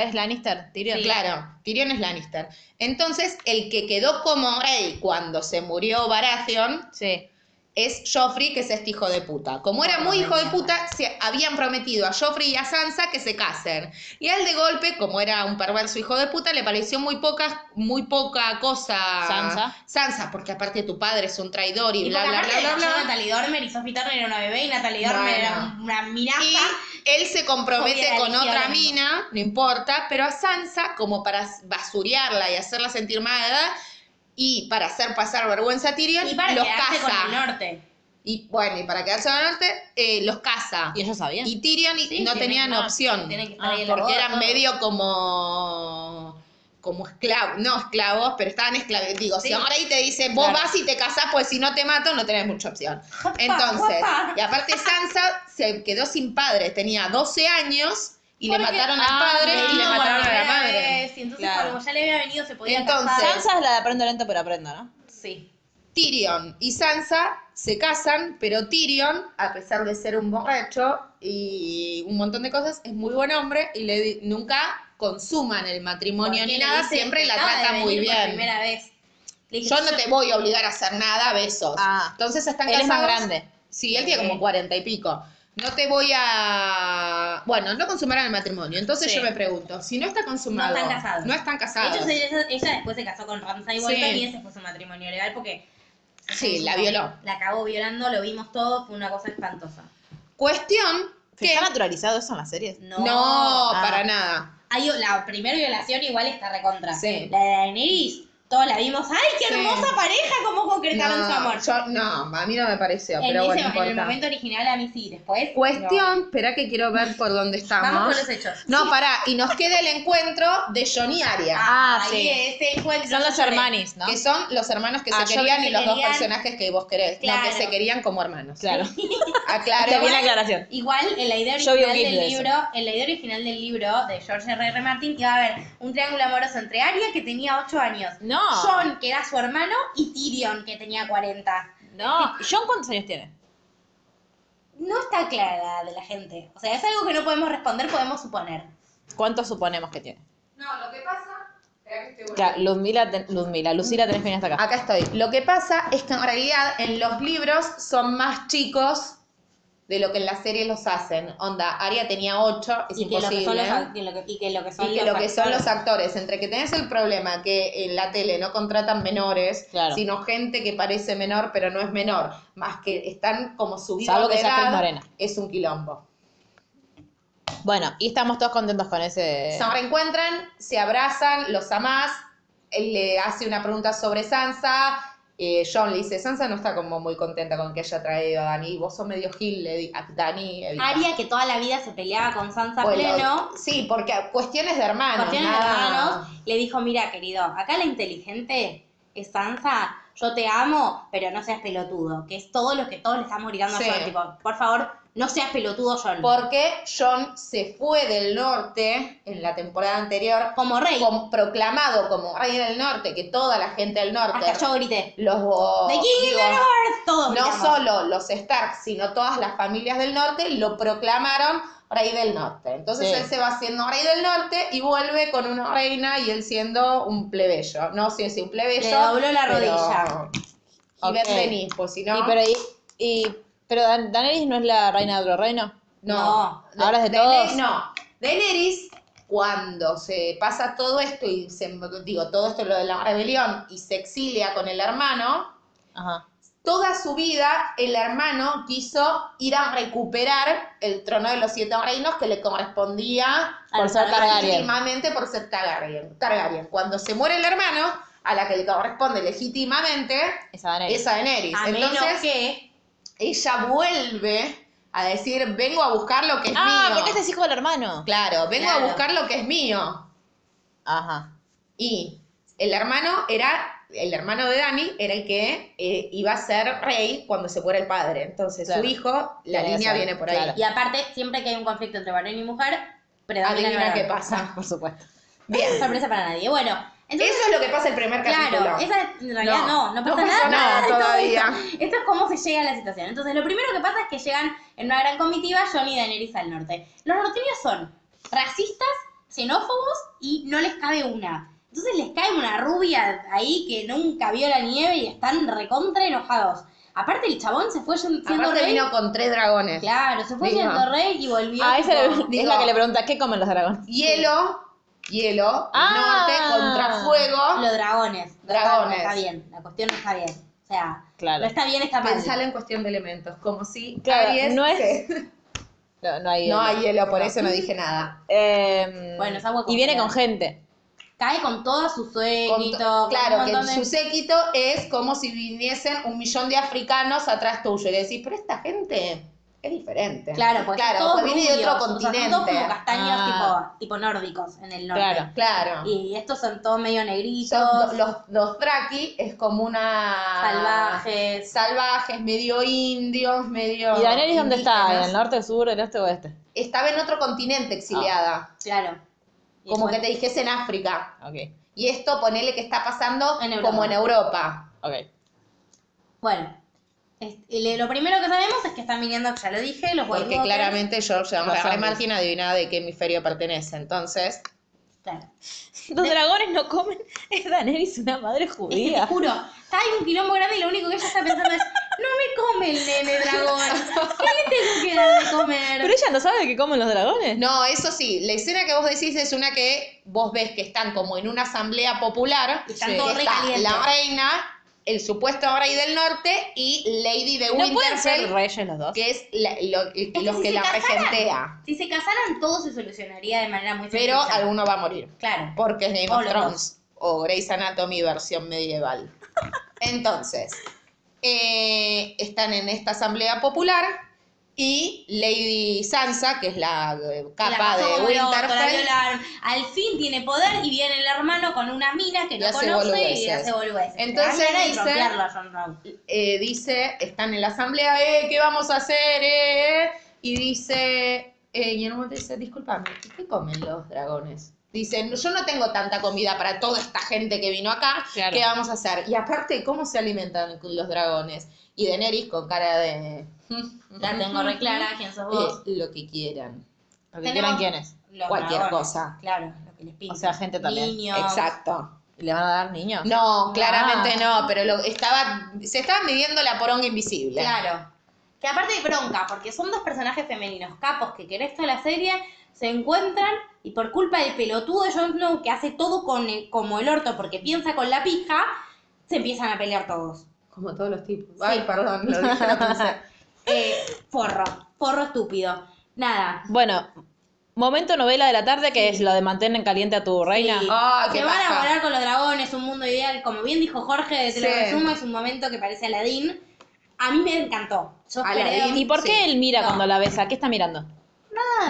[SPEAKER 1] Es Lannister, Tyrion.
[SPEAKER 2] Sí.
[SPEAKER 3] Claro, Tyrion es Lannister. Entonces, el que quedó como rey cuando se murió Baratheon
[SPEAKER 1] Sí.
[SPEAKER 3] es Joffrey, que es este hijo de puta. Como era
[SPEAKER 2] Ah,
[SPEAKER 3] muy hijo de
[SPEAKER 2] mierda.
[SPEAKER 3] puta, se habían prometido a Joffrey y a Sansa que se casen. Y a él de golpe, como era un perverso hijo de puta, le pareció muy poca, muy poca cosa.
[SPEAKER 1] Sansa.
[SPEAKER 3] Sansa, porque aparte tu padre es un traidor y,
[SPEAKER 2] Y
[SPEAKER 3] bla,
[SPEAKER 2] porque
[SPEAKER 3] bla,
[SPEAKER 2] aparte
[SPEAKER 3] bla, bla,
[SPEAKER 2] nació
[SPEAKER 3] bla.
[SPEAKER 2] Natalie Dormer y Sophie Turner era una bebé y Natalie Dormer
[SPEAKER 3] Bueno.
[SPEAKER 2] era una miraza.
[SPEAKER 3] Y él se compromete
[SPEAKER 2] Obvio,
[SPEAKER 3] con
[SPEAKER 2] la
[SPEAKER 3] otra
[SPEAKER 2] eligieron.
[SPEAKER 3] mina, no importa, pero a Sansa, como para basurearla y hacerla sentir mala y para hacer pasar vergüenza a Tyrion,
[SPEAKER 2] Y para
[SPEAKER 3] los
[SPEAKER 2] quedarse con el
[SPEAKER 3] casa.
[SPEAKER 2] norte.
[SPEAKER 3] Y bueno, y para quedarse con el norte, eh, los casa.
[SPEAKER 1] Y ellos sabían.
[SPEAKER 3] Y Tyrion y-
[SPEAKER 2] Sí,
[SPEAKER 3] no
[SPEAKER 2] tienen-
[SPEAKER 3] tenían
[SPEAKER 2] ah,
[SPEAKER 3] opción,
[SPEAKER 2] tienen que estar ahí en la
[SPEAKER 3] porque
[SPEAKER 2] boda,
[SPEAKER 3] eran
[SPEAKER 2] todo.
[SPEAKER 3] medio como como esclavos, no esclavos, pero estaban esclavos. Digo,
[SPEAKER 2] Sí.
[SPEAKER 3] si ahora ahí te dice, vos
[SPEAKER 1] Claro.
[SPEAKER 3] vas y te casás, pues si no te mato, no tenés mucha opción. Entonces,
[SPEAKER 2] guapa.
[SPEAKER 3] y aparte Sansa se quedó sin padre, tenía 12 años y le
[SPEAKER 2] Porque-
[SPEAKER 3] mataron al
[SPEAKER 1] Ah,
[SPEAKER 3] padre y le
[SPEAKER 2] Vino
[SPEAKER 3] mataron
[SPEAKER 2] por
[SPEAKER 3] a la
[SPEAKER 2] primera
[SPEAKER 3] madre.
[SPEAKER 2] vez, y entonces
[SPEAKER 1] Claro.
[SPEAKER 2] como ya le había venido se podía
[SPEAKER 3] Entonces-
[SPEAKER 2] casar.
[SPEAKER 1] Sansa es la de aprendo lento pero aprendo, ¿no?
[SPEAKER 2] Sí.
[SPEAKER 3] Tyrion y Sansa se casan, pero Tyrion, a pesar de ser un borracho y un montón de cosas, es muy buen hombre y le di- nunca consuman el matrimonio
[SPEAKER 2] Porque
[SPEAKER 3] ni
[SPEAKER 2] le
[SPEAKER 3] nada,
[SPEAKER 2] dicen
[SPEAKER 3] siempre
[SPEAKER 2] que
[SPEAKER 3] la
[SPEAKER 2] acaba de
[SPEAKER 3] trata muy
[SPEAKER 2] venir por
[SPEAKER 3] bien.
[SPEAKER 2] primera vez. Le dije,
[SPEAKER 3] Yo no te voy a obligar a hacer nada, besos.
[SPEAKER 1] Ah.
[SPEAKER 3] Entonces están
[SPEAKER 1] Él es más
[SPEAKER 3] casados.
[SPEAKER 1] grande.
[SPEAKER 3] Sí, él tiene
[SPEAKER 2] Sí.
[SPEAKER 3] como cuarenta y pico. No te voy a. Bueno, no consumarán el matrimonio. Entonces
[SPEAKER 2] Sí.
[SPEAKER 3] yo me pregunto, si no está consumado.
[SPEAKER 2] No están casados.
[SPEAKER 3] no están
[SPEAKER 2] De
[SPEAKER 3] casados.
[SPEAKER 2] hecho, ella, ella después se casó con Ramsay
[SPEAKER 3] Sí.
[SPEAKER 2] Bolton y ese fue su matrimonio legal porque
[SPEAKER 3] Sí, la violó.
[SPEAKER 2] la acabó violando, lo vimos todo, fue una cosa espantosa.
[SPEAKER 3] Cuestión
[SPEAKER 1] ¿Se
[SPEAKER 3] que.
[SPEAKER 1] está naturalizado eso en las series?
[SPEAKER 2] No. ah.
[SPEAKER 3] No, para nada.
[SPEAKER 2] Hay, la primera violación igual está recontra.
[SPEAKER 3] Sí.
[SPEAKER 2] La de Daenerys, todos la vimos. ¡Ay, qué
[SPEAKER 3] Sí.
[SPEAKER 2] hermosa pareja! ¿Cómo concretaron
[SPEAKER 3] No,
[SPEAKER 2] su amor?
[SPEAKER 3] yo- no, a mí no me pareció,
[SPEAKER 2] en,
[SPEAKER 3] pero
[SPEAKER 2] ese-
[SPEAKER 3] bueno,
[SPEAKER 2] en el
[SPEAKER 3] importa.
[SPEAKER 2] momento original a mí sí, después.
[SPEAKER 3] Cuestión, espera que quiero ver por dónde
[SPEAKER 2] no.
[SPEAKER 3] estamos.
[SPEAKER 2] Vamos con los hechos.
[SPEAKER 3] No, pará, y nos queda el encuentro de John y Arya.
[SPEAKER 1] Ah,
[SPEAKER 2] Ahí este
[SPEAKER 1] sí.
[SPEAKER 2] ese encuentro.
[SPEAKER 1] Son
[SPEAKER 2] yo
[SPEAKER 1] los
[SPEAKER 2] lloré.
[SPEAKER 1] hermanis, ¿no?
[SPEAKER 3] Que son los hermanos que
[SPEAKER 1] Ah,
[SPEAKER 3] se
[SPEAKER 1] yo
[SPEAKER 3] querían
[SPEAKER 2] creo que
[SPEAKER 3] y los dos
[SPEAKER 2] querían-
[SPEAKER 3] personajes que vos querés. No,
[SPEAKER 2] Claro.
[SPEAKER 3] que se querían como hermanos.
[SPEAKER 1] Claro.
[SPEAKER 3] Aclaro.
[SPEAKER 1] Está bien la aclaración.
[SPEAKER 2] Igual en la idea
[SPEAKER 1] Yo vi un
[SPEAKER 2] original
[SPEAKER 1] gif
[SPEAKER 2] del
[SPEAKER 1] de eso.
[SPEAKER 2] libro, en la idea original del libro de George R. R. Martin iba a haber un triángulo amoroso entre Arya que tenía 8 años,
[SPEAKER 1] No.
[SPEAKER 2] John que era su hermano y Tyrion que tenía 40.
[SPEAKER 1] No. ¿John cuántos años tiene?
[SPEAKER 2] No está clara la edad de la gente. O sea, es algo que no podemos responder, podemos suponer.
[SPEAKER 1] ¿Cuántos suponemos que tiene?
[SPEAKER 7] No, lo que pasa. Esperá que estoy volviendo.
[SPEAKER 1] Claro, Luzmila, ten- Luzmila, Lucila tenés que venir hasta acá.
[SPEAKER 3] Acá estoy. Lo que pasa es que en realidad en los libros son más chicos de lo que en las series los hacen. Onda, Aria tenía 8, es
[SPEAKER 2] Y que, lo que son
[SPEAKER 3] imposible.
[SPEAKER 2] los, act- y lo que- y que lo que son
[SPEAKER 3] y que
[SPEAKER 2] los
[SPEAKER 3] lo que son
[SPEAKER 2] actores.
[SPEAKER 3] los actores, entre que tenés el problema que en la tele no contratan menores,
[SPEAKER 1] Claro.
[SPEAKER 3] sino gente que parece menor pero no es menor, más que están como subidos
[SPEAKER 1] Salvo que
[SPEAKER 3] de
[SPEAKER 1] sea actriz
[SPEAKER 3] edad,
[SPEAKER 1] morena.
[SPEAKER 3] es un quilombo.
[SPEAKER 1] Bueno, y estamos todos contentos con ese.
[SPEAKER 3] Se reencuentran, se abrazan, los amás, él le hace una pregunta sobre Sansa, eh, John le dice, Sansa no está como muy contenta con que haya traído a Dani, vos sos medio gil, le di- a Dani. evita".
[SPEAKER 2] Arya que toda la vida se peleaba con Sansa
[SPEAKER 3] Bueno,
[SPEAKER 2] pleno.
[SPEAKER 3] Sí, porque cuestiones de hermanos.
[SPEAKER 2] Cuestiones de
[SPEAKER 3] nada.
[SPEAKER 2] hermanos, le dijo, mira, querido, acá la inteligente es Sansa, yo te amo, pero no seas pelotudo, que es todo lo que todos le estamos gritando
[SPEAKER 3] Sí.
[SPEAKER 2] a John, tipo, por favor, no seas pelotudo, John.
[SPEAKER 3] Porque John se fue del norte en la temporada anterior
[SPEAKER 2] Como rey,
[SPEAKER 3] con- proclamado como rey del norte, que toda la gente del norte,
[SPEAKER 2] hasta yo grité,
[SPEAKER 3] los oh,
[SPEAKER 2] The King
[SPEAKER 3] digo,
[SPEAKER 2] in the North, todos
[SPEAKER 3] no
[SPEAKER 2] gritamos.
[SPEAKER 3] solo los Stark, sino todas las familias del norte lo proclamaron rey del norte. Entonces
[SPEAKER 1] Sí.
[SPEAKER 3] él se va haciendo rey del norte y vuelve con una reina y él siendo un plebeyo. No sé si un plebeyo.
[SPEAKER 2] Le dobló la
[SPEAKER 3] pero-
[SPEAKER 2] rodilla.
[SPEAKER 3] Gilbert
[SPEAKER 1] Ok.
[SPEAKER 3] Denis, pues si no.
[SPEAKER 1] Y pero, y, y- pero Dan- Daenerys no es la reina de otro reino.
[SPEAKER 3] No.
[SPEAKER 1] No. Ahora es de
[SPEAKER 3] Daenerys-
[SPEAKER 1] todos.
[SPEAKER 3] No. Daenerys, cuando se pasa todo esto y se, digo, todo esto lo de la rebelión y se exilia con el hermano,
[SPEAKER 1] Ajá.
[SPEAKER 3] toda su vida el hermano quiso ir a recuperar el trono de los siete reinos que le correspondía
[SPEAKER 1] Por ser Targaryen.
[SPEAKER 3] legítimamente por ser Targaryen. Targaryen. Cuando se muere el hermano, a la que le corresponde legítimamente
[SPEAKER 1] Esa Daenerys.
[SPEAKER 3] es a Daenerys.
[SPEAKER 2] A menos
[SPEAKER 3] Entonces,
[SPEAKER 2] que,
[SPEAKER 3] ella vuelve a decir, vengo a buscar lo que es
[SPEAKER 1] ah,
[SPEAKER 3] mío.
[SPEAKER 1] porque este es hijo del hermano.
[SPEAKER 3] Claro, vengo
[SPEAKER 2] Claro.
[SPEAKER 3] a buscar lo que es mío.
[SPEAKER 1] Ajá.
[SPEAKER 3] Y el hermano era, el hermano de Dani era el que eh, iba a ser rey cuando se fuera el padre. Entonces
[SPEAKER 1] Claro.
[SPEAKER 3] su hijo, la
[SPEAKER 1] Quería
[SPEAKER 3] línea
[SPEAKER 1] ser,
[SPEAKER 3] viene por ahí.
[SPEAKER 1] claro.
[SPEAKER 2] y aparte, siempre que hay un conflicto entre varón y mujer, predomina el
[SPEAKER 3] Adivina
[SPEAKER 2] varón.
[SPEAKER 3] qué pasa.
[SPEAKER 1] Por supuesto.
[SPEAKER 3] Bien.
[SPEAKER 2] Sorpresa para nadie. Bueno, Entonces,
[SPEAKER 3] Eso es lo que pasa el primer capítulo.
[SPEAKER 2] Claro, esa en realidad no, no, pasa,
[SPEAKER 3] no pasa nada
[SPEAKER 2] de todo
[SPEAKER 3] todavía.
[SPEAKER 2] Esto, Esto es cómo se llega a la situación. Entonces, lo primero que pasa es que llegan en una gran comitiva John y Daenerys al norte. Los norteños son racistas, xenófobos y no les cabe una. Entonces les cae una rubia ahí que nunca vio la nieve y están recontra enojados. Aparte el chabón se fue siendo
[SPEAKER 3] Aparte
[SPEAKER 2] rey.
[SPEAKER 3] vino con tres dragones.
[SPEAKER 2] Claro, se fue
[SPEAKER 3] Vino.
[SPEAKER 2] siendo rey y volvió.
[SPEAKER 1] A esa le-
[SPEAKER 2] tipo-
[SPEAKER 1] es la que le pregunta, ¿qué comen los dragones?
[SPEAKER 3] Hielo, hielo,
[SPEAKER 1] Ah.
[SPEAKER 3] norte contra fuego.
[SPEAKER 2] Los dragones.
[SPEAKER 3] Dragones.
[SPEAKER 2] No está bien, la cuestión no está bien. O sea,
[SPEAKER 1] Claro.
[SPEAKER 2] no está bien esta
[SPEAKER 3] Pensalo en cuestión de elementos, como si
[SPEAKER 1] Claro,
[SPEAKER 3] Aries
[SPEAKER 1] Ah, no es-
[SPEAKER 3] se-
[SPEAKER 1] No, no hay.
[SPEAKER 3] No hay hielo, por eso no dije nada.
[SPEAKER 1] Eh,
[SPEAKER 2] Bueno, es agua con
[SPEAKER 1] y viene
[SPEAKER 2] mineral.
[SPEAKER 1] con gente.
[SPEAKER 2] cae con todo su
[SPEAKER 3] Con to-
[SPEAKER 2] séquito. con un
[SPEAKER 3] claro, que
[SPEAKER 2] montón de-
[SPEAKER 3] su séquito es como si viniesen un millón de africanos atrás tuyo. Y le decís, pero esta gente es diferente.
[SPEAKER 2] Claro, pues
[SPEAKER 3] claro,
[SPEAKER 2] todos
[SPEAKER 3] pues viene de
[SPEAKER 2] rubios,
[SPEAKER 3] otro
[SPEAKER 2] o sea, son
[SPEAKER 3] continente.
[SPEAKER 2] todos como castaños
[SPEAKER 1] Ah.
[SPEAKER 2] tipo, tipo nórdicos en el norte.
[SPEAKER 1] Claro.
[SPEAKER 3] Claro.
[SPEAKER 2] Y estos son todos medio negritos,
[SPEAKER 3] Son do- los, los Draki es como una...
[SPEAKER 2] salvajes.
[SPEAKER 3] Salvajes, medio indios, medio...
[SPEAKER 1] ¿Y Daenerys dónde está? ¿En
[SPEAKER 3] indígenas.
[SPEAKER 1] el norte, sur, el este o oeste?
[SPEAKER 3] Estaba en otro continente exiliada.
[SPEAKER 2] Claro. Ah. Y
[SPEAKER 3] Como
[SPEAKER 2] bueno,
[SPEAKER 3] que te dijese en África.
[SPEAKER 1] Ok,
[SPEAKER 3] Y esto ponele que está pasando
[SPEAKER 2] En Europa.
[SPEAKER 3] como en Europa.
[SPEAKER 1] ok.
[SPEAKER 2] Bueno. Este, y le- lo primero que sabemos es que están viniendo, ya lo dije, los White
[SPEAKER 3] Porque
[SPEAKER 2] Walkers.
[SPEAKER 3] claramente George
[SPEAKER 1] Los
[SPEAKER 3] R. R.
[SPEAKER 1] zombies.
[SPEAKER 3] Martin adivinaba de qué hemisferio pertenece. Entonces,
[SPEAKER 2] Claro.
[SPEAKER 1] Los dragones no comen. Es Daenerys una madre
[SPEAKER 2] Es que te
[SPEAKER 1] judía.
[SPEAKER 2] juro, está ahí un quilombo grande y lo único que ella está pensando es, no me come el nene dragón, ¿qué le tengo que dar de comer?
[SPEAKER 1] Pero ella no sabe que comen los dragones.
[SPEAKER 3] no, eso sí, la escena que vos decís es una que vos ves que están como en una asamblea popular.
[SPEAKER 2] Y están
[SPEAKER 3] que
[SPEAKER 2] todos re
[SPEAKER 3] está
[SPEAKER 2] calientes.
[SPEAKER 3] La reina, el supuesto rey del norte y Lady de
[SPEAKER 1] No pueden ser
[SPEAKER 3] Winterfell,
[SPEAKER 1] reyes los dos.
[SPEAKER 3] que es la- lo-
[SPEAKER 2] que
[SPEAKER 3] los
[SPEAKER 2] si
[SPEAKER 3] que
[SPEAKER 2] se
[SPEAKER 3] la
[SPEAKER 2] casaran-
[SPEAKER 3] regentea.
[SPEAKER 2] Si se casaran, todo se solucionaría de manera muy
[SPEAKER 3] Pero
[SPEAKER 2] sencilla.
[SPEAKER 3] alguno va a morir.
[SPEAKER 2] Claro.
[SPEAKER 3] Porque es Game
[SPEAKER 2] O
[SPEAKER 3] of
[SPEAKER 2] los
[SPEAKER 3] Thrones o Grey's Anatomy versión medieval. Entonces, eh, están en esta asamblea popular y Lady Sansa, que es la eh,
[SPEAKER 2] La
[SPEAKER 3] capa
[SPEAKER 2] pasó
[SPEAKER 3] de
[SPEAKER 2] como loca, la
[SPEAKER 3] Winterfell,
[SPEAKER 2] violaron. Al fin tiene poder y viene el hermano con una mina que
[SPEAKER 3] Y
[SPEAKER 2] no
[SPEAKER 3] hace
[SPEAKER 2] conoce y
[SPEAKER 3] boludeces.
[SPEAKER 2] hace boludeces.
[SPEAKER 3] Entonces
[SPEAKER 2] Ay, hay que
[SPEAKER 3] dice-
[SPEAKER 2] romperlo a Jon Snow.
[SPEAKER 3] eh, dice, están en la asamblea, eh, ¿qué vamos a hacer? eh, eh? Y dice, eh, y en un momento dice, disculpame, ¿y ¿qué comen los dragones? Dicen, yo no tengo tanta comida para toda esta gente que vino acá,
[SPEAKER 1] Claro.
[SPEAKER 3] ¿qué vamos a hacer? Y aparte, ¿cómo se alimentan los dragones? Y Daenerys con cara de...
[SPEAKER 2] La tengo re clara, ¿quién sos vos?
[SPEAKER 3] Eh, lo que quieran.
[SPEAKER 1] Lo que quieran
[SPEAKER 2] Tenemos-
[SPEAKER 1] quiénes.
[SPEAKER 2] Los
[SPEAKER 3] cualquier
[SPEAKER 2] dragones.
[SPEAKER 3] cosa.
[SPEAKER 2] Claro, lo que les pinta.
[SPEAKER 1] O sea, gente también.
[SPEAKER 2] Niños.
[SPEAKER 3] Exacto.
[SPEAKER 1] ¿Y le van a dar niños?
[SPEAKER 3] No, claramente no, pero lo, estaba, se estaba midiendo la poronga invisible.
[SPEAKER 2] Claro. Que aparte de bronca, porque son dos personajes femeninos capos que querés toda la serie, se encuentran y por culpa del pelotudo de Jon Snow que hace todo con el- como el orto porque piensa con la pija, se empiezan a pelear todos.
[SPEAKER 3] Como todos los tipos. Ay, perdón, lo dije, no pensé.
[SPEAKER 2] Eh, forro, forro estúpido. Nada,
[SPEAKER 1] Bueno, momento novela de la tarde que es lo de mantener caliente a tu reina.
[SPEAKER 2] Sí.
[SPEAKER 3] Ah, qué
[SPEAKER 2] Se van a
[SPEAKER 3] paja.
[SPEAKER 2] volar con los dragones, un mundo ideal. Como bien dijo Jorge, te lo
[SPEAKER 3] Sí.
[SPEAKER 2] resumo, es un momento que parece Aladdin. A mí me encantó. Yo
[SPEAKER 3] Aladdin.
[SPEAKER 2] creo-
[SPEAKER 1] ¿Y por qué
[SPEAKER 3] Sí.
[SPEAKER 1] él mira
[SPEAKER 2] No.
[SPEAKER 1] cuando la besa? ¿Qué está mirando?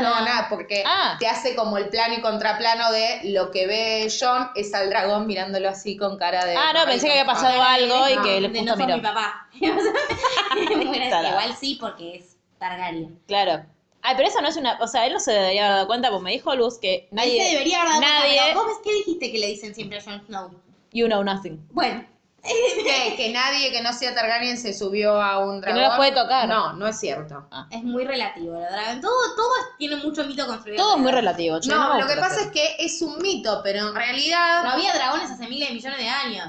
[SPEAKER 3] No, nada, porque
[SPEAKER 1] Ah.
[SPEAKER 3] te hace como el plano y contraplano de lo que ve John es al dragón mirándolo así con cara
[SPEAKER 2] Eh,
[SPEAKER 3] de.
[SPEAKER 1] Ah, no, pensé que había pasado algo y
[SPEAKER 2] No,
[SPEAKER 1] que él
[SPEAKER 2] de no
[SPEAKER 1] justo
[SPEAKER 2] sos mi
[SPEAKER 1] miró.
[SPEAKER 2] papá. Bueno,
[SPEAKER 1] Tarado.
[SPEAKER 2] igual sí, porque es Targaryen.
[SPEAKER 1] Claro. Ay, pero eso no es una. O sea, él no se debería haber dado cuenta, porque me dijo Luz que nadie.
[SPEAKER 2] Él se Este debería haber dado cuenta,
[SPEAKER 1] nadie-
[SPEAKER 2] pero ¿Vos ves qué dijiste que le dicen siempre a Jon Snow?
[SPEAKER 1] You know nothing.
[SPEAKER 2] Bueno,
[SPEAKER 3] Que, que nadie que no sea Targaryen se subió a un
[SPEAKER 1] Que
[SPEAKER 3] dragón.
[SPEAKER 1] no los puede tocar. Ah.
[SPEAKER 3] No, no es cierto.
[SPEAKER 2] es muy relativo, la verdad. Todo, todo tiene mucho mito construido.
[SPEAKER 1] Todo es muy
[SPEAKER 2] alrededor.
[SPEAKER 1] relativo, che,
[SPEAKER 3] No,
[SPEAKER 1] me
[SPEAKER 3] lo que
[SPEAKER 1] gusta
[SPEAKER 3] pasa
[SPEAKER 1] hacer.
[SPEAKER 3] es que es un mito, pero en realidad.
[SPEAKER 2] No había dragones hace miles de millones de años.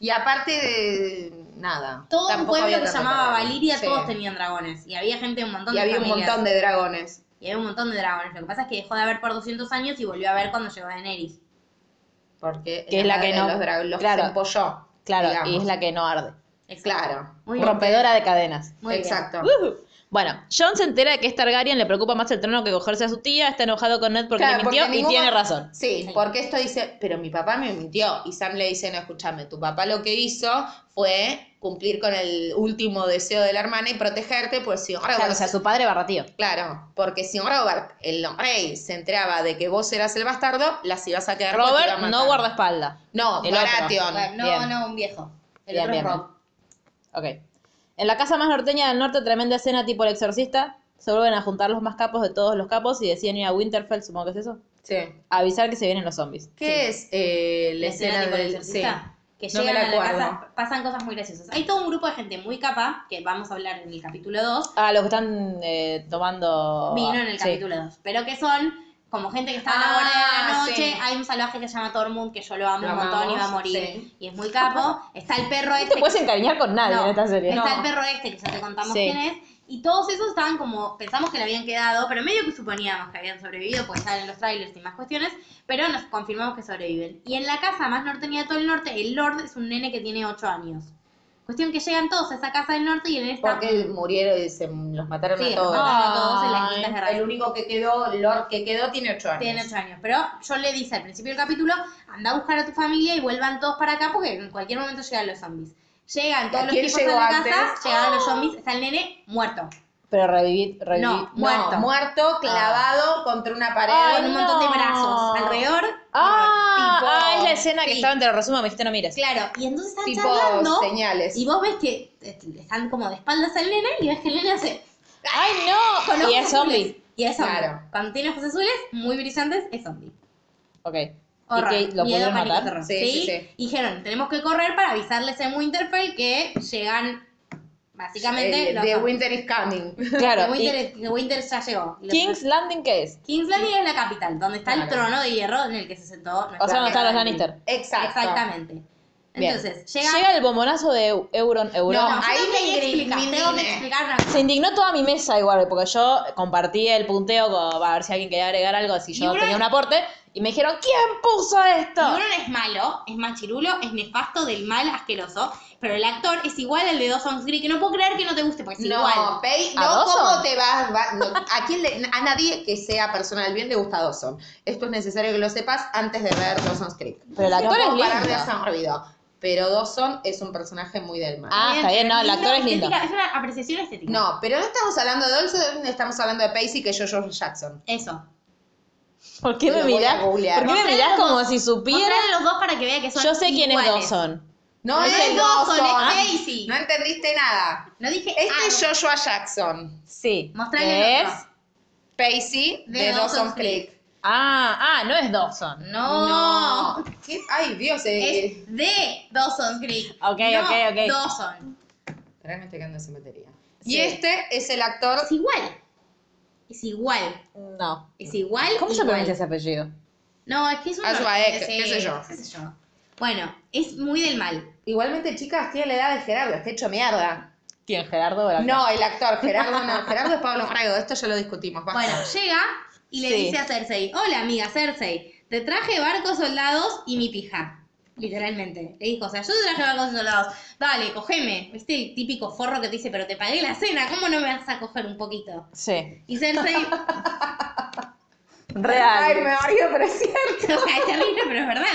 [SPEAKER 3] Y aparte de nada.
[SPEAKER 2] Todo un
[SPEAKER 3] tampoco
[SPEAKER 2] pueblo
[SPEAKER 3] había
[SPEAKER 2] que se
[SPEAKER 3] tanto
[SPEAKER 2] llamaba
[SPEAKER 3] dragón.
[SPEAKER 2] Valiria,
[SPEAKER 3] Sí.
[SPEAKER 2] todos tenían dragones. Y había gente de un montón
[SPEAKER 3] Y
[SPEAKER 2] de
[SPEAKER 3] había un
[SPEAKER 2] familias.
[SPEAKER 3] montón de dragones.
[SPEAKER 2] Y había un montón de dragones. Lo que pasa es que dejó de haber por 200 años y volvió a ver cuando llegó Daenerys.
[SPEAKER 3] Porque
[SPEAKER 1] Que es la
[SPEAKER 3] madre
[SPEAKER 1] que
[SPEAKER 3] de
[SPEAKER 1] no-
[SPEAKER 3] Los dragones los
[SPEAKER 1] claro.
[SPEAKER 3] empolló.
[SPEAKER 1] Claro,
[SPEAKER 3] digamos.
[SPEAKER 1] y es la que no arde.
[SPEAKER 3] Claro.
[SPEAKER 2] Muy bien.
[SPEAKER 1] Rompedora de cadenas.
[SPEAKER 2] Muy bien.
[SPEAKER 3] Exacto.
[SPEAKER 1] Ujú. Bueno, John se entera de que es Targaryen, le preocupa más el trono que cogerse a su tía, está enojado con Ned porque
[SPEAKER 3] Claro,
[SPEAKER 1] le
[SPEAKER 3] porque
[SPEAKER 1] mintió y
[SPEAKER 3] ningún-
[SPEAKER 1] tiene razón.
[SPEAKER 3] Sí, porque esto dice, pero mi papá me mintió. Y Sam le dice, no, escúchame, tu papá lo que hizo fue cumplir con el último deseo de la hermana y protegerte, pues
[SPEAKER 2] Ah,
[SPEAKER 3] si Robert...
[SPEAKER 1] Claro, o sea, su padre barratío.
[SPEAKER 3] Claro, porque si Robert, el rey, se enteraba de que vos eras el bastardo, las ibas a quedar vos te iba a
[SPEAKER 1] Robert
[SPEAKER 3] matar.
[SPEAKER 1] no guardaespalda.
[SPEAKER 3] No,
[SPEAKER 1] El otro.
[SPEAKER 3] Baratheon.
[SPEAKER 2] Bueno, no,
[SPEAKER 1] Bien.
[SPEAKER 2] no, un viejo. El
[SPEAKER 1] Bien,
[SPEAKER 2] otro es
[SPEAKER 1] bien.
[SPEAKER 2] Rob.
[SPEAKER 1] Ok. En la casa más norteña del norte, tremenda escena tipo el exorcista. se vuelven a juntar los más capos de todos los capos y deciden ir a Winterfell, supongo que es eso,
[SPEAKER 3] Sí.
[SPEAKER 1] a avisar que se vienen los zombies.
[SPEAKER 3] ¿Qué es eh, la,
[SPEAKER 2] la
[SPEAKER 3] escena,
[SPEAKER 2] escena tipo del
[SPEAKER 3] del... Sí.
[SPEAKER 2] exorcista, que
[SPEAKER 3] No me
[SPEAKER 2] llegan
[SPEAKER 3] la
[SPEAKER 2] a la
[SPEAKER 3] acuerdo.
[SPEAKER 2] casa, pasan cosas muy graciosas. Hay todo un grupo de gente muy capaz, que vamos a hablar en el capítulo 2,
[SPEAKER 1] Ah, los que están eh, tomando...
[SPEAKER 2] vino en el
[SPEAKER 1] sí.
[SPEAKER 2] capítulo 2, pero que son como gente que está a la
[SPEAKER 3] Ah,
[SPEAKER 2] guardia de la noche,
[SPEAKER 3] sí.
[SPEAKER 2] hay un salvaje que se llama Tormund, que yo lo amo
[SPEAKER 3] Lo
[SPEAKER 2] un montón y va a
[SPEAKER 3] amamos,
[SPEAKER 2] morir,
[SPEAKER 3] sí.
[SPEAKER 2] y es muy capo, está el perro
[SPEAKER 1] No te
[SPEAKER 2] este,
[SPEAKER 1] puedes encariñar con nadie
[SPEAKER 2] No,
[SPEAKER 1] en esta serie.
[SPEAKER 2] está
[SPEAKER 3] No.
[SPEAKER 2] el perro este que ya te contamos
[SPEAKER 1] Sí.
[SPEAKER 2] quién es, y todos esos estaban como, pensamos que le habían quedado, pero medio que suponíamos que habían sobrevivido, pues salen los trailers y más cuestiones, pero nos confirmamos que sobreviven. Y en la casa más norteña de todo el norte, el Lord es un nene que tiene 8 años. Cuestión que llegan todos a esa casa del norte y en esta...
[SPEAKER 3] Porque murieron y se los mataron
[SPEAKER 2] Sí,
[SPEAKER 3] a todos.
[SPEAKER 2] los mataron a todos en las
[SPEAKER 3] Ay,
[SPEAKER 2] Islas Guerreras.
[SPEAKER 3] El único que quedó, Lord, que quedó, tiene ocho años.
[SPEAKER 2] Tiene 8 años, pero yo le dije al principio del capítulo, anda a buscar a tu familia y vuelvan todos para acá porque en cualquier momento llegan los zombies. Llegan todos los
[SPEAKER 3] ¿Quién
[SPEAKER 2] tipos a
[SPEAKER 3] llegó
[SPEAKER 2] la
[SPEAKER 3] antes?
[SPEAKER 2] casa, llegan los zombies, está el nene muerto.
[SPEAKER 1] Pero revivir, revivir.
[SPEAKER 2] No,
[SPEAKER 3] No, muerto.
[SPEAKER 2] muerto.
[SPEAKER 3] clavado contra una pared.
[SPEAKER 2] con un montón de brazos alrededor.
[SPEAKER 1] Ah,
[SPEAKER 2] tipo-
[SPEAKER 1] ah, es la escena que
[SPEAKER 2] sí.
[SPEAKER 1] estaba entre los resumos, me dijiste no mires.
[SPEAKER 2] Claro, y entonces están
[SPEAKER 3] Tipo
[SPEAKER 2] charlando
[SPEAKER 3] señales.
[SPEAKER 2] y vos ves que eh, están como de espaldas al nene y ves que el nene hace
[SPEAKER 1] ¡Ay,
[SPEAKER 2] con
[SPEAKER 1] no!
[SPEAKER 2] ojos
[SPEAKER 1] Y es
[SPEAKER 2] azules.
[SPEAKER 1] zombie.
[SPEAKER 2] Y es zombie.
[SPEAKER 3] Claro.
[SPEAKER 2] Cuando tiene ojos azules, muy brillantes, es zombie.
[SPEAKER 1] Ok.
[SPEAKER 2] Horror.
[SPEAKER 1] ¿Y que lo
[SPEAKER 2] Miedo,
[SPEAKER 1] pudieron
[SPEAKER 2] pánico,
[SPEAKER 1] matar?
[SPEAKER 2] terror.
[SPEAKER 3] Sí,
[SPEAKER 2] Sí,
[SPEAKER 3] sí, sí.
[SPEAKER 2] Y dijeron, tenemos que correr para avisarles en Winterfell que llegan básicamente
[SPEAKER 3] Eh,
[SPEAKER 2] los
[SPEAKER 3] The
[SPEAKER 2] zombies.
[SPEAKER 3] Winter is Coming.
[SPEAKER 2] Que
[SPEAKER 1] Claro.
[SPEAKER 2] Winter,
[SPEAKER 1] y
[SPEAKER 2] es- que Winter ya llegó. Y los-
[SPEAKER 1] ¿King's Landing qué es?
[SPEAKER 2] Kingslanding es la capital, donde está el
[SPEAKER 3] Claro.
[SPEAKER 2] trono de hierro en el que se sentó.
[SPEAKER 1] O sea, no están los Lannister.
[SPEAKER 3] Exacto.
[SPEAKER 2] Exactamente.
[SPEAKER 1] Bien.
[SPEAKER 2] Entonces, llegan...
[SPEAKER 1] Llega el bombonazo de Eu- Euron. Euron.
[SPEAKER 3] No,
[SPEAKER 2] No, yo
[SPEAKER 3] ahí
[SPEAKER 2] tengo
[SPEAKER 3] me
[SPEAKER 2] que
[SPEAKER 3] ingri-
[SPEAKER 2] explicar,
[SPEAKER 3] me
[SPEAKER 2] tengo que
[SPEAKER 3] indigné.
[SPEAKER 2] explicar una cosa.
[SPEAKER 1] Se indignó toda mi mesa igual, porque yo compartí el punteo con- a ver si alguien quería agregar algo, si yo
[SPEAKER 2] Euron-
[SPEAKER 1] tenía un aporte, y me dijeron, ¿quién puso esto?
[SPEAKER 2] Euron es malo, es machirulo, es nefasto, del mal, asqueroso, pero el actor es igual al de Dawson's Creek, que no puedo creer que no te guste, porque es
[SPEAKER 3] No,
[SPEAKER 2] igual.
[SPEAKER 3] Pei,
[SPEAKER 1] ¿A
[SPEAKER 3] no,
[SPEAKER 1] Dawson?
[SPEAKER 3] ¿cómo te vas? va- no, ¿a, quién le- a nadie que sea persona del bien le gusta Dawson. Esto es necesario que lo sepas antes de ver Dawson's Creek.
[SPEAKER 1] Pero el actor
[SPEAKER 3] no
[SPEAKER 1] es
[SPEAKER 3] puedo parar de
[SPEAKER 1] lindo.
[SPEAKER 3] hacer ruido. Pero Dawson es un personaje muy del mal.
[SPEAKER 1] Ah, está bien, no, el actor es lindo.
[SPEAKER 2] estética, Es una apreciación estética.
[SPEAKER 3] No, pero no estamos hablando de Dawson, estamos hablando de Pacey que yo, George Jackson.
[SPEAKER 2] Eso.
[SPEAKER 1] ¿Por qué
[SPEAKER 3] Lo
[SPEAKER 1] me
[SPEAKER 3] voy
[SPEAKER 1] mirás?
[SPEAKER 3] a
[SPEAKER 1] ¿Por
[SPEAKER 3] googlear.
[SPEAKER 1] qué me
[SPEAKER 2] Mostrale
[SPEAKER 1] mirás
[SPEAKER 2] los
[SPEAKER 1] como
[SPEAKER 2] dos.
[SPEAKER 1] si supiera?
[SPEAKER 2] Mostrale los dos para que vea que son
[SPEAKER 1] Yo sé quiénes
[SPEAKER 2] iguales.
[SPEAKER 1] dos son.
[SPEAKER 3] No,
[SPEAKER 2] es
[SPEAKER 3] es
[SPEAKER 2] el Dawson,
[SPEAKER 3] Dawson. ah.
[SPEAKER 2] es Pacey.
[SPEAKER 3] No entendiste nada.
[SPEAKER 2] No dije
[SPEAKER 3] Este
[SPEAKER 2] ah,
[SPEAKER 3] es Joshua Jackson.
[SPEAKER 1] Sí.
[SPEAKER 2] Mostrale
[SPEAKER 1] ¿Qué
[SPEAKER 2] los
[SPEAKER 1] es?
[SPEAKER 2] dos.
[SPEAKER 3] Pacey de,
[SPEAKER 2] De
[SPEAKER 3] Dawson's
[SPEAKER 2] Dawson's
[SPEAKER 3] Creek.
[SPEAKER 1] Ah, ah, no es Dawson.
[SPEAKER 2] No.
[SPEAKER 3] ¿Qué? Ay, Dios. eh,
[SPEAKER 2] Es de Dawson's Creek.
[SPEAKER 1] Ok,
[SPEAKER 2] no
[SPEAKER 1] ok, ok.
[SPEAKER 2] Dawson.
[SPEAKER 3] Pará, me estoy quedando sin batería.
[SPEAKER 1] Sí.
[SPEAKER 3] Y este es el actor.
[SPEAKER 2] Es igual. Es igual.
[SPEAKER 1] No.
[SPEAKER 2] Es igual.
[SPEAKER 1] ¿Cómo se
[SPEAKER 2] igual.
[SPEAKER 1] pronuncia ese apellido?
[SPEAKER 2] No, es que es un.
[SPEAKER 3] Azuaek, qué sé yo.
[SPEAKER 2] yo. Bueno, es muy del mal.
[SPEAKER 3] Igualmente, chicas, tiene la edad de Gerardo, está hecho mierda.
[SPEAKER 1] ¿Quién? ¿Gerardo? o el actor?
[SPEAKER 3] No, el actor, Gerardo no. Gerardo es Pablo Frago, esto ya lo discutimos. basta.
[SPEAKER 2] Bueno, llega y le
[SPEAKER 1] Sí.
[SPEAKER 2] dice a Cersei: Hola, amiga Cersei. Te traje barcos, soldados y mi pija. Literalmente. Le dijo: O sea, yo te traje barcos y soldados. Dale, cogeme. ¿Viste el típico forro que te dice: Pero te pagué la cena, ¿cómo no me vas a coger un poquito?
[SPEAKER 1] Sí.
[SPEAKER 2] Y Cersei.
[SPEAKER 3] Ay,
[SPEAKER 1] Real.
[SPEAKER 3] me barrio, pero es cierto.
[SPEAKER 2] O sea, es terrible, pero es verdad.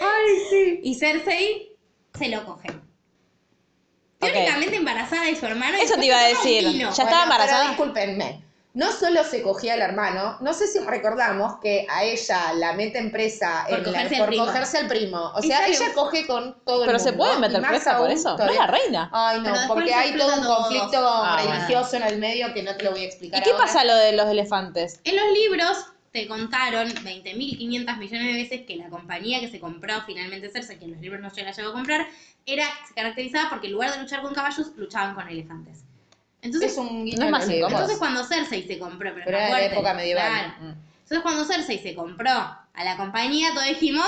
[SPEAKER 3] Ay, sí.
[SPEAKER 2] Y Cersei se lo coge.
[SPEAKER 1] Ok.
[SPEAKER 2] Teóricamente embarazada de su hermano. y
[SPEAKER 1] Eso te
[SPEAKER 2] después
[SPEAKER 1] iba a
[SPEAKER 2] se toma un
[SPEAKER 1] decir. Ya
[SPEAKER 2] vino.
[SPEAKER 1] estaba
[SPEAKER 3] Bueno, pero
[SPEAKER 1] embarazada.
[SPEAKER 3] discúlpenme. No solo se cogía al hermano, no sé si recordamos que a ella la meten presa
[SPEAKER 2] Por
[SPEAKER 3] en la-
[SPEAKER 2] cogerse al
[SPEAKER 3] por
[SPEAKER 2] primo.
[SPEAKER 3] cogerse al primo. O sea,
[SPEAKER 2] Ella le
[SPEAKER 3] ella
[SPEAKER 2] gusta-
[SPEAKER 3] coge con todo el
[SPEAKER 1] Pero
[SPEAKER 3] mundo.
[SPEAKER 1] se puede meter
[SPEAKER 3] y más
[SPEAKER 1] presa por
[SPEAKER 3] aún
[SPEAKER 1] eso. No es
[SPEAKER 3] todavía.
[SPEAKER 1] la reina.
[SPEAKER 3] Ay, no,
[SPEAKER 2] Pero después
[SPEAKER 3] porque
[SPEAKER 2] se
[SPEAKER 3] hay todo un
[SPEAKER 2] explotan
[SPEAKER 3] conflicto
[SPEAKER 1] Ah, bueno.
[SPEAKER 3] religioso en el medio que no te lo voy a explicar.
[SPEAKER 1] ¿Y qué
[SPEAKER 3] ahora.
[SPEAKER 1] pasa lo de los elefantes?
[SPEAKER 2] En los libros te contaron 20.500 millones de veces que la compañía que se compró finalmente Cersei, que en los libros no se la llegó a comprar, era, se caracterizaba porque en lugar de luchar con caballos, luchaban con elefantes. Entonces,
[SPEAKER 3] Es un guiño
[SPEAKER 1] No es más
[SPEAKER 3] en el libro.
[SPEAKER 1] incómodo.
[SPEAKER 2] entonces cuando Cersei se compró, pero,
[SPEAKER 3] Pero
[SPEAKER 2] me
[SPEAKER 3] era de la
[SPEAKER 2] acuerdo,
[SPEAKER 3] época medieval.
[SPEAKER 2] claro.
[SPEAKER 3] Mm.
[SPEAKER 2] Entonces cuando Cersei se compró a la compañía, todos dijimos,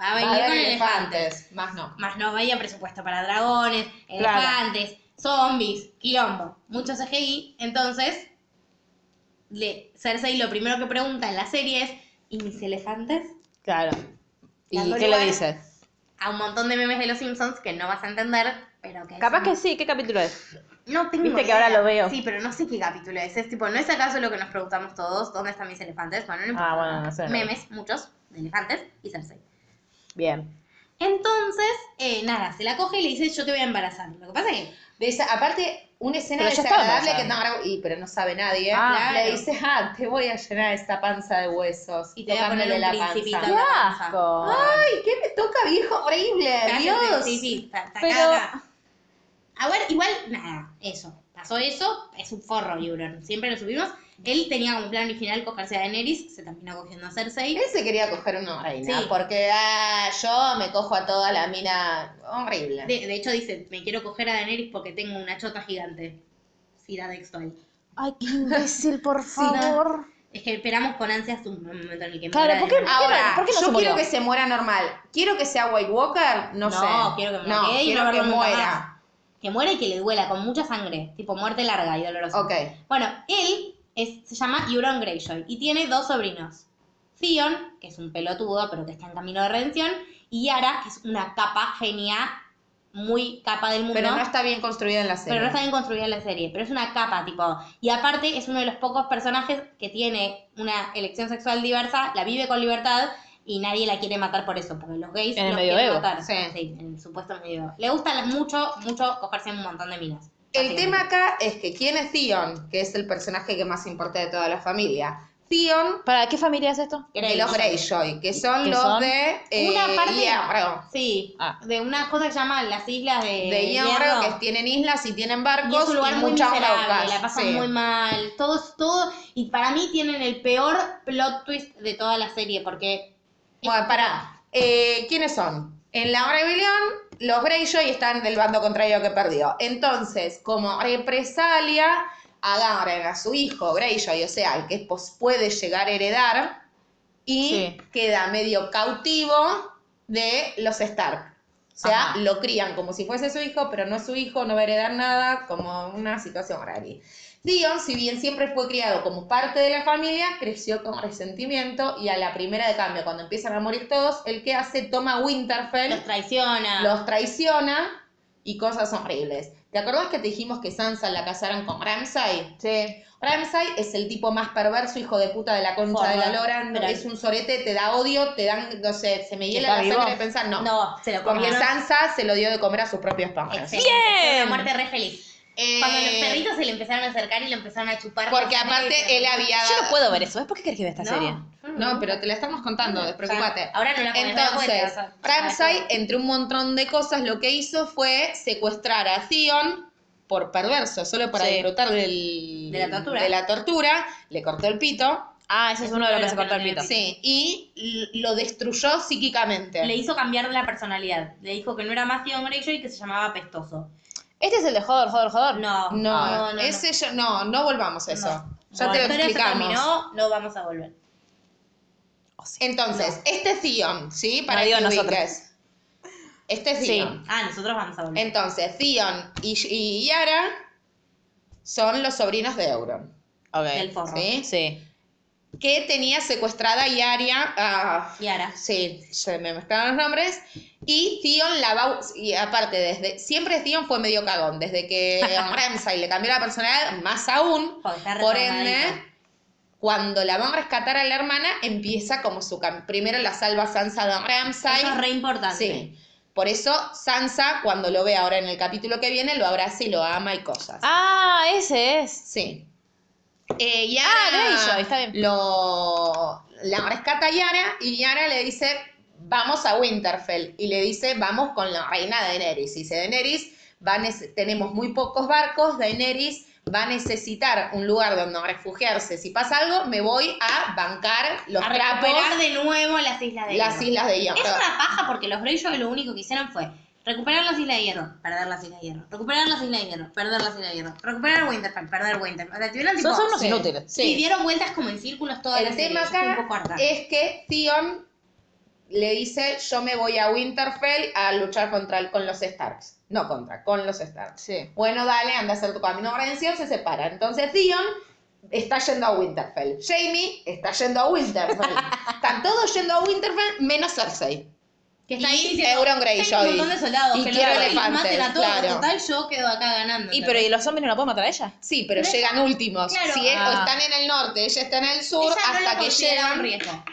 [SPEAKER 2] va a
[SPEAKER 3] Va a
[SPEAKER 2] venir
[SPEAKER 3] haber
[SPEAKER 2] con elefantes.
[SPEAKER 3] elefantes, más no.
[SPEAKER 2] más no había presupuesto para dragones, elefantes, zombies, quilombo, muchos CGI. Entonces, le, Cersei lo primero que pregunta en la serie es, ¿y mis elefantes?
[SPEAKER 1] Claro.
[SPEAKER 2] La
[SPEAKER 1] ¿Y qué
[SPEAKER 2] Dolores.
[SPEAKER 1] le dices?
[SPEAKER 2] A un montón de memes de los Simpsons que no vas a entender, pero que... es
[SPEAKER 1] Capaz
[SPEAKER 2] un-
[SPEAKER 1] que sí, ¿qué capítulo es?
[SPEAKER 2] No tengo
[SPEAKER 1] Viste que
[SPEAKER 2] idea.
[SPEAKER 1] ahora lo veo.
[SPEAKER 2] Sí, pero no sé qué capítulo es. Es tipo, ¿no es acaso lo que nos preguntamos todos? ¿Dónde están mis elefantes? Bueno, no importa.
[SPEAKER 1] Ah, bueno, no sé. no.
[SPEAKER 2] Memes, muchos, de elefantes y Cersei.
[SPEAKER 1] Bien.
[SPEAKER 2] Entonces, eh, nada, se la coge y le dice, yo te voy a embarazar. Lo que pasa es que
[SPEAKER 3] De esa- aparte, una escena
[SPEAKER 1] Pero ya estaba
[SPEAKER 3] desagradable que
[SPEAKER 1] embarazada.
[SPEAKER 3] no, y, pero no sabe nadie.
[SPEAKER 1] Ah,
[SPEAKER 3] le dice, ah, te voy a llenar esta panza de huesos.
[SPEAKER 2] Y te voy a poner
[SPEAKER 3] tocándole
[SPEAKER 2] un principito en
[SPEAKER 1] ¡Qué
[SPEAKER 2] la panza.
[SPEAKER 1] asco!
[SPEAKER 3] Ay, ¿qué me toca, viejo? Horrible,
[SPEAKER 2] Cállate,
[SPEAKER 3] Dios.
[SPEAKER 2] Sí, sí, está, está
[SPEAKER 1] Pero-
[SPEAKER 2] acá, acá. A ver, igual, nada, eso. Pasó eso, es un forro Euron. Siempre lo subimos. Él tenía como plan original cogerse a Daenerys, se terminó cogiendo a Cersei.
[SPEAKER 3] Él se quería coger una reina,
[SPEAKER 2] Sí.
[SPEAKER 3] porque ah, yo me cojo a toda la mina horrible.
[SPEAKER 2] De, de hecho dice, me quiero coger a Daenerys porque tengo una chota gigante. Cita textual.
[SPEAKER 1] Ay, qué imbécil, por
[SPEAKER 2] favor. Es que esperamos con ansias un momento en el que
[SPEAKER 1] Claro,
[SPEAKER 2] muera
[SPEAKER 1] ¿por qué-
[SPEAKER 2] Daenerys.
[SPEAKER 3] Ahora,
[SPEAKER 1] ¿Por qué no se
[SPEAKER 3] yo
[SPEAKER 1] murió?
[SPEAKER 3] quiero que se muera normal. ¿Quiero que sea White Walker?
[SPEAKER 2] No,
[SPEAKER 3] No, sé.
[SPEAKER 2] quiero que me
[SPEAKER 3] no,
[SPEAKER 2] quede y
[SPEAKER 3] quiero
[SPEAKER 2] no verlo
[SPEAKER 3] que
[SPEAKER 2] nunca
[SPEAKER 3] muera.
[SPEAKER 2] Que muera y que le duela con mucha sangre. Tipo muerte larga y dolorosa.
[SPEAKER 3] Ok.
[SPEAKER 2] Bueno, él es- se llama Euron Greyjoy y tiene dos sobrinos. Theon, que es un pelotudo, pero que está en camino de redención, y Yara, que es una capa genia, muy capa del mundo.
[SPEAKER 3] Pero no está bien construida en la serie.
[SPEAKER 2] Pero no está bien construida en la serie, pero es una capa, tipo. Y aparte es uno de los pocos personajes que tiene una elección sexual diversa, la vive con libertad y nadie la quiere matar por eso, porque los gays
[SPEAKER 1] En el
[SPEAKER 2] los
[SPEAKER 1] medioevo,
[SPEAKER 2] quieren matar.
[SPEAKER 3] sí.
[SPEAKER 2] en el supuesto medioevo. Le gusta la- mucho, mucho cogerse un montón de minas.
[SPEAKER 3] El
[SPEAKER 2] Así.
[SPEAKER 3] tema acá es que quién es Theon, que es el personaje que más importa de toda la familia. Theon
[SPEAKER 1] ¿Para qué familia es esto?
[SPEAKER 3] de los Greyjoy, que son
[SPEAKER 1] Que
[SPEAKER 3] los
[SPEAKER 1] son
[SPEAKER 3] de eh,
[SPEAKER 2] Una parte-
[SPEAKER 3] Hierro.
[SPEAKER 2] Sí,
[SPEAKER 1] Ah.
[SPEAKER 2] de una cosa que se llama las islas de,
[SPEAKER 3] De Hierro,
[SPEAKER 2] Hierro.
[SPEAKER 3] que tienen islas y tienen
[SPEAKER 2] Y es
[SPEAKER 3] barcos
[SPEAKER 2] un
[SPEAKER 3] y,
[SPEAKER 2] lugar muy
[SPEAKER 3] muchas
[SPEAKER 2] miserable,
[SPEAKER 3] rocas.
[SPEAKER 2] la pasan
[SPEAKER 3] Sí.
[SPEAKER 2] muy mal, todos, todo, y para mí tienen el peor plot twist de toda la serie, porque
[SPEAKER 3] Bueno, pará. Eh, ¿Quiénes son? En la rebelión, los Greyjoy están del bando contrario que perdió. Entonces, como represalia, agarran a su hijo Greyjoy, o sea, el que pos- puede llegar a heredar, y queda medio cautivo de los Stark. O sea,
[SPEAKER 1] Ajá.
[SPEAKER 3] lo crían como si fuese su hijo, pero no es su hijo, no va a heredar nada, como una situación rari. Dion, si bien siempre fue criado como parte de la familia, creció con resentimiento y a la primera de cambio, cuando empiezan a morir todos, el que hace toma Winterfell,
[SPEAKER 2] los traiciona.
[SPEAKER 3] los traiciona y cosas horribles. ¿Te acordás que te dijimos que Sansa la casaran con Ramsay? Sí. Ramsay es el tipo más perverso, hijo de puta de la concha
[SPEAKER 2] Forra.
[SPEAKER 3] de la lora, no,
[SPEAKER 2] Pero-
[SPEAKER 3] es un sorete, te da odio, te dan, no sé, se me hiela la sangre de pensar, no.
[SPEAKER 2] No, se lo
[SPEAKER 3] Porque
[SPEAKER 2] comieron.
[SPEAKER 3] Sansa se lo dio de comer a sus propios pájaros.
[SPEAKER 2] Excelente, Fue una muerte re feliz.
[SPEAKER 3] Eh,
[SPEAKER 2] Cuando los perritos se le empezaron a acercar y lo empezaron a chupar.
[SPEAKER 3] Porque aparte él había dado...
[SPEAKER 1] Yo no puedo ver eso. ¿Ves por qué crees que ve esta
[SPEAKER 2] No.
[SPEAKER 1] serie?
[SPEAKER 3] No, pero te la estamos contando, despreocupate.
[SPEAKER 2] Ahora no la podés ver, no la podés
[SPEAKER 3] Entonces,
[SPEAKER 2] ver, o sea,
[SPEAKER 3] Ramsay, entre un montón de cosas, lo que hizo fue secuestrar a Theon por perverso, solo para
[SPEAKER 1] Sí.
[SPEAKER 3] disfrutar del-
[SPEAKER 2] De la tortura.
[SPEAKER 3] de la tortura. Le cortó el pito.
[SPEAKER 1] Ah, ese es uno de los que se cortó el pito.
[SPEAKER 3] Sí, y l- lo destruyó psíquicamente.
[SPEAKER 2] Le hizo cambiar la personalidad. Le dijo que no era más Theon Greyjoy y que se llamaba Pestoso.
[SPEAKER 1] Este es el de joder, joder, joder.
[SPEAKER 2] No,
[SPEAKER 3] no, ese yo- no, no volvamos a eso.
[SPEAKER 2] No.
[SPEAKER 3] Ya
[SPEAKER 2] Bueno,
[SPEAKER 3] te lo
[SPEAKER 2] pero se
[SPEAKER 3] explicamos.
[SPEAKER 2] terminó, no vamos a volver.
[SPEAKER 3] Entonces, este Theon, ¿sí? Para
[SPEAKER 1] No digo
[SPEAKER 3] que
[SPEAKER 1] nosotros.
[SPEAKER 3] ubiques. Este es Theon.
[SPEAKER 2] Ah, nosotros vamos a volver.
[SPEAKER 3] Entonces, Theon y, y Yara son los sobrinos de Euron,
[SPEAKER 2] Del
[SPEAKER 1] Ok.
[SPEAKER 2] forro.
[SPEAKER 3] ¿sí?
[SPEAKER 1] Sí.
[SPEAKER 3] Que tenía secuestrada a Yaria, ah,
[SPEAKER 2] Y ahora.
[SPEAKER 3] sí, se me mezclaron los nombres, y Theon la va, y aparte, desde, siempre Theon fue medio cagón, desde que Ramsay le cambió la personalidad, más aún,
[SPEAKER 2] Joder, está re
[SPEAKER 3] por ende,
[SPEAKER 2] traumadito.
[SPEAKER 3] cuando la van a rescatar a la hermana, empieza como su, cam- primero la salva Sansa de Ramsay,
[SPEAKER 2] Eso es re importante.
[SPEAKER 3] Sí. Por eso Sansa, cuando lo ve ahora en el capítulo que viene, lo abraza y lo ama y cosas.
[SPEAKER 1] Ah, ese es.
[SPEAKER 3] Sí. Eh, Yara
[SPEAKER 1] Ah, Greyjoy, está bien.
[SPEAKER 3] Lo, la rescata Yara y Yara le dice, vamos a Winterfell. Y le dice, vamos con la reina Daenerys. Y dice, Daenerys, va a nece- tenemos muy pocos barcos, Daenerys va a necesitar un lugar donde refugiarse. Si pasa algo, me voy a bancar los
[SPEAKER 2] a
[SPEAKER 3] trapos,
[SPEAKER 2] recuperar de nuevo las Islas de
[SPEAKER 3] las
[SPEAKER 2] Hierro.
[SPEAKER 3] islas de Hierro.
[SPEAKER 2] Es una paja porque los Greyjoy lo único que hicieron fue recuperar las Islas de Hierro, perder las Islas de Hierro, recuperar las Islas de Hierro, perder las Islas de Hierro, recuperar Winterfell, perder Winterfell. O sea, tuvieron tipo...
[SPEAKER 1] Son, son unos
[SPEAKER 3] sí.
[SPEAKER 1] inútiles.
[SPEAKER 2] Sí, dieron vueltas como en círculos todas
[SPEAKER 3] El
[SPEAKER 2] las
[SPEAKER 3] tema
[SPEAKER 2] un poco
[SPEAKER 3] acá
[SPEAKER 2] harta.
[SPEAKER 3] es que Theon le dice, yo me voy a Winterfell a luchar contra el- con los Starks. No contra, con los Starks.
[SPEAKER 1] Sí.
[SPEAKER 3] Bueno, dale, anda a hacer tu camino de redención, se separa. Entonces Theon está yendo a Winterfell. Jamie está yendo a Winterfell. Están todos yendo a Winterfell, menos Cersei.
[SPEAKER 2] que está
[SPEAKER 3] y
[SPEAKER 2] ahí diciendo, Tengo
[SPEAKER 3] Euron Greyjoy.
[SPEAKER 2] un montón de soldados,
[SPEAKER 3] Y
[SPEAKER 2] pero
[SPEAKER 3] quiero
[SPEAKER 2] no,
[SPEAKER 3] elefantes,
[SPEAKER 2] maten a todos,
[SPEAKER 3] claro.
[SPEAKER 2] total yo quedo acá ganando.
[SPEAKER 1] Y pero ¿y los zombies no la pueden matar a ella?
[SPEAKER 3] Sí, pero
[SPEAKER 2] Pero
[SPEAKER 3] llegan últimos.
[SPEAKER 2] claro.
[SPEAKER 3] si él- o
[SPEAKER 1] Ah.
[SPEAKER 3] están en el norte, ella está en el sur,
[SPEAKER 2] Ella no
[SPEAKER 3] hasta
[SPEAKER 2] lo
[SPEAKER 3] que
[SPEAKER 2] considera
[SPEAKER 3] llegan.
[SPEAKER 2] un riesgo.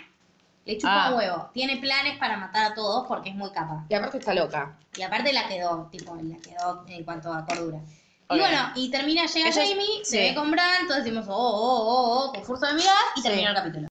[SPEAKER 2] Le chupa
[SPEAKER 1] Ah.
[SPEAKER 2] un huevo. Tiene planes para matar a todos porque es muy capa.
[SPEAKER 3] Y aparte está loca.
[SPEAKER 2] Y aparte la quedó, tipo, la quedó en cuanto a cordura. Y
[SPEAKER 1] Ok.
[SPEAKER 2] bueno, y termina, llega
[SPEAKER 1] Ellos-
[SPEAKER 2] Jamie, se
[SPEAKER 1] sí.
[SPEAKER 2] ve con Bran, todos decimos, oh, oh, oh, oh, concurso de miradas, y termina el capítulo.